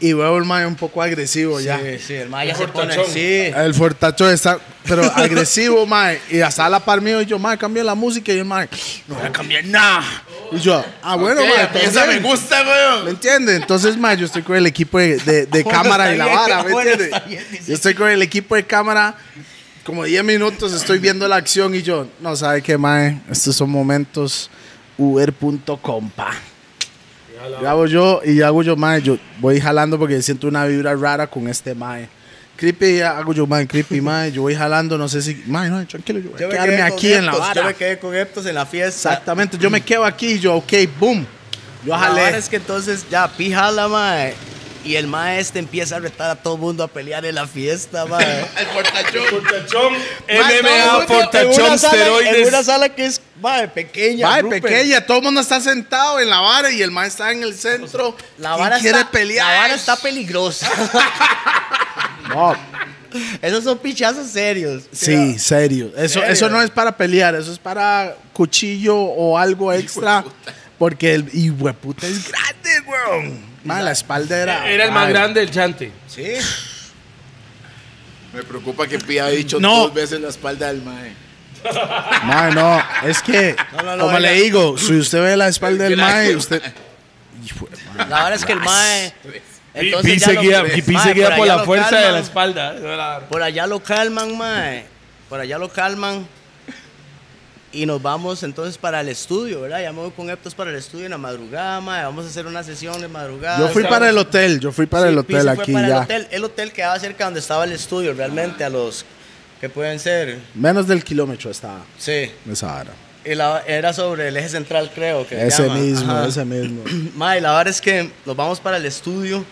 Y veo el mae un poco agresivo ya.
Sí, sí, el mae ya
Un
se pone
fortachón.
sí.
El fortacho está, pero agresivo, mae. Y hasta a la par mío, y yo, mae, cambia la música. Y el mae, no voy a cambiar nada. Y yo, ah, bueno,
Ok,
mae.
a mí esa me
también.
gusta, güey.
¿Me entiendes? Entonces, mae, yo estoy con el equipo de, de- de
Bueno,
cámara
está
y la
bien,
vara, ¿me
bueno,
entiendes?
está bien, dice.
Yo estoy con el equipo de cámara, como 10 minutos estoy viendo la acción y yo, no, ¿sabe qué, mae? Estos son momentos uber.compa. Grabo yo y hago yo, mae, yo voy jalando porque siento una vibra rara con este mae. Creepy, hago yo, mae, creepy, mae. Yo voy jalando, no sé si. Mae, no, tranquilo, yo voy a
Yo me
quedarme
quedé con
aquí en la
Eptos, Yo
vara.
me quedé con Eptos en la fiesta.
Exactamente, yo me quedo aquí y yo, ok, boom. Yo
La
jalé.
vara es que entonces ya pija la mae. Y el maestro empieza a retar a todo mundo a pelear en la fiesta, mae.
El portachón.
Fortachón.
Mae, todo
MMA,
el mundo en
portachón,
una sala- En una
esteroides.
sala que es, mae, pequeña.
Mae,
Rupert.
pequeña, todo el mundo está sentado en la vara y el mae está en el centro.
La vara
y quiere
está,
pelear.
La vara está peligrosa.
No,
Esos son pichazos serios.
Sí, serio. Eso,
Serio.
eso no es para pelear, eso es para cuchillo o algo extra. Porque el hijueputa es grande, weón. Ma, la espalda era.
Era el más
Ay.
grande del chante.
Sí.
Me preocupa que Pia ha dicho
No.
dos veces la espalda del mae.
Ma, no, es que,
No, no, no,
como
era-
le digo, si usted ve la espalda del mae, usted. Hijo de madre.
La verdad es que el mae.
Pi
ya lo-
seguía,
mae,
Pi seguía por,
allá
la
lo
fuerza de la
calman,
espalda.
Por allá lo calman, mae. Por allá lo calman. Y nos vamos entonces para el estudio, ¿verdad? Ya me voy con Eptos para el estudio en la madrugada, mae. Vamos a hacer una sesión de madrugada.
Yo fui
Sí,
para el hotel, yo fui para el
Pi se
hotel
fue
aquí
para El
ya.
hotel. el hotel quedaba cerca donde estaba el estudio, realmente, a los que pueden ser.
Menos del kilómetro estaba
Sí.
esa hora.
Y la- era sobre el eje central, creo. Que se
Ese
llama.
mismo,
Ajá.
ese mismo.
Mae, la verdad es que nos vamos para el estudio.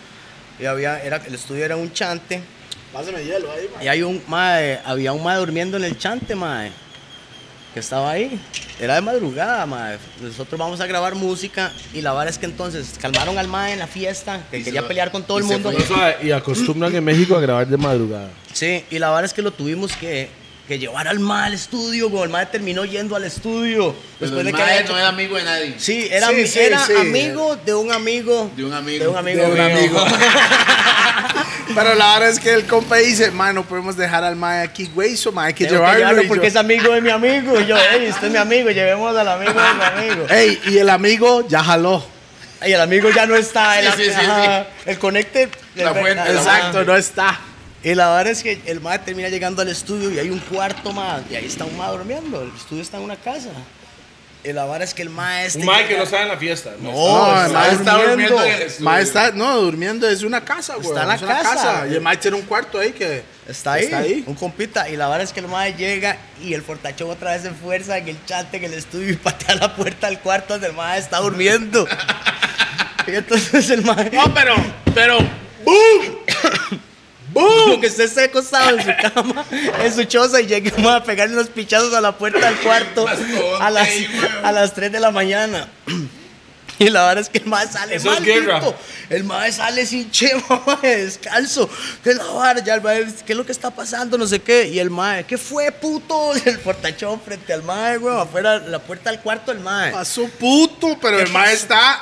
Y había, era, el estudio era un chante.
Pásame hielo ahí,
Y hay un, mae, había un mae durmiendo en el chante, mae. Que estaba ahí. Era de madrugada, mae. Nosotros vamos a grabar música. Y la verdad es que entonces calmaron al mae en la fiesta. Que
Y
quería
se-
pelear con todo
y
el
se
mundo.
fue.
Y acostumbran en México a grabar de madrugada.
Sí, y la verdad es que lo tuvimos que, que llevar al mal al estudio, güey. El mae terminó yendo al estudio.
Pero
Después
el
de que había
mae
hecho-
no era amigo de nadie.
Sí, era,
Sí, sí,
era
sí.
amigo de un amigo.
De un amigo.
De un amigo.
De un
mío.
amigo.
Pero la verdad es que el compa dice, man, no podemos dejar al mae aquí, güey, so mae, hay que
Tengo que
llevarlo.
llevarlo
Y yo,
porque es amigo de mi amigo. Y yo, hey, usted es mi amigo, llevemos al amigo de mi amigo.
Ey, y el amigo ya jaló.
Y el amigo ya no está. El,
Sí, sí, sí,
ajá, el connected.
La
el-
fuente,
ajá.
la
Exacto, no está.
Y la verdad es que el mae termina llegando al estudio y hay un cuarto más. Y ahí está un mae durmiendo. El estudio está en una casa. Y la verdad es que el mae este
Un mae que
llega-
no estaba en la fiesta. ¿no?
No, el
Oh, está
mae
durmiendo. Está durmiendo en el estudio.
Mae está, no, durmiendo es una casa, güey.
en la
es una
casa.
Y el mae tiene un cuarto ahí que.
Está ahí,
Está ahí.
un compita. Y la verdad es que el mae llega y el fortachón otra vez se fuerza en el chante en el estudio y patea la puerta del cuarto donde el mae está durmiendo. y entonces el mae. No, pero, pero. ¡Boom! ¡Boom! Que usted esté acostado en su cama, en su choza y llegue un mae a pegarle unos pichazos a la puerta del cuarto a las, a las 3 de la mañana. Y la verdad es que el mae sale
Eso es
maldito.
guerra.
El mae sale sin chema, mae, descalzo. Que la vara, ya el mae, ¿qué es lo que está pasando? No sé qué. Y el mae, ¿qué fue, puto? El portachón frente al mae, güey, afuera, la puerta del cuarto del mae.
Pasó puto, pero el mae está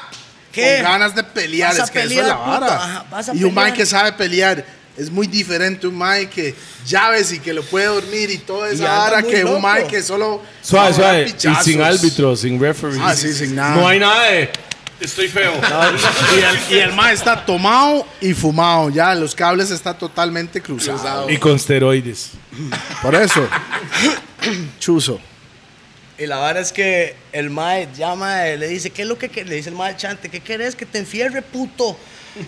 ¿Qué?
con ganas de pelear.
Vas a
Es que
pelear,
eso es la
puto.
vara.
Ajá, vas a
y un mae
pelear.
que sabe pelear es muy diferente a un mae que llaves y que lo puede dormir y toda
Y
esa
anda
vara
muy
que
loco.
un mae que solo.
Suave,
ahora
suave.
pichazos.
Y sin árbitros, sin referees.
Ah, sí, sin nada.
No hay nada de.
Estoy feo.
y, el, y el mae está tomado y fumado. Ya, los cables está totalmente cruzados.
Y con steroides.
Por eso. Chuzo.
Y la vara es que el mae llama, eh, le dice, ¿qué es lo que quer-?" Le dice el mae al chante, ¿qué querés que te enfierre, puto?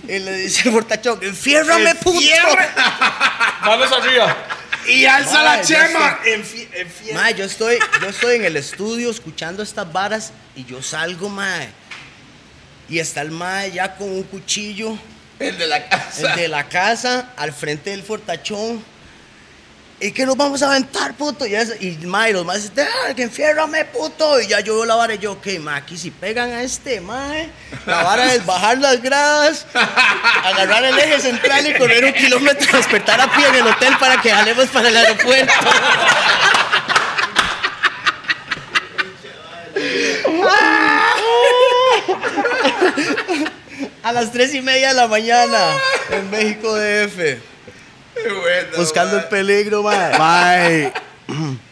Y le dice el portachón, ¡enfiérrame, puto!
Manos arriba.
Y alza
Mae,
la
ya
chema.
Mae, yo estoy, yo estoy en el estudio escuchando estas varas y yo salgo, mae. Y está el mae ya con un cuchillo,
El de la
el
casa.
de la casa, al frente del fortachón. Y que nos vamos a aventar, puto. Y, eso, y mae, los maes, "Ah, que enfiérrame, puto. Y ya yo veo la vara y yo, ok, mae, aquí si pegan a este, mae. La vara es bajar las gradas, agarrar el eje central y correr un kilómetro, despertar a pie en el hotel para que jalemos para el aeropuerto. A las tres y media de la mañana en México DF.
Qué bueno,
Buscando el
mae.
peligro, mae.
Mae,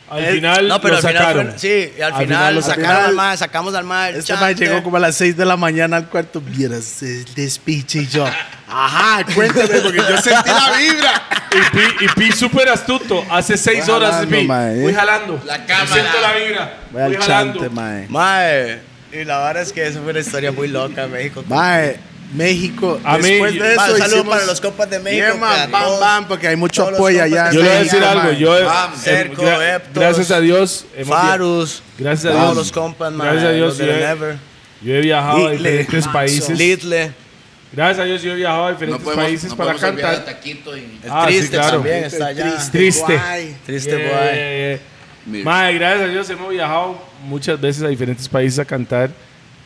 Al final lo
al final
sacaron.
fue- sí, y
Al
al, final,
final
lo
lo
sacaron
sacaron.
al mae, sacamos al mae.
este mae llegó como a las 6 de la mañana al cuarto. Vieras el despiche y yo. Ajá, cuéntame, porque yo sentí la vibra.
Y Pi, y Pi súper astuto. Hace seis
Voy
horas,
jalando,
Pi.
mae, eh.
Voy jalando.
La cámara.
Siento la vibra.
Voy al
jalando.
chante, mae.
Mae, y la verdad es que eso fue una historia muy loca en México.
Mae, México.
A mí-
después de eso,
Mae, saludos
hicimos-
para los compas de México.
Yeah, man,
para
bam,
todos.
bam, porque hay mucho
todos los
apoyo
compas
allá.
de
Yo le voy a decir
México,
algo.
mae.
Yo,
Bam,
em,
Cerco,
gra-
Eptos,
gracias a Dios. hemos via-
Farus.
Gracias a
Todos
Dios.
los compas, mae.
Gracias a Dios.
los de
yo,
la
he,
Never. eh,
yo he viajado a
Lidle,
diferentes países.
Lidle.
Gracias a Dios yo he viajado a diferentes países
no
para
podemos olvidar a
cantar.
Taquito y-
El
Ah, sí,
triste
claro.
también está allá.
Triste.
guay.
Triste,
Yeah,
boy.
yeah, yeah.
este Mira.
Eh, Mae, gracias a Dios hemos viajado muchas veces a diferentes países a cantar.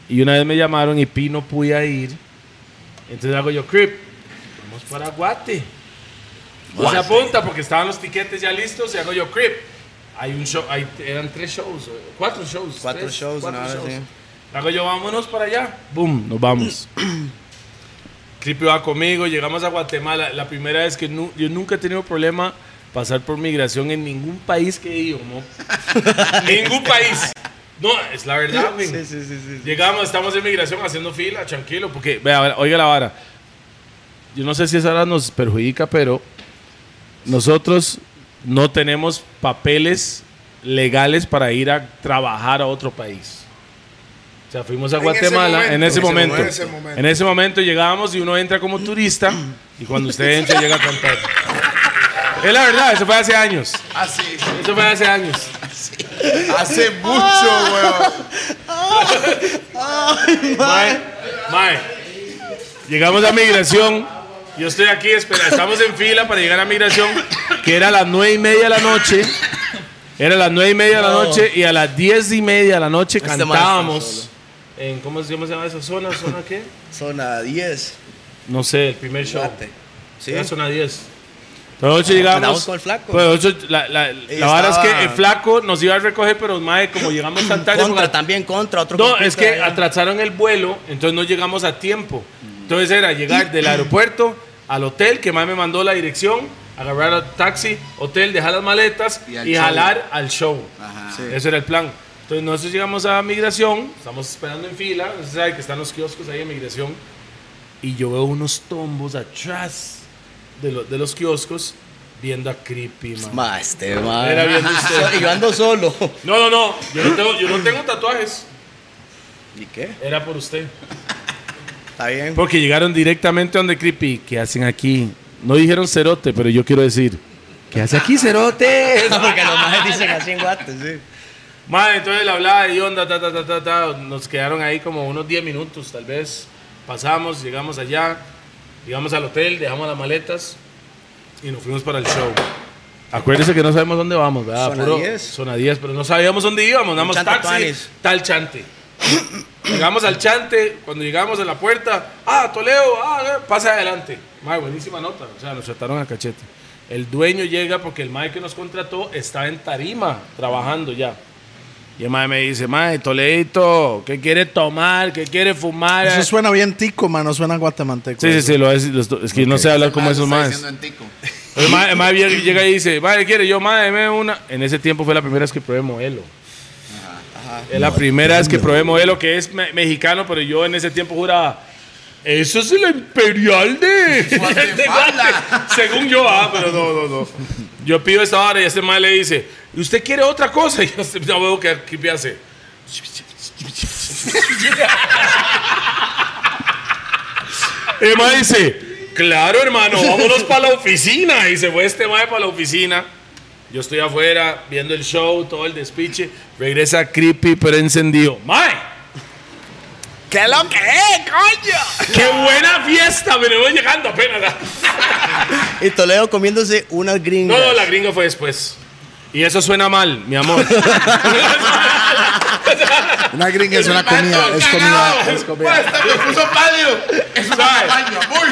Y una vez me llamaron y Pi no podía ir. Entonces hago yo, Crip, vamos para Guate.
Y se apunta porque estaban los tiquetes ya listos y hago yo, Crip. Hay un show, hay, eran tres shows, eh, cuatro shows.
Cuatro
tres,
shows, una vez, sí.
Hago yo, vámonos para allá. Boom, nos vamos. Crip iba conmigo, llegamos a Guatemala. La primera vez que nu- yo nunca he tenido problema pasar por migración en ningún país que he ido, ¿no? ningún país. No, es la verdad, güey. Llegamos, estamos en migración haciendo fila, tranquilo, porque, vea, oiga la vara. Yo no sé si esa vara nos perjudica, pero nosotros no tenemos papeles legales para ir a trabajar a otro país. O sea, fuimos a
En
Guatemala en ese
ese
momento.
momento.
En ese momento, llegábamos y uno entra como turista y cuando usted entra llega a cantar. Es la verdad, eso fue hace años.
Ah,
Así,
Eso fue hace años.
hace mucho,
Ah.
weón.
Mae, mae. Llegamos a migración. Yo estoy aquí, espera, estamos en fila para llegar a migración, que era a las nueve y media de la noche. Era a las nueve y media de la noche y a las diez y media de la noche
Este mae está
cantábamos. En, ¿cómo, se llama- se llama esa zona? ¿Zona qué?
Zona 10.
No sé, el primer show.
Guate. Sí.
Era zona 10. Pero ocho llegamos.
Andamos con el flaco.
Pues ocho, la la, la vara es
estaba-
que el flaco nos iba a recoger, pero mae, como llegamos tan tarde.
Contra,
porque-
también contra. Otro
No,
conflicto
es que
ahí.
atrasaron el vuelo, entonces no llegamos a tiempo. Entonces era llegar del aeropuerto al hotel, que más me mandó la dirección, agarrar al taxi, hotel, dejar las maletas
Y
y,
al show.
jalar al show.
Ajá.
Ese era el plan. Entonces nosotros llegamos a migración, estamos esperando en fila, usted sabe que están los kioscos ahí en migración, y yo veo unos tombos atrás de, lo- de los kioscos viendo a Creepy, man.
Ma, este, ma.
Era bien usted.
Y yo ando solo.
No, no, no, yo no tengo, yo no tengo tatuajes,
¿Y qué?
era por usted.
Está bien.
Porque llegaron directamente donde Creepy. ¿Qué hacen aquí? No dijeron cerote, pero yo quiero decir. ¿Qué hace aquí, cerote?
Porque los más dicen así en guates, sí.
Madre, entonces le hablaba y onda, ta, ta, ta, ta, ta. Nos quedaron ahí como unos 10 minutos, tal vez. Pasamos, llegamos allá, llegamos al hotel, dejamos las maletas y nos fuimos para el show.
Acuérdense que no sabemos dónde vamos, ¿verdad?
Zona
Puro-
10.
Zona 10, pero no sabíamos dónde íbamos, damos
chante
taxi,
tuanis.
tal chante. llegamos al chante, cuando llegamos a la puerta, ah, Toledo, ah, eh, pasa adelante. Madre, buenísima nota, o sea, nos trataron a cachete. El dueño llega porque el mae que nos contrató está en tarima trabajando ya. Y el mae me dice, mae, Toledito, ¿qué quiere tomar? ¿Qué quiere fumar?
Eso suena bien tico, mano. Suena guatemalteco.
Sí, sí, sí, lo es, lo estoy- es que no sé hablar como
Mae,
esos
Ah, está
más.
diciendo en tico.
El mae, el mae viene y llega y dice, mae, ¿qué quiere? Yo, mae, deme una. En ese tiempo fue la primera vez que probé modelo. Es la primera vez que probé modelo, que es me- mexicano, pero yo en ese tiempo juraba, eso es la imperial de... de
Guatemala".
Según yo, ah, pero no, no, no. Yo pido esta hora y este mae le dice, ¿y usted quiere otra cosa? Y yo no veo que aquí hace. El mae dice, claro hermano, vámonos para la oficina. Y se fue este mae para la oficina. Yo estoy afuera viendo el show, todo el despiche. Regresa creepy pero encendido. ¡Mae!
¿Qué lo que coño?
¡Qué buena fiesta! Venimos llegando apenas.
Y Toledo comiéndose unas
No,
gringas.
no, la gringa fue después. Y eso suena mal, mi amor.
Una gringa es una
El man
comida.
todo
Es
cagado.
comida. Es
Mae,
comida.
está me puso pálido. Es un
¿Sabe?
baño, amor.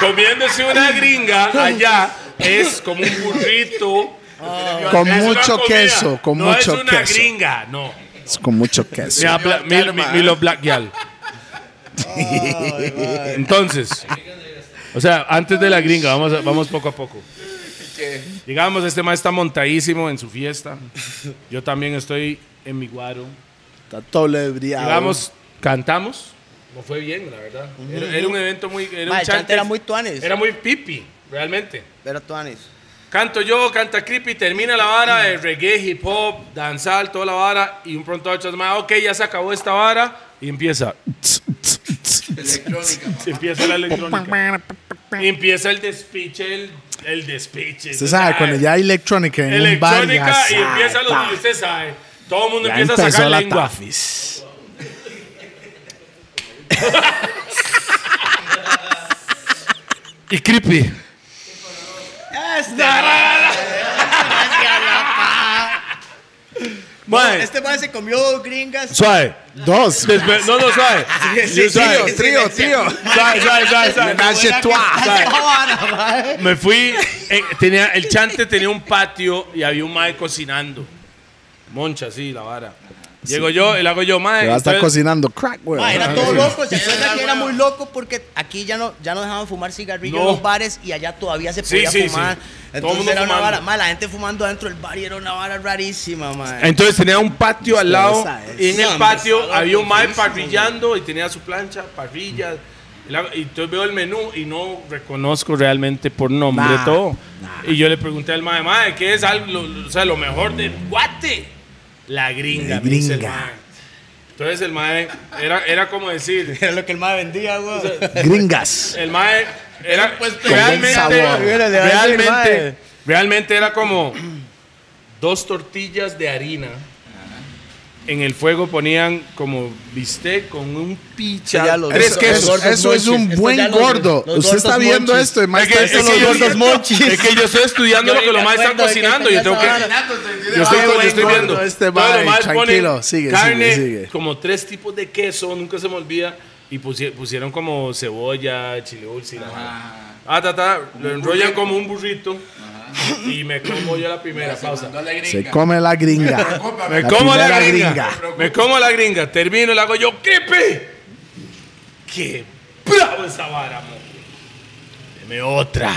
Comiéndose una gringa allá es como un burrito.
Con
Es una
mucho
comida.
queso. Con
no
mucho
es una
queso.
gringa, no.
Es con mucho queso.
Mira, bla- mi- mi- Milo Black Yal. Entonces, o sea, antes de la gringa, vamos, a- vamos poco a poco. Digamos, este mae está montadísimo en su fiesta. Yo también estoy en mi guaro.
Está todo lebriado.
Digamos, cantamos.
No fue bien, la verdad. Era, era un evento muy. Era
Ma,
un
el chante era muy tuanes.
Era muy pipi, realmente.
Era tuanes.
Canto yo, canta Creepy, termina la vara de reggae, hip hop, danzal, toda la vara. Y un pronto a otros más, ok, ya se acabó esta vara. Y empieza.
Electrónica.
Se empieza la electrónica. Y empieza el despiche, el, el despiche.
Usted sabe, cuando ya hay electrónica en un bar. ya
Electrónica y
sabe,
empieza
pa.
lo que usted sabe. Todo el mundo
Ya
empieza a
empezó
sacar
la
lengua.
tafis.
Y creepy.
Este
Este.
Mae.
Este man se comió gringas.
Suave.
Dos.
Despe- no, no, suave. You suave.
trío, trío.
Suave, suave,
Este
suave, suave.
Menaje a trois.
Suave. Me fui, eh, tenía, el chante tenía un patio y había un mae cocinando. Moncha, sí, la vara. Llego yo y le hago yo, mae.
Que va a estar
entonces-
cocinando crack, güey.
Ma, Ah, era todo loco, se acuerda que era muy loco porque aquí ya no, ya no dejaban fumar cigarrillos en
No.
los bares y allá todavía se
Sí,
podía
sí,
fumar.
sí. Todo el
Entonces
mundo
era una
fumando.
vara, ma, la gente fumando adentro del bar y era una vara rarísima, ma.
entonces tenía un patio al lado y en
No,
el
hombre,
patio
estaba
había un mae
loquísimo,
parrillando y tenía su plancha, parrilla. Y la- Y entonces veo el menú y no reconozco realmente por nombre
Nah,
todo. Y yo le pregunté al mae, mae, ¿qué es algo, lo- o sea, lo mejor de Guate? La gringa,
La
me dice el
gringa.
mae. Entonces el mae era, era como decir,
Era lo que el más vendía, güey.
Gringas.
El mae era
Pues,
pues,
con
realmente,
buen sabor.
realmente,
Mae.
realmente era como dos tortillas de harina. En el fuego ponían como bistec con un picha.
Ya lo-
tres
eso-
quesos.
Eso, eso es un
Esto ya
buen
los-
gordo.
los
Usted está
gordos
viendo
monchis.
esto, y más
Es que,
está-
es, que yo,
gordos monchis.
es que yo estoy estudiando
Yo
lo que
ni
los
me
más están
acuerdo de que
cocinando. Yo
tenía
tengo
esa
que.
vara.
Yo estoy,
Ay,
yo
buen
estoy
gordo
viendo.
este
Todos los
mae,
maes ponen
tranquilo, sigue,
carne,
sigue, sigue.
como tres tipos de queso, nunca se me olvida. Y pusie- pusieron como cebolla, chile dulce y la vara. Ah, ta, ta, lo enrollan como un burrito. Y me como yo la primera pausa.
Se come la gringa.
Me como la
primera
gringa. Me como la gringa. Termino, le hago yo, ¡Kipi! ¡Qué bravo esa vara, amor! Deme otra.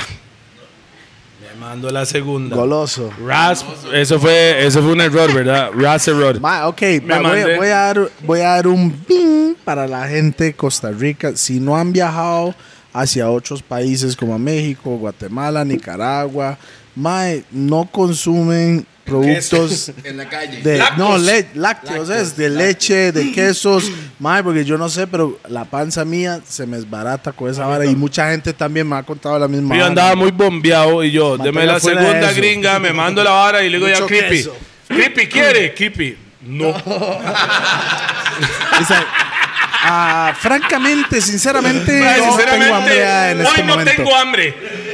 Me mando la segunda.
Goloso.
Ras, eso fue, eso fue un error, ¿verdad? Ras error.
Ma, ok,
Me
ma, voy,
mandé.
voy a dar, voy a dar un ping para la gente de Costa Rica. Si no han viajado hacia otros países como México, Guatemala, Nicaragua, mae, no consumen productos
En la calle.
de no le- lácteos, es de leche, de quesos, mae, porque yo no sé, pero la panza mía se me esbarata con esa vara y mucha gente también me ha contado la misma.
Yo
vara.
andaba muy bombeado y yo, deme
Manténgala
la
fuera de
segunda
eso.
gringa, me mando la vara y le digo ya,
Mucho
Creepy.
queso.
Creepy quiere, Creepy. No. Ah,
Dice, ah, francamente, sinceramente,
Ay,
no tengo hambre en
hoy
este
no
momento.
tengo hambre.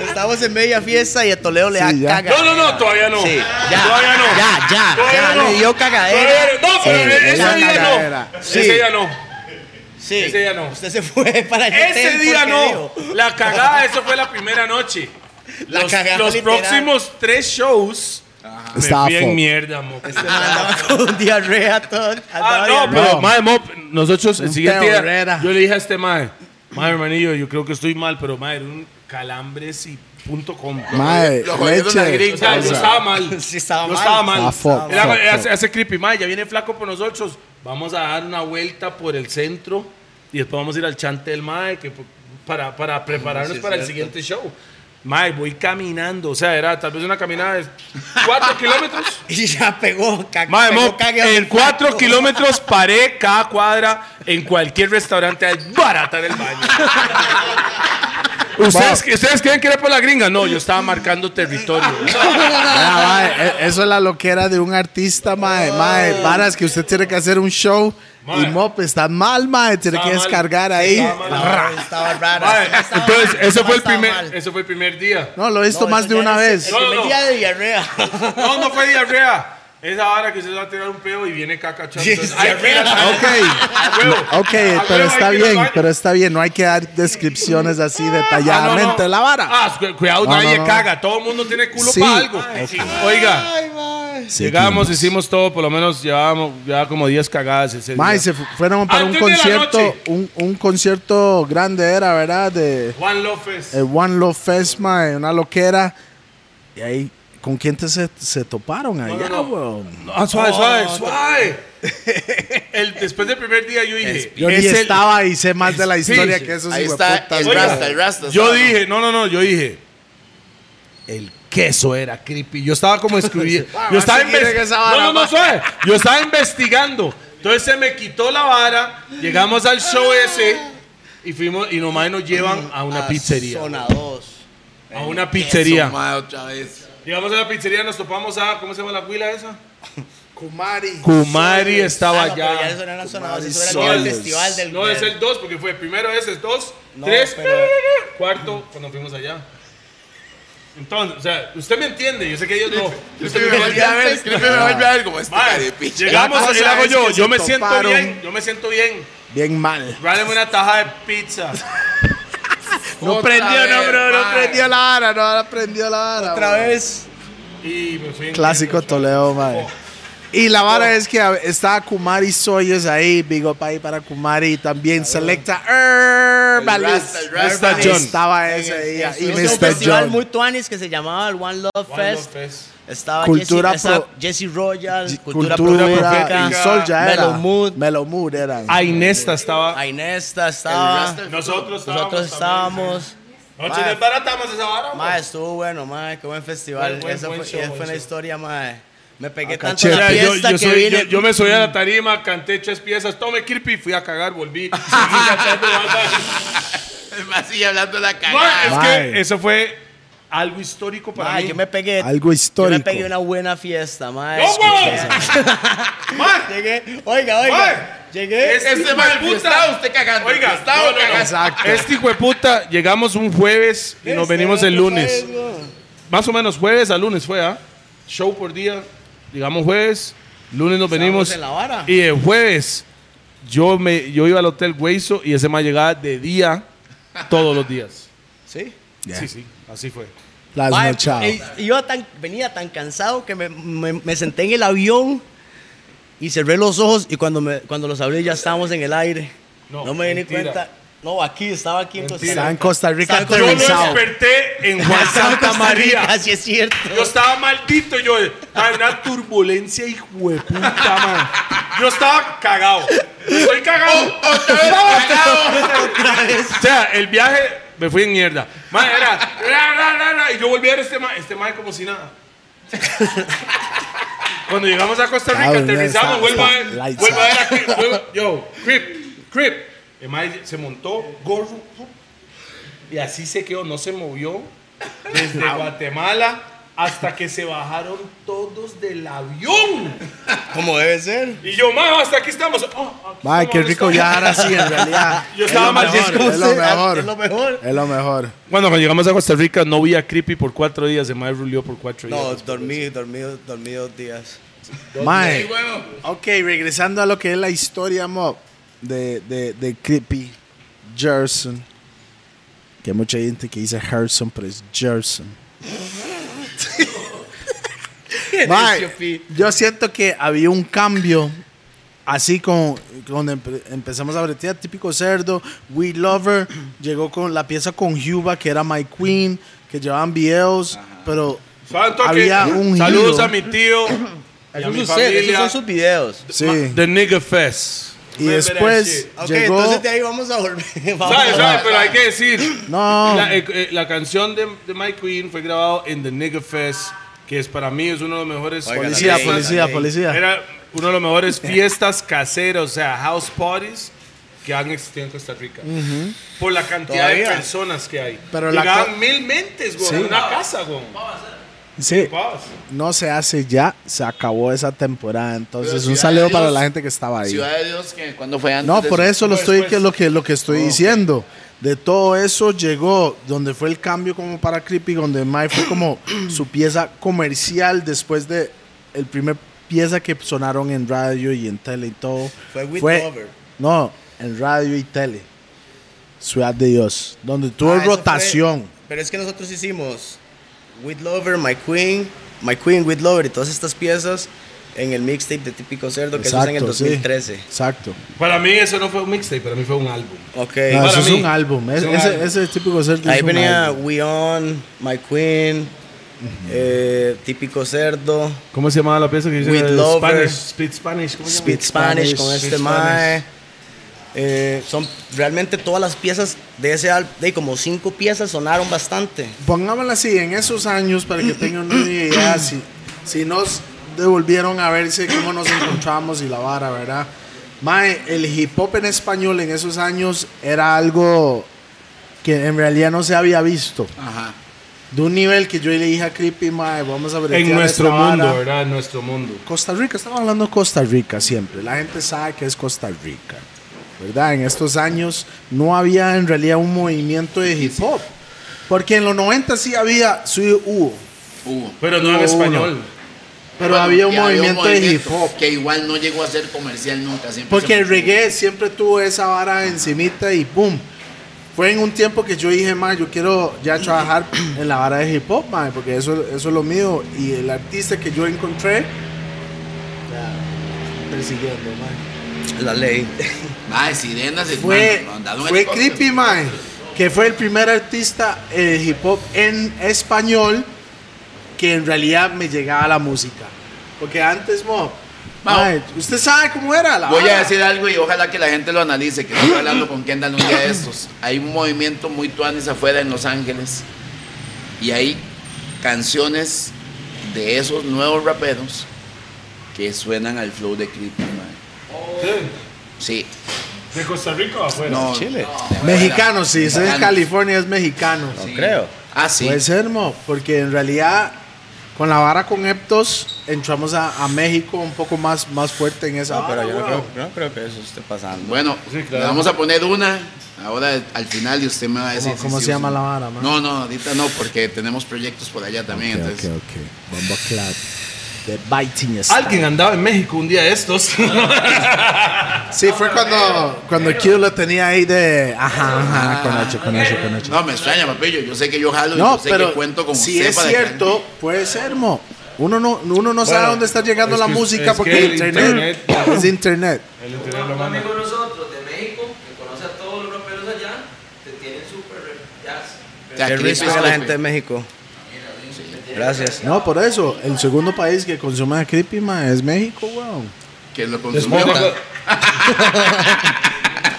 Estábamos en media fiesta y a Toledo le
Sí, ya.
da caga.
No, no, no, todavía no.
Sí, ya.
Todavía no.
Ya, ya,
Todavía
ya,
no.
le dio cagadera.
Todavía No, No, pero
Sí,
ese
ya
día
cagadera.
no.
Sí.
Ese día no.
Sí.
Ese día no.
Usted se fue para el
Ese
hotel
día
porque
no.
dijo,
La cagada, eso fue la primera noche.
La
los
cagada
los
literal.
próximos tres shows me
Estaba
fui en
fo-
mierda, mo.
Andaba con diarrea todo.
Ah,
andaba
no,
diarrea.
pero mae, Mop, nosotros el
Un
siguiente
teorera.
día, yo le dije a este mae, mae hermanillo, yo creo que estoy mal, pero mae, era un calambres y punto com.
Mae,
Lo jodieron al
Eh, leche.
gringo.
O sea, yo
o sea,
estaba mal.
sí estaba
yo
mal.
estaba mal.
Ah, fuck,
Era-
fuck,
hace,
fuck.
hace creepy, mae, ya viene flaco por nosotros. Vamos a dar una vuelta por el centro y después vamos a ir al chante del mae que po- para, para prepararnos para el siguiente show. Mae, voy caminando, o sea, era tal vez una caminada de 4 kilómetros.
Y ya pegó, caga,
Mae,
pegó
mo,
cague al
Ah, en cuatro
cuarto.
kilómetros paré cada cuadra en cualquier restaurante hay barata en el baño. ¿Ustedes, ¿Ustedes creen que era por la gringa? No, yo estaba marcando territorio.
Ah, mae, e- eso es la loquera de un artista, mae.
Ah.
Mae, varas que usted tiene que hacer un show y
Mae.
Mop está mal, mae. Tiene
Está
que
mal.
descargar
Sí,
ahí.
está mal.
La vara Estaba rara.
Mae,
Estaba mal,
Entonces, eso fue, el
estaba
primer,
mal.
eso fue el primer día.
No, lo he visto
No,
más
eso
de
ya
una
es el-
vez.
El primer
No, no.
día de diarrea.
No, no fue diarrea. Es ahora que se va a tirar un peo y viene caca chanta.
Sí,
Entonces, hay que ir a-
Ok,
a huevo.
ok,
A
pero
huevo,
está
hay que ir al
bien,
baño.
pero está bien. No hay que dar descripciones así
Ah, no, no.
detalladamente. La vara.
Ah, cu- cuidado,
No,
nadie
no, no.
caga. Todo el mundo tiene culo
Sí.
para algo.
Ay,
Oiga.
Sí,
Llegamos,
claro.
hicimos todo, por lo menos llevábamos ya como 10 cagadas ese
Mae,
día.
se fu- fueron para un
Antes de la
concierto,
noche.
un, un concierto grande era, ¿verdad? De
Juan López.
el One Love Fest, mae, una loquera. Y ahí, ¿con quién te se, se toparon allá,
no, no.
weón?
Ah, suave, suave, suave. El, después del primer día yo dije...
Yo ni
es el-
estaba y sé más de la historia que esos
Ahí está
hijueputas,
el
güey.
Rasta, el Rasta.
Yo
estaba.
dije, no, no, no, yo dije... El queso era creepy. Yo estaba como escribiendo...
Ah,
yo estaba investigando... No, no, no, suave. Yo estaba investigando. Entonces se me quitó la vara, llegamos al show ese y fuimos... Y nomás nos llevan a una pizzería.
Ah, Zona 2.
A una pizzería.
Tomada otra vez.
Llegamos a la pizzería, nos topamos a... ¿Cómo se llama la huila esa?
Kumari.
Kumari estaba
Ah, no, pero
ya.
ya eso no era Zona 2, eso era el día
Soles.
del festival del
No, es el 2, porque fue primero ese, es 2,
No,
3,
pero-
cuarto, cuando fuimos allá.
Entonces, o sea, usted me entiende, yo sé que ellos no.
Clipe me vuelve a ver, Clipe me vuelve a ver como este
Mae,
carepicha.
llegamos,
La cosa
y la hago
es
yo,
que
yo
se
me siento
toparon.
bien, yo me siento bien.
Bien mal.
Ráleme una taja de pizza.
No prendió, no, bro, no
Aprendió la vara, no aprendió la vara.
Otra
mae.
vez.
Y me fui en
Clásico Toledo, mae. Y la vara
Oh.
es que a- está Kumari Soyos ahí, Big Up ahí para Kumari. También Selecta Herbalist.
Ah, El Rasta, el Rasta.
Estaba ese ahí. Y
Hizo Este un
Mr.
festival
John.
muy tuanis que se llamaba el One Love Fest. Estaba
Cultura
Jesse, estaba
pro-
Jesse Royal,
Cultura,
Cultura, Profética,
y Soulja era.
Mellow Mood,
Melo Mood eran.
Ainesta estaba.
Ainesta estaba.
Nosotros estábamos.
Nosotros estábamos.
Noche desbaratamos esa vara.
Mae, estuvo bueno, mae, qué buen festival.
Buen- buen-
Esa
buen
fue,
show,
esa
buen
fue una
show.
historia, mae. Me pegué
Acá,
tanto en la
che,
yo,
fiesta
yo
que
soy-
vine.
yo- yo me subí a la tarima, canté tres piezas, tome kirpi, fui a cagar, volví. Seguí cantando,
Así hablando la
Ma,
cagada.
es
Mae.
que eso fue algo histórico para
Mae,
mí.
yo me pegué.
Algo
Yo me
histórico.
pegué una buena fiesta, mae.
¡No, huevón!
Mae, Llegué, oiga, oiga.
Mae.
Llegué.
Es-
Este mal puta, usted cagando.
Oiga,
Fiestado,
no, no, no.
cagando.
Exacto.
Este hijo de puta, llegamos un jueves y
Este
nos venimos el lunes. Más o menos jueves a lunes fue, ¿ah? Show por día. Llegamos jueves, lunes nos venimos.
en la vara.
Y el jueves yo me yo iba al hotel Hueso y ese más llegaba de día todos los días.
Sí.
Sí, sí, así fue.
Las
Mae,
nochadas.
eh, iba tan, venía tan cansado que me, me- me senté en el avión y cerré los ojos y cuando, me, cuando los abrí ya estábamos en el aire. No,
No,
me di ni
mentira.
cuenta. No, aquí, estaba aquí en Costa Rica.
Estaba en Costa Rica
Estaba en
Yo
Costa
lo
aterrizado.
desperté en Juan
Estaba en
Santa
Costa Rica,
María.
sí es cierto.
Yo estaba maldito, yo. estaba en Una turbulencia, hijo de puta, man. Yo estaba cagado. Estoy cagado.
Oh,
O sea, el viaje me fui en mierda.
Man, era. ra, ra, ra, ra, y yo volví a ver este man, este man como si nada. Cuando llegamos a Costa Rica,
Cabrón,
aterrizamos,
está-
vuelvo a
está
ver,
lights
vuelvo a ver
out.
a Crip. vuelvo- Yo, Crip, Crip. El man se montó, gorro. Y así se quedó, no se movió. Desde
Ah.
Guatemala hasta que se bajaron todos del avión.
Como debe ser.
Y yo, man, hasta aquí estamos. Oh, aquí
Mae,
estamos,
qué rico
estamos.
viajar así en realidad.
Yo estaba mal.
mejor, es lo mejor.
Es lo mejor.
Es lo mejor.
Bueno, cuando llegamos a Costa Rica no vi a Creepy por cuatro días, el más rulió por cuatro
No,
días.
dormí, dormí, dormí dos días.
Mae. Ok, regresando a lo que es la historia, Mob, de, de, de Creepy Jerson. Que hay mucha gente que dice Herson, pero es Jerson. Mae, yo siento que había un cambio así con cuando empe- empezamos a bretear, típico cerdo, We Lover, llegó con la pieza con Huba, que era My Queen, que llevaban videos, pero
Saben, toque.
había un
Saludos
giro.
a mi tío. y a
Esos
mi
son ustedes,
familia.
esos son sus videos.
Sí.
The Nigga Fest.
Y
Remember that
después
shit.
Ok,
llegó.
entonces de ahí vamos a volver. Vamos
¿Sabe,
a-
Ah, sabe? Pero hay que decir,
No.
La, eh, eh, la canción de, de My Queen fue grabado en The Nigga Fest, que es para mí es uno de los mejores
Oiga, la
Policía,
ley,
policía,
la ley.
policía.
Era uno de los mejores fiestas caseras, o sea, house parties que han existido en Costa Rica. Por la cantidad de
Todavía.
personas que hay.
Pero la
Llegaban
ca-
mil mentes, güey,
Sí.
en una casa, güey.
Sí,
Paz.
no se hace ya, se acabó esa temporada. Entonces,
Pero
un
Ciudad
saludo
de
para
Dios-
la gente que estaba ahí.
Ciudad de Dios, que cuando fue antes.
No,
de
por eso lo estoy,
después.
que es lo que, lo que estoy diciendo. De todo eso llegó donde fue el cambio como para Creepy, donde Mike fue como su pieza comercial después de el primer pieza que sonaron en radio y en tele y todo.
Fue With Lover.
No, en radio y tele. Ciudad de Dios, donde tuvo
Ah, eso fue-
rotación.
pero es que nosotros hicimos With Lover, My Queen, My Queen, With Lover y todas estas piezas en el mixtape de Típico Cerdo que eso es en el
Exacto, sí.
2013.
Exacto.
Para mí eso no fue un mixtape, para mí fue un álbum.
No,
Ok.
para
eso es
mí.
un álbum. Es-
Es un
ese,
álbum.
ese típico cerdo. es
Ahí
un
venía
álbum.
We On, My Queen, eh, Típico Cerdo,
¿Cómo se llamaba la pieza que
With Lover.
Spanish, Speed Spanish. ¿cómo se llama?
Speed Spanish con
Spanish,
este mae. Eh, son realmente todas las piezas de ese álbum, de como cinco piezas sonaron bastante.
Pongámosla así, en esos años, para que tengan una idea, si, si nos devolvieron a verse cómo nos encontramos y la vara, ¿verdad? Mae, el hip hop en español en esos años era algo que en realidad no se había visto.
Ajá.
De un nivel que yo le dije a Creepy, mae, vamos a ver
En nuestro mundo, ¿verdad? En nuestro mundo.
Costa Rica, estamos hablando de Costa Rica siempre. La gente sabe que es Costa Rica. ¿Verdad? En estos años no había en realidad un movimiento de hip hop. Porque en los 90 sí había, sí hubo,
Hubo.
Pero no en
No,
español.
pero
Bueno,
había un
y
movimiento de hip
movimiento
hop.
Que igual no llegó a ser comercial nunca. Siempre
Porque
se
el
mantuvo.
reggae siempre tuvo esa vara encimita y boom. Fue en un tiempo que yo dije, ma, yo quiero ya trabajar en la vara de hip hop, ma, porque eso, eso es lo mío. Y el artista que yo encontré, ya, persiguiendo, ma.
La ley.
Mae, sirenas. y-
Fue,
man, mandaron
fue
helicóptero.
Creepy, ma, que fue el primer artista eh, hip hop en español que en realidad me llegaba a la música. Porque antes, mo, ma, usted sabe cómo era la
Voy a
vara.
decir algo y ojalá que la gente lo analice, que estoy hablando con Kendall un día de estos. Hay un movimiento muy tuanis afuera en Los Ángeles y hay canciones de esos nuevos raperos que suenan al flow de Creepy, man. Sí.
¿De Costa Rica o afuera?
No,
Chile.
Mexicano, si es en
Mexicanos.
California es mexicano.
No creo.
Ah, sí.
Puede ser, mo, porque en realidad con la vara con Eptos entramos a, a México un poco más, más fuerte en esa.
No, pero
vara,
yo no
weón.
creo, yo no creo que eso esté pasando.
Bueno, le vamos a poner una ahora al final y usted me va a decir.
¿Cómo,
si
cómo
sí
se
o
llama
si
la
no.
vara, man?
No, no, ahorita no, porque tenemos proyectos por allá también. entonces.
Bomba clap. The biting is-
Alguien andaba en México un día de estos.
Sí, fue cuando, cuando Q lo tenía ahí de. Ajá,
Ah,
ajá, con H, con H, con H.
No, me extraña, papillo. Yo sé que yo jalo y
No,
yo sé
pero
que cuento con
si
usted
es
para que-
cierto, puede ser, mo. Uno no, uno no sabe
Bueno,
dónde está llegando
es
la
que-
música
es
porque
que el
internet,
internet-
es internet.
El
Un
interior lo
un
manda.
amigo de nosotros de México, que conoce a todos los raperos allá, te tienen súper re- jazz.
O sea,
Qué
Creepy
rico a
Soda,
la gente de México. Gracias.
No, por eso, el segundo país que consume a Creepy, man, es México, weón.
que lo
Pues
consumió.
Después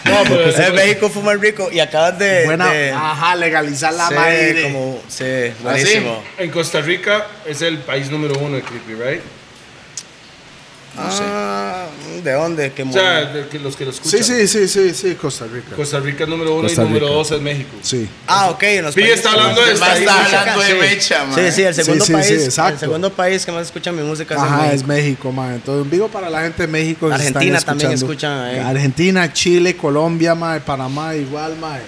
No, pero es-
En México fuma rico y acabas de.
Buena,
de-
ajá, legalizar la
sí,
madre.
como- sí, buenísimo.
en Costa Rica es el país número uno de creepy, right?
No sé.
Ah, ¿De dónde? ¿Qué
O sea,
mundo?
de que los que lo escuchan.
Sí, sí, sí, sí, sí, Costa Rica.
Costa Rica es número uno
Costa
y número
Rica.
dos es México.
Sí.
Ah, ok. En los
Big
países-
está hablando de
Además, está
estadística.
hablando de mecha, man.
Sí, sí, el
Sí,
segundo
sí, sí,
país.
exacto.
El segundo país que más escucha mi música es, en
Ajá, es
México.
México, man. Entonces, un vivo para la gente de México. que están
Argentina también
escuchando.
escuchan, eh.
Argentina, Chile, Colombia, man. Panamá, igual, man.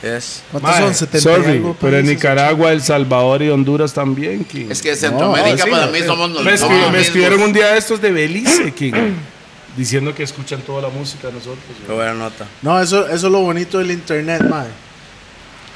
Yes.
¿Cuántos
Mae,
son? 70 y
Sorry,
algo
pero en
países?
Nicaragua, El Salvador y Honduras también, King.
Es que Centroamérica
sí,
para
no,
mí
sí.
somos
me,
nosotros.
escri- me escribieron un día de estos de Belice, King. Diciendo que escuchan toda la música de nosotros.
Qué buena nota.
No, eso, eso es lo bonito del internet, man.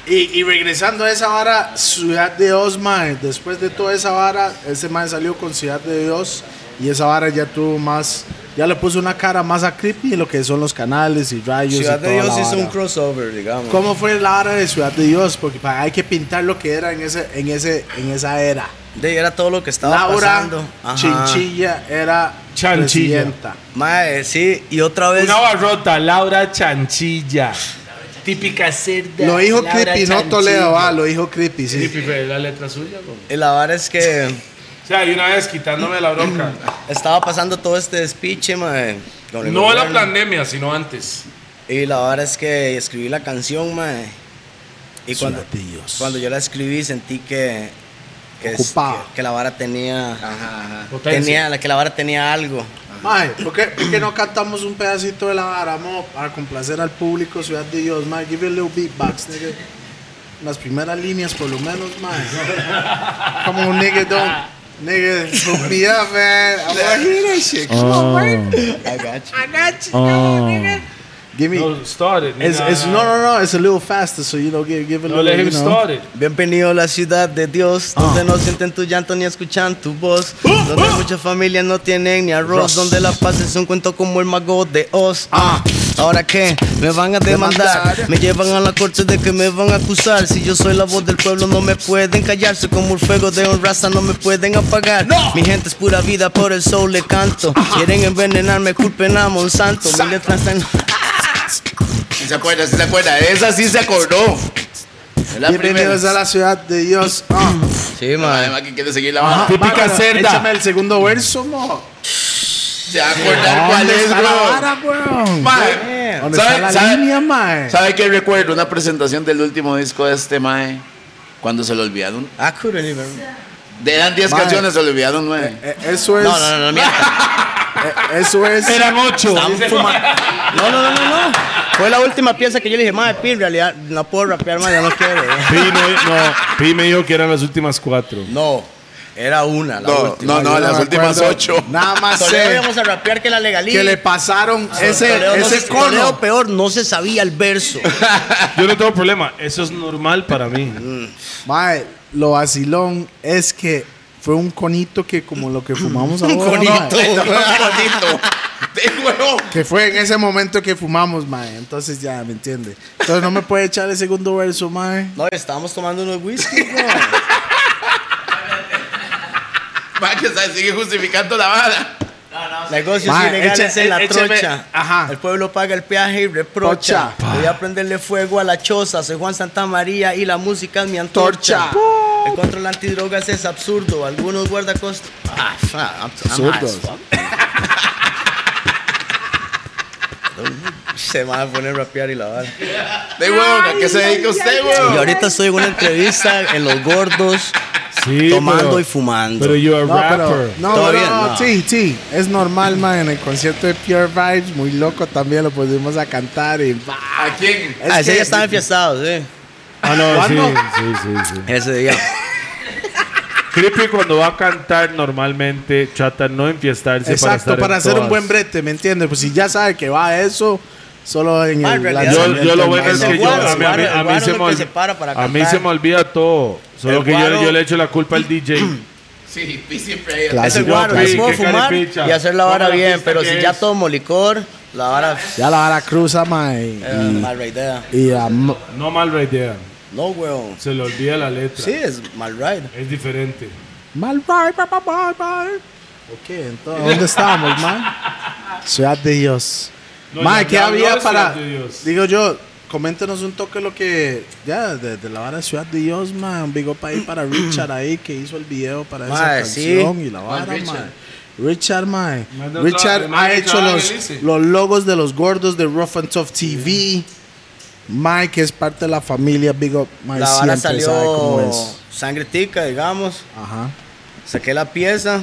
Y, y regresando a esa vara, Ciudad de Dios, man. Después de toda esa vara, ese man salió con Ciudad de Dios. Y esa vara ya tuvo más. Ya le puso una cara más a creepy en lo que son los canales y rayos. y
Ciudad de
toda la
Dios hizo
vara.
un crossover, digamos.
¿Cómo fue la vara de Ciudad de Dios? Porque pa- hay que pintar lo que era en, ese, en, ese, en esa era.
De era todo lo que estaba
Laura
pasando. Ajá.
Chinchilla era
Chanchilla.
presidenta.
Mae, sí, y otra vez.
Una barrota, Laura Chanchilla.
Típica cerda.
Lo dijo
Laura
creepy, no
Chanchilla.
Toledo. Ah, lo dijo creepy, sí.
Creepy, pero es la letra suya, bro.
y la vara es que
O sea, y una vez quitándome la bronca.
estaba pasando todo este despiche, mae. con el
no la
gobierno.
pandemia, sino antes.
Y la vara es que escribí la canción, mae. Y cuando, cuando yo la escribí sentí que. Que, es-
Ocupado.
que- que la vara tenía.
Ajá, ajá.
Potencia.
tenía la, que la vara tenía algo.
Mae, ¿por qué, por qué no cantamos un pedacito de la vara, mo? Para complacer al público, Ciudad de Dios, mae. Give it a little beatbox, nigga. Las primeras líneas, por lo menos, mae. Como un nigga, don't. Nigga, hook me up, man. I wanna hear that shit. Come on, man.
I got you.
Give me.
No, started.
It's, it's, no, no, no. It's a little faster, so you know, give, give it a
No
little.
let him
you know.
start it.
Bienvenido a la ciudad de Dios, donde no sienten tu llanto ni escuchan tu voz, donde muchas familias no tienen ni arroz, donde la paz es un cuento como el mago de Oz. Ah, ahora qué, me van a demandar, me llevan a la corte de que me van a acusar. Si yo soy la voz del pueblo no me pueden callar, soy como el fuego de un raza no me pueden apagar. Mi gente es pura vida, por el sol le canto. Quieren envenenarme, culpen a Monsanto. Mi letra está en-
Sí se acuerda, sí se acuerda. Esa sí se acordó. Es la primera.
Bienvenidos a la Ciudad de Dios. Ah.
Sí, man.
Además que quiere seguir la banda.
Típica
Bárbara,
cerda.
Échame el segundo verso, mo.
Se va a acordar cuál
¿Dónde
es,
está la
bro.
vara, weón?
Mae,
¿Dónde
¿sabe-
está la
sabe-
línea, mae?
¿Sabe qué recuerdo? Una presentación del último disco de este Mae. Cuando se lo olvidaron.
I couldn't even-
De eran 10
Mae.
canciones, se le olvidaron 9.
Eh, Eso es.
No, no, no, no, mierda.
Eh, Eso es.
Eran ocho.
Estaban fuma- No, no, no, no, no. Fue la última pieza que yo le dije, madre, pi, en realidad no puedo rapear más, ya no quiero.
Pi, no, no, Pi me dijo que eran las últimas cuatro.
No, era una, la
No,
última.
no, no,
yo
las
me
últimas
acuerdo.
ocho.
Nada más
Toreo
sé
íbamos a rapear que la legalía.
que le pasaron
Toreo
ese,
no
ese
se- Toreo
cono.
peor, no se sabía el verso.
Yo no tengo problema. Eso es normal para mí.
Mae, lo vacilón es que fue un conito que como lo que fumamos ahora. mae.
bonito. De huevo.
Que fue en ese momento que fumamos, mae. Entonces ya, ¿me entiende? Entonces no me puede echar el segundo verso, mae.
No, estábamos tomando unos whisky, bro.
Más que se sigue justificando la bala.
Negocios
Ma,
ilegales
eche- eh,
en la
écheme-
trocha.
ajá.
El pueblo paga el peaje y reprocha.
Trocha.
Voy a prenderle fuego a la choza. Soy Juan Santa María y la música es mi antorcha.
Torcha.
El control antidrogas es absurdo. Algunos guardacostas. Ah, fa- I'm- I'm high as
Absurdos.
fuck. Se me va a poner a rapear y la vara.
De huevo, ¿a qué se dedica usted,
Y
huevo?
ahorita estoy en una entrevista en Los Gordos,
Sí,
tomando
pero-
y fumando.
Pero you are
No, pero,
rapper.
no,
Todo
no,
bien,
no,
no.
sí, sí, es normal, mae. En el concierto de Pure Vibes, muy loco también lo pusimos a cantar y
¿A quién?
Ah, ese
que-
día estaban enfiestados, sí.
Ah, no, sí,
¿Cuándo?
sí, sí, sí.
Ese día.
Creepy cuando va a cantar normalmente trata no enfiestarse
Exacto,
estar
para
en
hacer un
todas.
buen brete, ¿me entiendes? Pues si ya sabe que va a eso, solo en
Ah,
el
en realidad-
Yo,
lanzamiento,
yo lo
el
bueno
mae,
es
no
que yo,
puede
guaro,
a
hacer.
mí, a mí-
el
a mí
guaro es
se,
el
me,
que
ol-
se para para
a mí
cantar.
se me olvida todo. Solo
El
que yo,
guaro-
yo le echo la culpa al DJ.
Sí, Pi siempre ahí.
Claro.
Ese
Así,
guaro,
guapi,
yo puedo
qué
fumar
carepicha.
y hacer la vara
Toma la
bien,
pista
pero
que
si ya
es. Ah.
tomo licor, la vara
Ya la vara cruza, mae.
es
y-
mala idea.
Y la mo-
No mal idea.
No, weón.
Se le olvida la letra.
Sí, es mal ride.
Es diferente.
Mal bye, bye, bye, bye, bye. Ok, entonces, ¿dónde estábamos, man? Ciudad de Dios.
No,
man,
ya-
¿qué
ya
había
habló de
para...?
Ciudad de Dios.
Digo yo, coméntenos un toque lo que... Ya, de, de la vara de Ciudad de Dios, man. Un bigo para ahí para Richard ahí, que hizo el video para esa
Mae, sí.
canción y la vara, man.
Richard.
Richard, man.
Manda otra-
Richard
manda
ha
otra
hecho
vara que
los,
dice.
los logos de los gordos de Rough and Tough TV. Mike es parte de la familia Big Up. Mae,
La vara
siempre sabe cómo
salió
es.
sangre tica, digamos.
Ajá.
Saqué la pieza.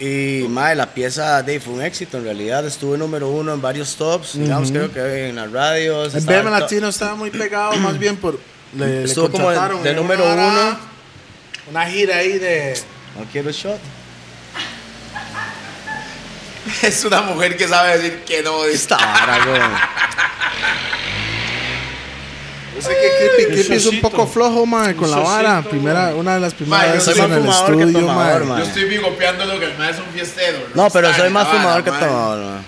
Y madre, la pieza de, fue un éxito en realidad. Estuve número uno en varios tops. Digamos, creo que en las radios.
En
estaba
BM
to-
Latino estaba muy pegado, más bien por. Le, le
Estuvo como
contrataron
de
en
número
una vara,
uno.
Una gira ahí de.
No quiero shot.
Es una mujer que sabe decir que no. dice.
Esta vara, weón.
Yo sé que Creepy Creepy es un
shotcito.
poco flojo, man, con la vara. Primera, una de las
Ma,
primeras
yo
veces
soy
en
más
el
fumador que
estudio, man.
tomador,
Yo
man.
estoy bigopeando lo que el maestro es un fiestero.
No, pero soy más
rockstar,
fumador que
ma.
tomador, man.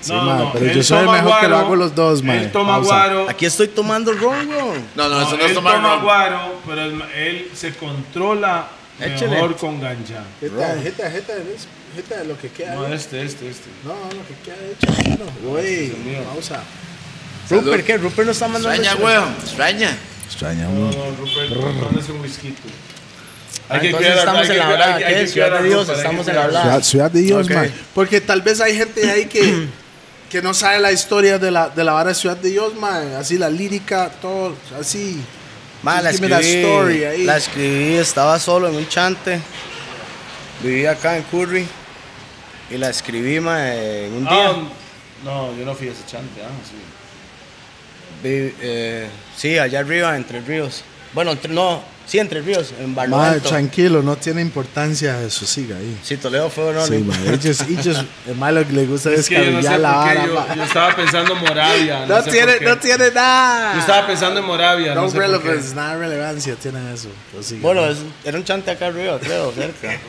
Sí,
No,
man,
no,
pero
él
yo soy el
toma
mejor que lo
guaro,
hago los dos, man.
Él toma
Pausa.
guaro.
Aquí estoy tomando ron, weón.
No, no, eso no,
él
es tomar
toma
ron.
guaro, pero él, él se controla
Échale.
mejor con gancha.
Jeta, jeta, jeta, ves, jeta, lo que queda.
No,
ahí.
este, este, este.
No, lo que queda hecho. No, güey, pausa.
Salud.
Rupert, ¿qué? Rupert no está mandando.
Extraña,
shot.
weón. Extraña.
Extraña,
No, no, Rupert, tómese un whisky.
Ah, entonces estamos en la hora, ¿qué? Ciudad de Dios, estamos en la hora.
Ciudad, Ciudad de Dios,
Ok.
man. Porque tal vez hay gente ahí que, que no sabe la historia de la, de la vara de Ciudad de Dios, man. Así la lírica, todo, así.
Ma, la
Just give me that
escribí,
story ahí.
la escribí, estaba solo en un chante. Vivía acá en Curry. Y la escribí, ma, en un día.
Ah, mm, no, yo no fui a ese chante. Ah, sí.
Vi- eh, sí, allá arriba, entre ríos. Bueno, entre- no, sí, entre ríos, en Barrio
Ma,
Alto.
tranquilo, no tiene importancia eso, siga ahí.
Sí, Toledo fue no,
Sí,
no-
man. Ellos, ellos, el malo que le gusta
Es que yo no sé
descabellar la
por
vara.
qué
ma.
yo, yo estaba pensando en Moravia. No,
No,
sé
tiene,
por qué.
no tiene nada.
Yo estaba pensando en Moravia. No,
no
sé por qué.
relevance, nada de relevancia tiene eso. Pero siga,
Bueno,
ma.
es- era un chante acá arriba, creo, cerca.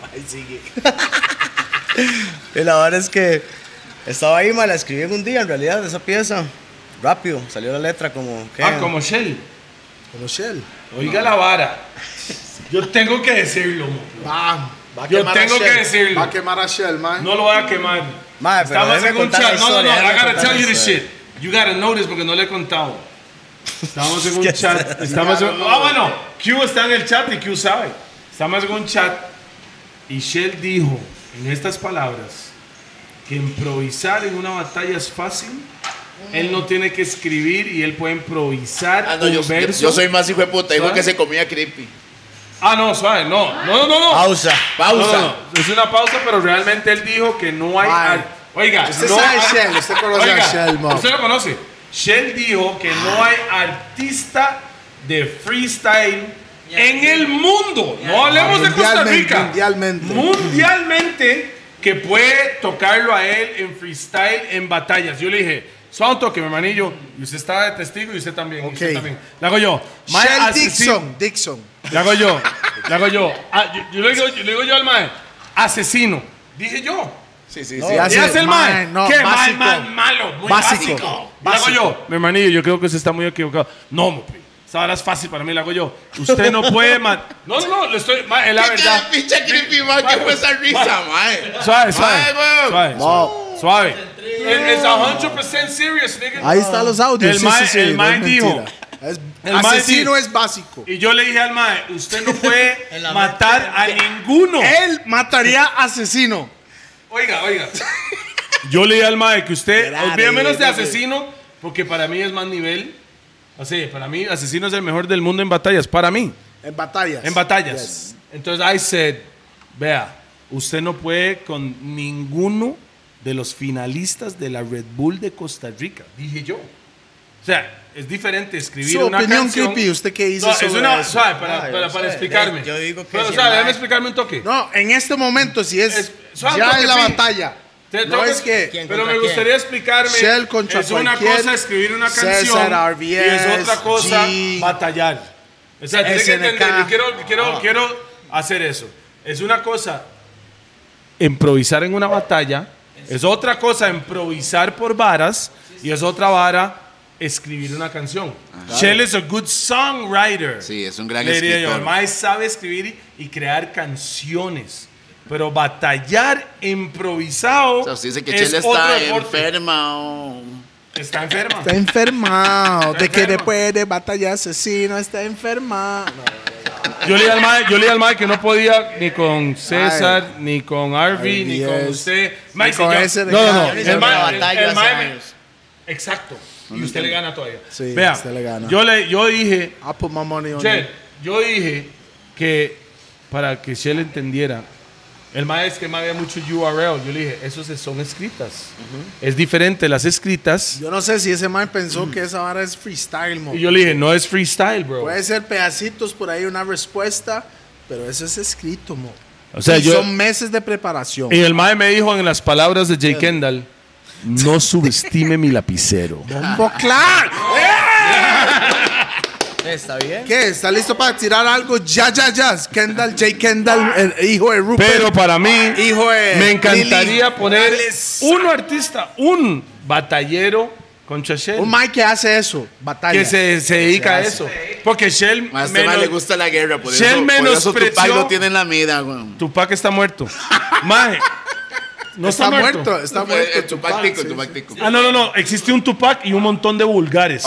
y la verdad es que estaba ahí, ma, la escribí en un día, en realidad, esa pieza. Rápido, salió la letra como... ¿qué?
Ah, como Shell.
Como Shell.
Oiga la vara. Yo tengo que decirlo. mo.
Va, va a
Yo
quemar a
tengo que
Shell.
decirlo.
Va a quemar a Shell, man.
No lo voy a quemar.
Mae, pero
Estamos
déjeme
en un
contar la
chat. No, no, no.
historia,
I
déjeme
gotta
contar
tell
la
you this
historia.
shit. You gotta know this porque no le he contado. Estamos en un chat. Estamos en-
no.
Ah, bueno. Q está en el chat y Q sabe. Estamos en un chat y Shell dijo en estas palabras que improvisar en una batalla es fácil. Él no tiene que escribir y él puede improvisar
Ah, no,
un
yo,
verso.
yo soy más hijo de puta. Dijo
¿Sabe?
que se comía creepy.
Ah, no, suave, no. No, no, no. no.
Pausa.
Pausa.
No, no, no. Es una pausa, pero realmente él dijo que no hay.
Ay.
Oiga,
Usted
no
sabe
hay-
Shell, usted conoce a
Oiga,
Shell, mo.
Usted lo conoce. Shell dijo que no hay artista de freestyle en el mundo. No hablemos de Costa
Mundialmente,
Rica.
mundialmente.
Mundialmente que puede tocarlo a él en freestyle, en batallas. Yo le dije, son toque, mi hermanillo. Y usted estaba de testigo y usted también. y usted
Ok.
también. Le hago yo. Mae
Shell
asesino.
Dixon, Dixon.
Le hago yo, le hago yo. Ah, yo, yo le digo, yo le digo yo al mae, asesino. Dije yo.
Sí, sí,
No,
sí.
ya
¿Qué
sé,
hace el mae?
mae, no,
¿Qué? Mae,
básico.
mae, malo, muy
Básico,
básico. Le hago yo, mi hermanillo, yo creo que usted está muy equivocado. No, mi pri, esa vara es fácil para mí, le hago yo. Usted no puede, man. No, no, no, le estoy, mae, es la verdad.
Pinche creepy, man, ¿Qué fue esa risa, mae?
Suave, suave.
Mae, weón.
Suave,
Wow.
suave. suave. It- It's 100% serious, nigga.
Ahí están los audios.
El
sí,
mae-
sí, sí,
el
no es
mae dijo-
mentira. Es-
el mae
asesino
dijo-
es básico.
Y yo le dije al mae, usted no puede
En la
matar a ninguno.
Él mataría a asesino.
Oiga, oiga. Yo leí al mae que usted,
Grave,
olvide Eh, menos de
grave.
asesino, porque para mí es más nivel. Así, para mí, asesino es el mejor del mundo en batallas. Para mí,
En batallas.
en batallas. Entonces, I said, vea, usted no puede con ninguno de los finalistas de la Red Bull de Costa Rica, dije yo. O sea, es diferente escribir
Su
una
opinión,
canción.
creepy, ¿usted qué dice
No, es
sobre
una,
eso?
suave, para,
Ah, yo
para-
sé.
para explicarme.
Yo digo que
Pero,
si el
suave,
mae-
déjame explicarme un toque.
No, en este momento, si es,
Es- suave,
ya
porque
en la
sí.
batalla.
Te-
No
tengo
es que.
¿Quién
Pero
contra
me
quién?
gustaría explicarme.
Shell contra
es una
cualquier
cosa escribir una
César,
canción y es
RBS,
otra cosa
G.
batallar. O sea, tienes que
SNK.
entender. Yo quiero,
Ah.
quiero, quiero hacer eso. Es una cosa improvisar en una batalla. Es otra cosa improvisar por varas y es otra vara escribir una canción. Shell is a good songwriter.
Ah. Sí, es un gran
Le diría yo,
escritor.
el mae sabe escribir y, y crear canciones. Pero batallar improvisado.
O sea, usted dice que
es
Chela
otro
está
deporte.
enferma o...
Está enferma.
Está enfermado. de que
enfermo.
después de batalla asesino está enfermado.
Yo le dije al mae, yo le dije al mae que no podía ni con César, ni con Harvey, ni
Yes.
con usted. Mae,
Ni con
yo-
ese de
no, no, no.
acá.
Yo
El
hice una
mae-
batalla
el
hace
mae me-
este
años.
Exacto. Y usted le gana todavía.
Sí,
Vea,
usted le gana.
Yo le, yo dije,
I put my money on
Shell,
it.
yo dije que para que Shell entendiera, el mae es que me había mucho URL. Yo le dije, esos son escritas. Es diferente las escritas.
Yo no sé si ese man pensó que esa vara es freestyle, mo.
Y yo le dije, no es freestyle, bro.
Puede ser pedacitos por ahí, una respuesta, pero eso es escrito, mo.
o sea,
Y
yo.
Son meses de preparación.
Y el mae me dijo en las palabras de Jay Kendall, no subestime mi lapicero.
¡Bombo clar!
Está bien.
¿Qué? ¿Está listo para tirar algo? Ya, ya, ya. Kendall, J. Kendall, el hijo de Rupert.
Pero para mí,
hijo de
me encantaría
Lili
poner
Morales.
un artista, un batallero contra Shell.
Un Mike que hace eso, batalla.
que se, se dedica a eso. Porque Shell,
A este mae
menos-
le gusta la guerra, por eso,
Shell
por eso tu
menospreció-
pai lo tiene en la mira, weón.
Tupac está muerto. mae, no está,
está,
muerto.
muerto. está muerto.
Eh, Tupac tico, Tupac tico.
Ah, no, no, no. Existe un Tupac y un montón de vulgares.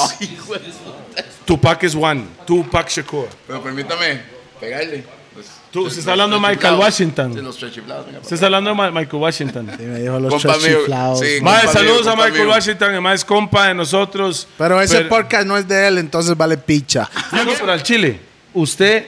Tupac es one. Tupac Shakur.
Pero permítame pegarle. Pues,
Tú, se está hablando de Michael Washington.
De los trechiflados, venga,
Se está hablando de Ma- Michael Washington.
Sí, me dijo los
Compa
chos
mío,
chiflados,
sí.
man.
Mae,
Compa
saludos
mío,
a
compa
Michael
mío.
Washington, el mae es compa de nosotros.
Pero ese
Pero-
podcast no es de él, entonces vale picha.
No, no, pero al Chile, usted,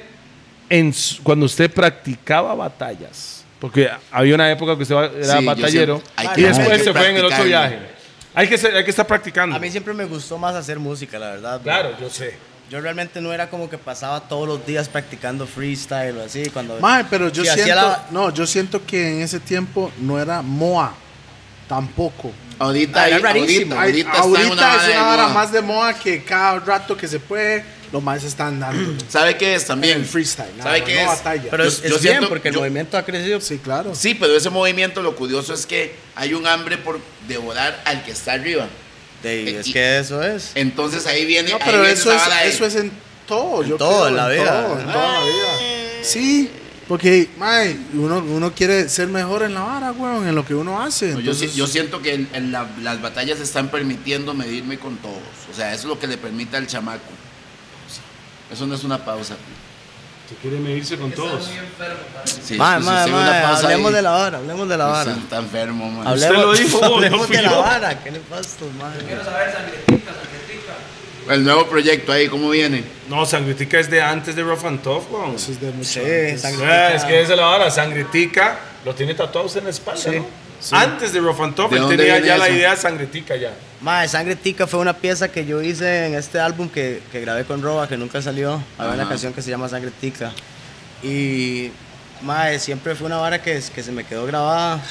en su- cuando usted practicaba batallas, porque había una época que usted va- era
Sí, yo
batallero
siempre- hay
y
que- hay
después
que
se fue en el otro
practicar,
viaje. Hay que, ser- hay que estar practicando.
A mí siempre me gustó más hacer música, la verdad.
Claro, yo sé.
Yo realmente no era como que pasaba todos los días practicando freestyle o así. Cuando,
Mae, pero yo
Sí, hacía
siento,
la-
no, yo siento que en ese tiempo no era Moa, tampoco.
Ahorita,
Ah,
ahí-
era
ahorita,
rarísimo.
ahorita,
Ahorita,
está en una
es
vara de
una hora
moda.
más de Moa que cada rato que se puede, los más están dando.
¿Sabe qué es también?
el freestyle, nada,
¿Sabe qué
no
es?
batalla.
pero
Yo-
es,
yo
es
siento-
bien porque
yo-
el movimiento ha crecido.
Sí, claro.
Sí, pero ese movimiento, lo curioso es que hay un hambre por devorar al que está arriba.
De-
Eh,
es
y-
que eso es.
Entonces ahí viene,
No,
ahí
pero
viene
eso
esa
es,
vara de-
eso es en todo, yo
todo,
creo,
en la vida.
todo, en toda la
Ah.
vida. Sí, porque mae, uno, uno quiere ser mejor en la vara, weón, en lo que uno hace.
No, yo, si-
entonces-
yo siento que el- el- la- las batallas están permitiendo medirme con todos. O sea, eso es lo que le permite al chamaco. Eso no es una pausa.
Se quiere medirse con todos.
Sí,
Mae,
Pues sí, sí,
mae,
sí, una
mae,
pausa
hablemos
ahí.
de la vara, hablemos de la
No
vara.
sean tan enfermo, man.
Hablemos,
lo dijo, no
hablemos
fui
de la
yo.
vara, ¿qué le pasa, madre?
Quiero saber, sangretica, sangretica.
El nuevo proyecto ahí, ¿cómo viene?
No, Sangritica es de antes de Rough and Tough, weón.
Eso es de mucho
Sí,
antes.
Ah,
sangritica.
es que esa es la vara, Sangritica lo tiene tatuado usted en la espalda, ¿no? Antes de Rough and Tough,
¿De
él
dónde
tenía
viene
ya la
eso?
idea de Sangritica ya.
Mae, Sangre Tica fue una pieza que yo hice en este álbum que, que grabé con Roba, que nunca salió. Había una
Ajá.
canción que se llama Sangre Tica. Y, mae, siempre fue una vara que, que se me quedó grabada.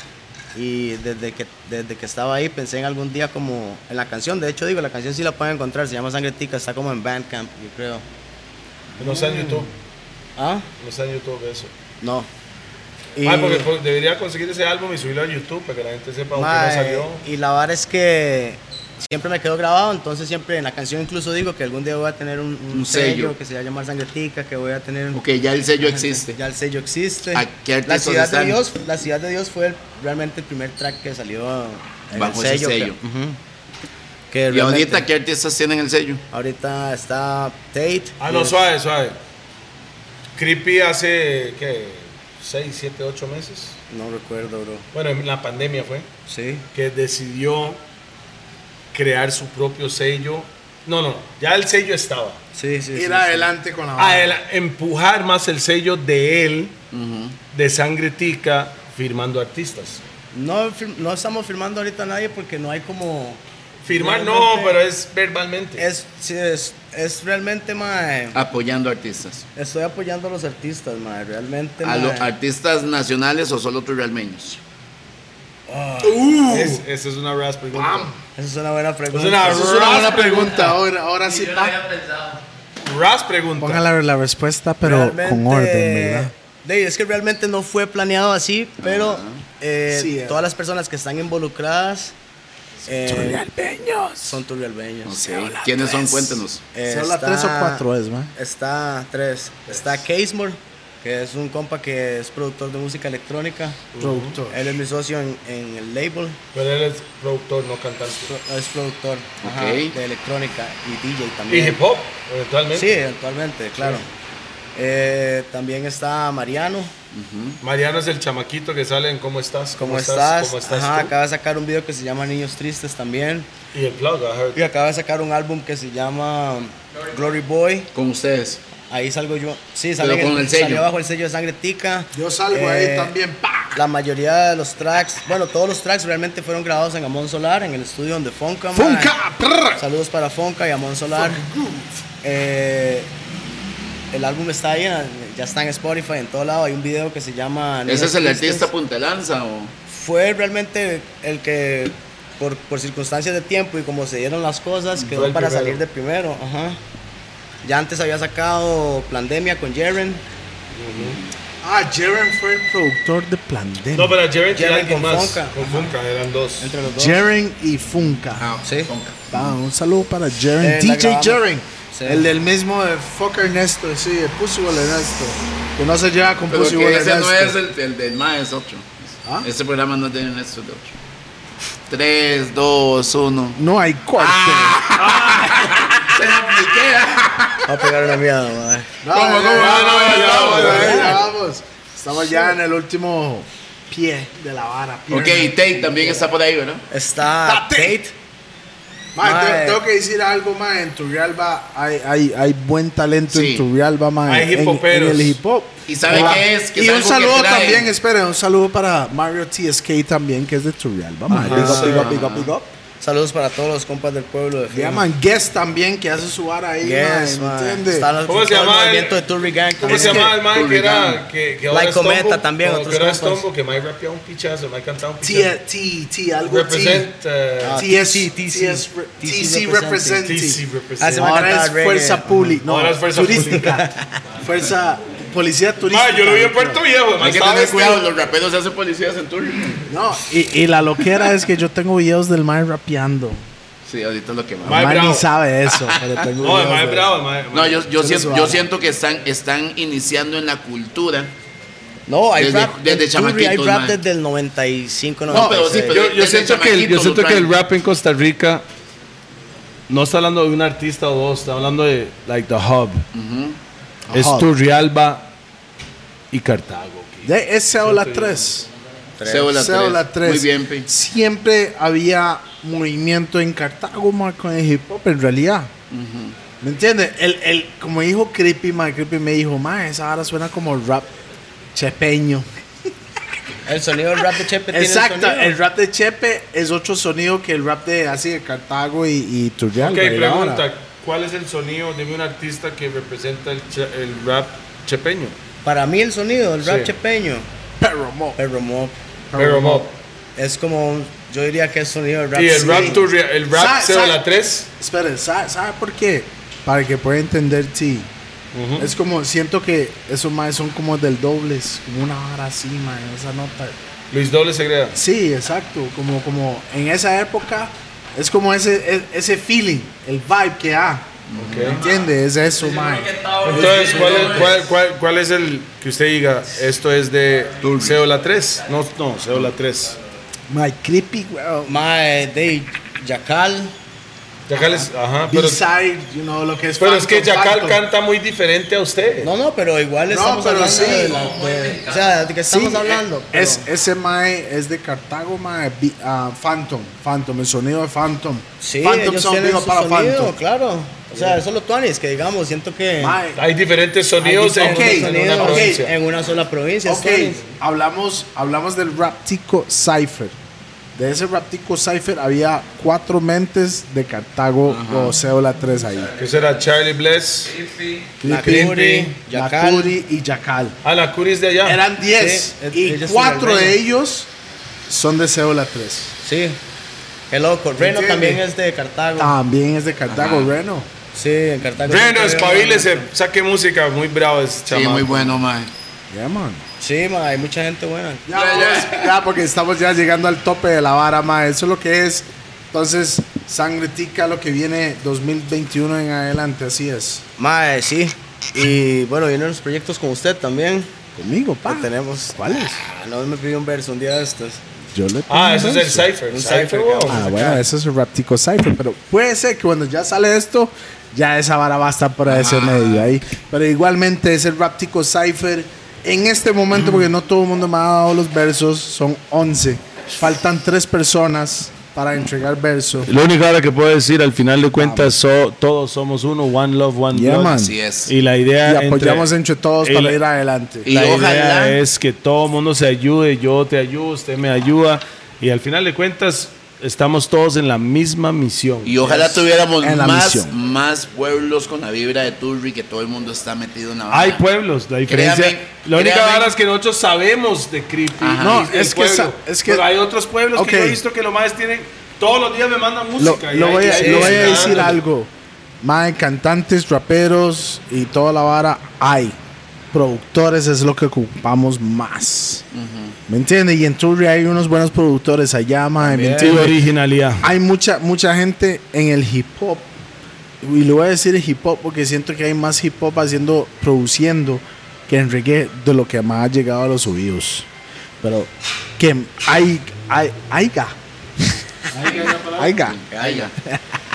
Y desde que, desde que estaba ahí pensé en algún día como en la canción. De hecho, digo, la canción sí la pueden encontrar. Se llama Sangre Tica, está como en Bandcamp, yo creo.
No está en YouTube,
¿Ah?
no está en YouTube eso.
No. Y-
Ah, porque pues, debería conseguir ese álbum y subirlo a YouTube para que la gente sepa dónde
Mae,
no salió.
Y la vara es que siempre me quedó grabado, entonces siempre en la canción incluso digo que algún día voy a tener un, un
Un sello.
sello, que se va a llamar Sangretica, que voy a tener
Ok, ya el sello existe.
Ya el sello existe.
¿A qué
la
artistas
ciudad
están?
de Dios, la ciudad de Dios fue el- realmente el primer track que salió en
Bajo
el
ese
sello.
sello.
Que, ujú. Que
¿Y
realmente-
ahorita qué artistas tienen el sello?
ahorita está Tate.
Ah, no,
y-
suave, suave. Creepy hace, ¿qué? 6, 7, 8 meses.
No recuerdo, bro.
Bueno, en la pandemia fue.
Sí.
que decidió crear su propio sello. No, no, ya el sello estaba.
Sí, sí. sí,
Ir
sí.
adelante con la
Ah.
A
banda.
él- empujar más el sello de él, de Sangre Tica, firmando artistas.
No, fir- no estamos firmando ahorita a nadie porque no hay como
Firmar no,
Realmente-
pero es verbalmente.
Es, sí, es, es realmente, mae.
Ah, Apoyando artistas.
Estoy apoyando a los artistas, mae. Realmente,
¿A los
mae.
artistas nacionales o solo turrialmeños?
Uh.
Es- esa es una raza pregunta.
Esa es una buena pregunta.
Es una
Eso es una buena pregunta. Ahora, ahora sí,
Yo no
pa.
había pensado.
Ras pregunta.
Ponga la, la respuesta, pero con
Realmente-
orden, ¿verdad?
Dey, es que realmente no fue planeado así, pero eh,
Sí, eh.
todas las personas que están involucradas eh, son turrialbeños.
Ok. ¿Quiénes son? Cuéntenos.
Eh,
¿Se habla
está-
tres o cuatro ¿eh? es, man?
Está tres. Está Casemore, que es un compa que es productor de música electrónica.
Productor.
Él es mi socio en, en el label.
Pero él es productor, no cantante.
Pro- Es productor ajá,
Ok.
de electrónica y DJ
Y
también.
hip hop, eventualmente.
Sí, actualmente, claro. Eh, también está Mariano.
Mariano es el chamaquito que sale en ¿Cómo estás?
¿Cómo, estás?
¿Cómo estás
Ajá,
tú?
acaba de sacar un video que se llama Niños Tristes también.
Y el plug, I heard.
Y acaba de sacar un álbum que se llama Glory Boy.
Con ustedes.
Ahí salgo yo. Sí, sale
Pero
en-
con el
salió
sello.
bajo el sello de Sangre Tica.
Yo salgo
Eh,
ahí también, pa.
La mayoría de los tracks, bueno, todos los tracks realmente fueron grabados en Amón Solar, en el estudio donde Fonca. mae.
¡Funka! prr.
Saludos para Fonca y Amón Solar. Eh, el álbum está ahí, en- ya está en Spotify, en todo lado. Hay un video que se llama.
¿Ese es el
Niños Tristes.
artista punta de lanza o...?
Fue realmente el que, por, por circunstancias de tiempo y como se dieron las cosas, quedó
el
para
primero.
salir de primero. Ajá. Ya antes había sacado Pandemia con Jaren.
Ah, Jaren fue el productor de Plandemia.
No, pero Jerry y
Jaren
alguien
con
más.
Fonca.
Con Funka, eran dos.
Entre los dos. Ah,
Jaren y Funka.
Sí.
Va, un saludo para Jaren.
Eh, la
DJ
grabamos.
Jaren.
Sí.
El del mismo de Fuck Ernesto, sí, de Pussy Ball Ernesto. Que no se lleva con
Pero
Pussy
que
Ball
ese
Ernesto.
no es el, el del MAE, es otro.
este ¿Ah?
Ese programa no tiene Ernesto de otro. 3, 2, 1.
No hay corte.
Se lo apliqué.
Va a pegar una mierda, madre.
Vamos,
¿Cómo, cómo?
vamos,
No, no, ya vamos,
vamos, vamos, ya
ya.
vamos. Estamos ya en el último pie de la vara.
Ok,
pierna.
Tate también está por ahí, ¿verdad?
Está Tate.
Mae, te-
Mae.
tengo que decir algo, mae. En Turrialba hay, hay, hay buen talento
Sí.
en Turrialba, mae.
Hay
en-
hipoperos.
En, el hip hop.
¿Y sabe
Mae.
qué es? Que es
y un
algo que
saludo
trae.
también, esperen, un saludo para Mario TSK también, que es de Turrialba, mae. Big up, big up, big up, big up.
Saludos para todos los compas del pueblo de
Le
Fima.
llaman Guest también, que hace su vara ahí, mae,
Yes, mae.
¿entiende?
Está la-
¿Cómo se
todo el
llama el-
movimiento de Turri Gang
¿Cómo se
también.
lllama el man que era? Que, que ahora
Like
es
Cometa
Tombo?
también,
Como
otros
que ahora es
compas.
Tombo, que Mike rapeaba un pichazo, Mike cantaba un
T,
pichazo.
T, T, algo T.
Represent, eh,
Ah,
TC,
TC.
TC,
TC
TC
represent.
TC
represent.
Ah, se
represent.
va a
Ahora
cantar
es
reggae.
fuerza pública, no,
Ahora es fuerza
turística. fuerza, policía turística.
Ah, yo lo vi en Puerto Viejo, man,
Hay que
estaba
tener
vestido.
cuidado, los raperos se hacen policías en turno.
No, y, y la loquera es que yo tengo videos del mae rapeando.
Sí, ahorita es lo que más.
Mae
El mae
bravo.
ni sabe eso, pero tengo
No, el
videos
man es
de-
bravo, el man- el
No,
man-
yo, yo,
Solo
siento,
su
yo
ala.
siento que están, están iniciando en la cultura.
No, hay
Desde-
rap.
desde
en Turri hay
chamaquitos,
rap
mae.
desde el 95,
No, pero sí,
96.
pero-
Yo, yo
Desde
siento que, el, yo
chamaquito
siento
lo
que el
traen.
rap en Costa Rica no está hablando de un artista o dos, está hablando de like the hub. Es
Hub.
Turrialba y Cartago.
De ese o la 3.
Cébola
Cédula
3.
tres.
Muy bien, Pi.
Siempre había movimiento en Cartago, Marco, en hip hop, en realidad. ¿Me entiendes? El, el, como dijo Creepy, mae, Creepy me dijo, mae, esa ahora suena como rap chepeño.
El sonido del rap de Chepe tiene el
Exacto,
sonido.
el rap de Chepe es otro sonido que el rap de así de Cartago y, y Turrialba.
Ok,
y la vara.
pregunta, ¿cuál es el sonido? Dime un artista que representa el, che- el rap chepeño.
Para mí el sonido del rap
Sí.
chepeño,
Perro mo.
perro mo,
Pero Mob.
es como, un- yo diría que es sonido del rap.
Y el
sí.
rap, turria- el rap
Sa-
0 a
sa-
la 3.
Esperen, ¿sabe, sabe por qué? Para que pueda entender ti. Es como, siento que esos más son como del dobles, como una hora así, man, esa nota.
Luis Doble Segreda.
Sí, exacto, como, como en esa época es como ese, e- ese feeling, el vibe que da. ¿Entiendes? Es eso, man.
Entonces, ¿cuál es, cuál, cuál- cuál es el que usted diga? Esto es de CO la 3. No, no, CO la 3.
My creepy, weón.
Mae, eh, de Yacal,
Yacales, ajá, pero,
B-side, you know, lo que es.
pero es que
Phantom,
Yacal
Phantom.
canta muy diferente a usted.
no, no, pero igual estamos
pero
hablando
sí.
de la, de- o sea, de que estamos
Sí,
hablando.
eh, Es, ese mae es de Cartago, mae. bi- ah, Phantom, Phantom, el sonido de Phantom.
Sí,
Phantom
ellos
son
tienen
vino
su
para
sonido,
Phantom.
claro. O sea, eso es lo tuanis, que digamos, siento que...
Mae,
Hay diferentes
hay
sonidos en-
diferentes
en,
sonidos
una
ok.
provincia.
en una sola provincia. es
ok,
tuanis.
hablamos, hablamos del raptico Cypher. De ese raptico Cypher había cuatro mentes de Cartago o Céola 3 ahí.
Que será Charlie Bless.
Nakuri, Yacal.
Nakuri y Yacal.
Ah, la Curis de allá.
Eran 10
Sí,
y
ellos son
cuatro
del
de
reino.
ellos son de Céola 3.
Sí. Qué loco. Reno
¿Entiende?
también es de Cartago.
También es de Cartago, Reno.
Sí, en Cartago.
Breno,
siempre hay una-
espabile, saque música. Muy bravo ese
Sí,
chamaco.
muy bueno, mae.
Yeah, man.
Sí, ma, hay mucha gente buena.
Ya, vamos, ya, porque estamos ya llegando al tope de la vara, ma. Eso es lo que es. Entonces, sangre tica lo que viene 2021 en adelante, así es.
Mae, eh, sí. Y bueno, vienen los proyectos con usted también.
Conmigo,
Que
pa.
tenemos.
¿Cuáles?
Ah, no me pidió un verso un día de estos.
Yo le
Ah,
tengo
eso es el
eso.
Cypher.
Un
Cypher,
Cypher,
wow.
cabrón.
Ah, bueno, eso es el raptico cipher, pero puede ser que cuando ya sale esto, ya esa vara va a estar por ese medio ahí. Pero igualmente es el raptico cipher en este momento, porque no todo el mundo me ha dado los versos, son 11. Faltan tres personas para entregar verso.
Lo único ahora que puedo decir, al final de cuentas, so- todos somos uno, one love, one
Yeah,
blood.
man.
Así es.
Y la idea
Y apoyamos
entre-
entre, todos
y
para
la-
ir adelante.
y
la idea
ojalá-
es que todo el mundo se ayude, yo te ayudo, usted me ayuda. Y al final de cuentas, estamos todos en la misma misión.
Y ojalá tuviéramos
En la
más,
misión.
más pueblos con la vibra de Turri, que todo el mundo está metido en la
Hay
vara.
pueblos, la diferencia.
Créame,
la única
créame.
vara es que nosotros sabemos de Creepy.
Ajá.
No,
del
Ah, es que
pueblo.
sa- es que-
Pero hay otros pueblos
Ok.
que yo he visto que los más tienen. Todos los días me mandan
Lo,
música. y
lo
hay-
voy, a,
hay-
lo voy a
hay-
decir
dándole.
algo. Mae, cantantes, raperos y toda la vara hay. Productores es lo que ocupamos más. ¿Me entiendes? Y en Turri hay unos buenos productores allá, mae. ¿Me
Y
entiende?
originalidad.
Hay mucha, mucha gente en el hip hop. Y le voy a decir hip hop porque siento que hay más hip hop haciendo, produciendo que en reggae de lo que más ha llegado a los oídos. Pero que hay, hay, haiga.
pues.
Haiga.
Haya,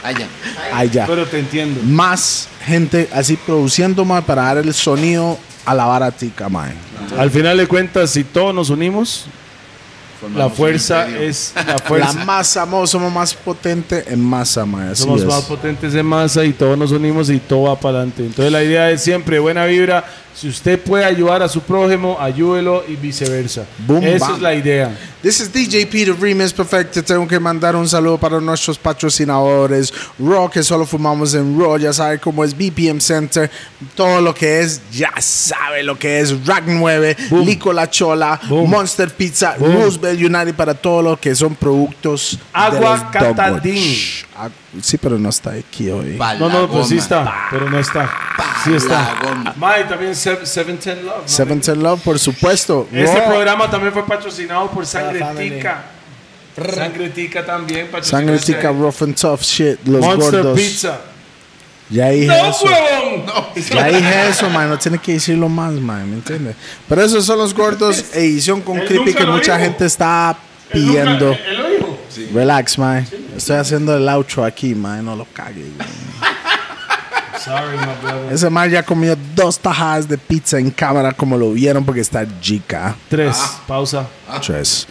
haya.
Haiga.
Pero te entiendo.
Más gente así produciendo más para dar el sonido a la baratica, mae.
Al final de cuentas, si todos nos unimos, la
Formamos un
fuerza
imperio.
es la
La
fuerza.
masa, mo, somos más potente en masa, mae. Así
Somos
es.
más potentes de masa y todos nos unimos y todo va para adelante. Entonces la idea es siempre buena vibra. Si usted puede ayudar a su prójimo, ayúdelo y viceversa.
Boom,
Esa
bam.
es la idea.
This is DJ Peter Remix Perfecto. Tengo que mandar un saludo para nuestros patrocinadores. Raw, que solo fumamos en Raw. Ya sabe cómo es BPM Center. Todo lo que es, ya sabe lo que es. Rack 9,
Boom.
Lico La Chola,
Boom.
Monster Pizza,
Boom.
Roosevelt United para todo lo que son productos. de
Agua
los Dogwatch.
Catandín.
Ah, Sí, pero no está aquí hoy.
Pa'
No,
la
no, pues sí
goma,
está, pero no está.
pa'
Sí está.
la goma.
Mae, también Sev- 710 Love. ¿no?
Seven Ten Love, por supuesto.
Este
Raw.
programa también fue patrocinado por Sangre
Ah, family.
Tica. Sangre Tica también. patrocinó
Sangre
este-
Tica, Rough and Tough Shit, Los
Monster
Gordos.
Pizza.
Ya dije
¡No,
eso.
huevón!
Ya dije eso, man. No tiene que decirlo más, man. ¿Me entiendes? Pero esos son los gordos. Edición con
Él
creepy
nunca
que
lo
mucha
dijo.
gente está
Él nunca-
pidiendo.
Él, él lo dijo.
Relax, man. Estoy haciendo el outro aquí, man. No lo cagues, man.
Sorry, my brother.
Ese man ya comió dos tajadas de pizza en cámara, como lo vieron, porque está chica.
Tres,
Ah.
pausa.
Tres.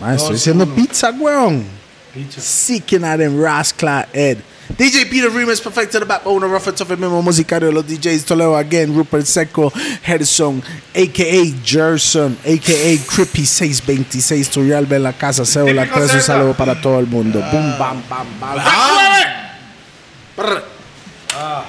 Man, estoy haciendo pizza, weón.
Picha.
Seeking out in Rascla Ed. DJ Peter Remus, perfecto the backbone, rough and tough el mismo musicario de los DJs Toledo again, Rupert Seco, Gerson, a.k.a. Gerson, a.k.a. Crippy 626, Turrialba en la casa, Cébola 3, un saludo para todo el mundo. Boom, bam, bam, bam. bam.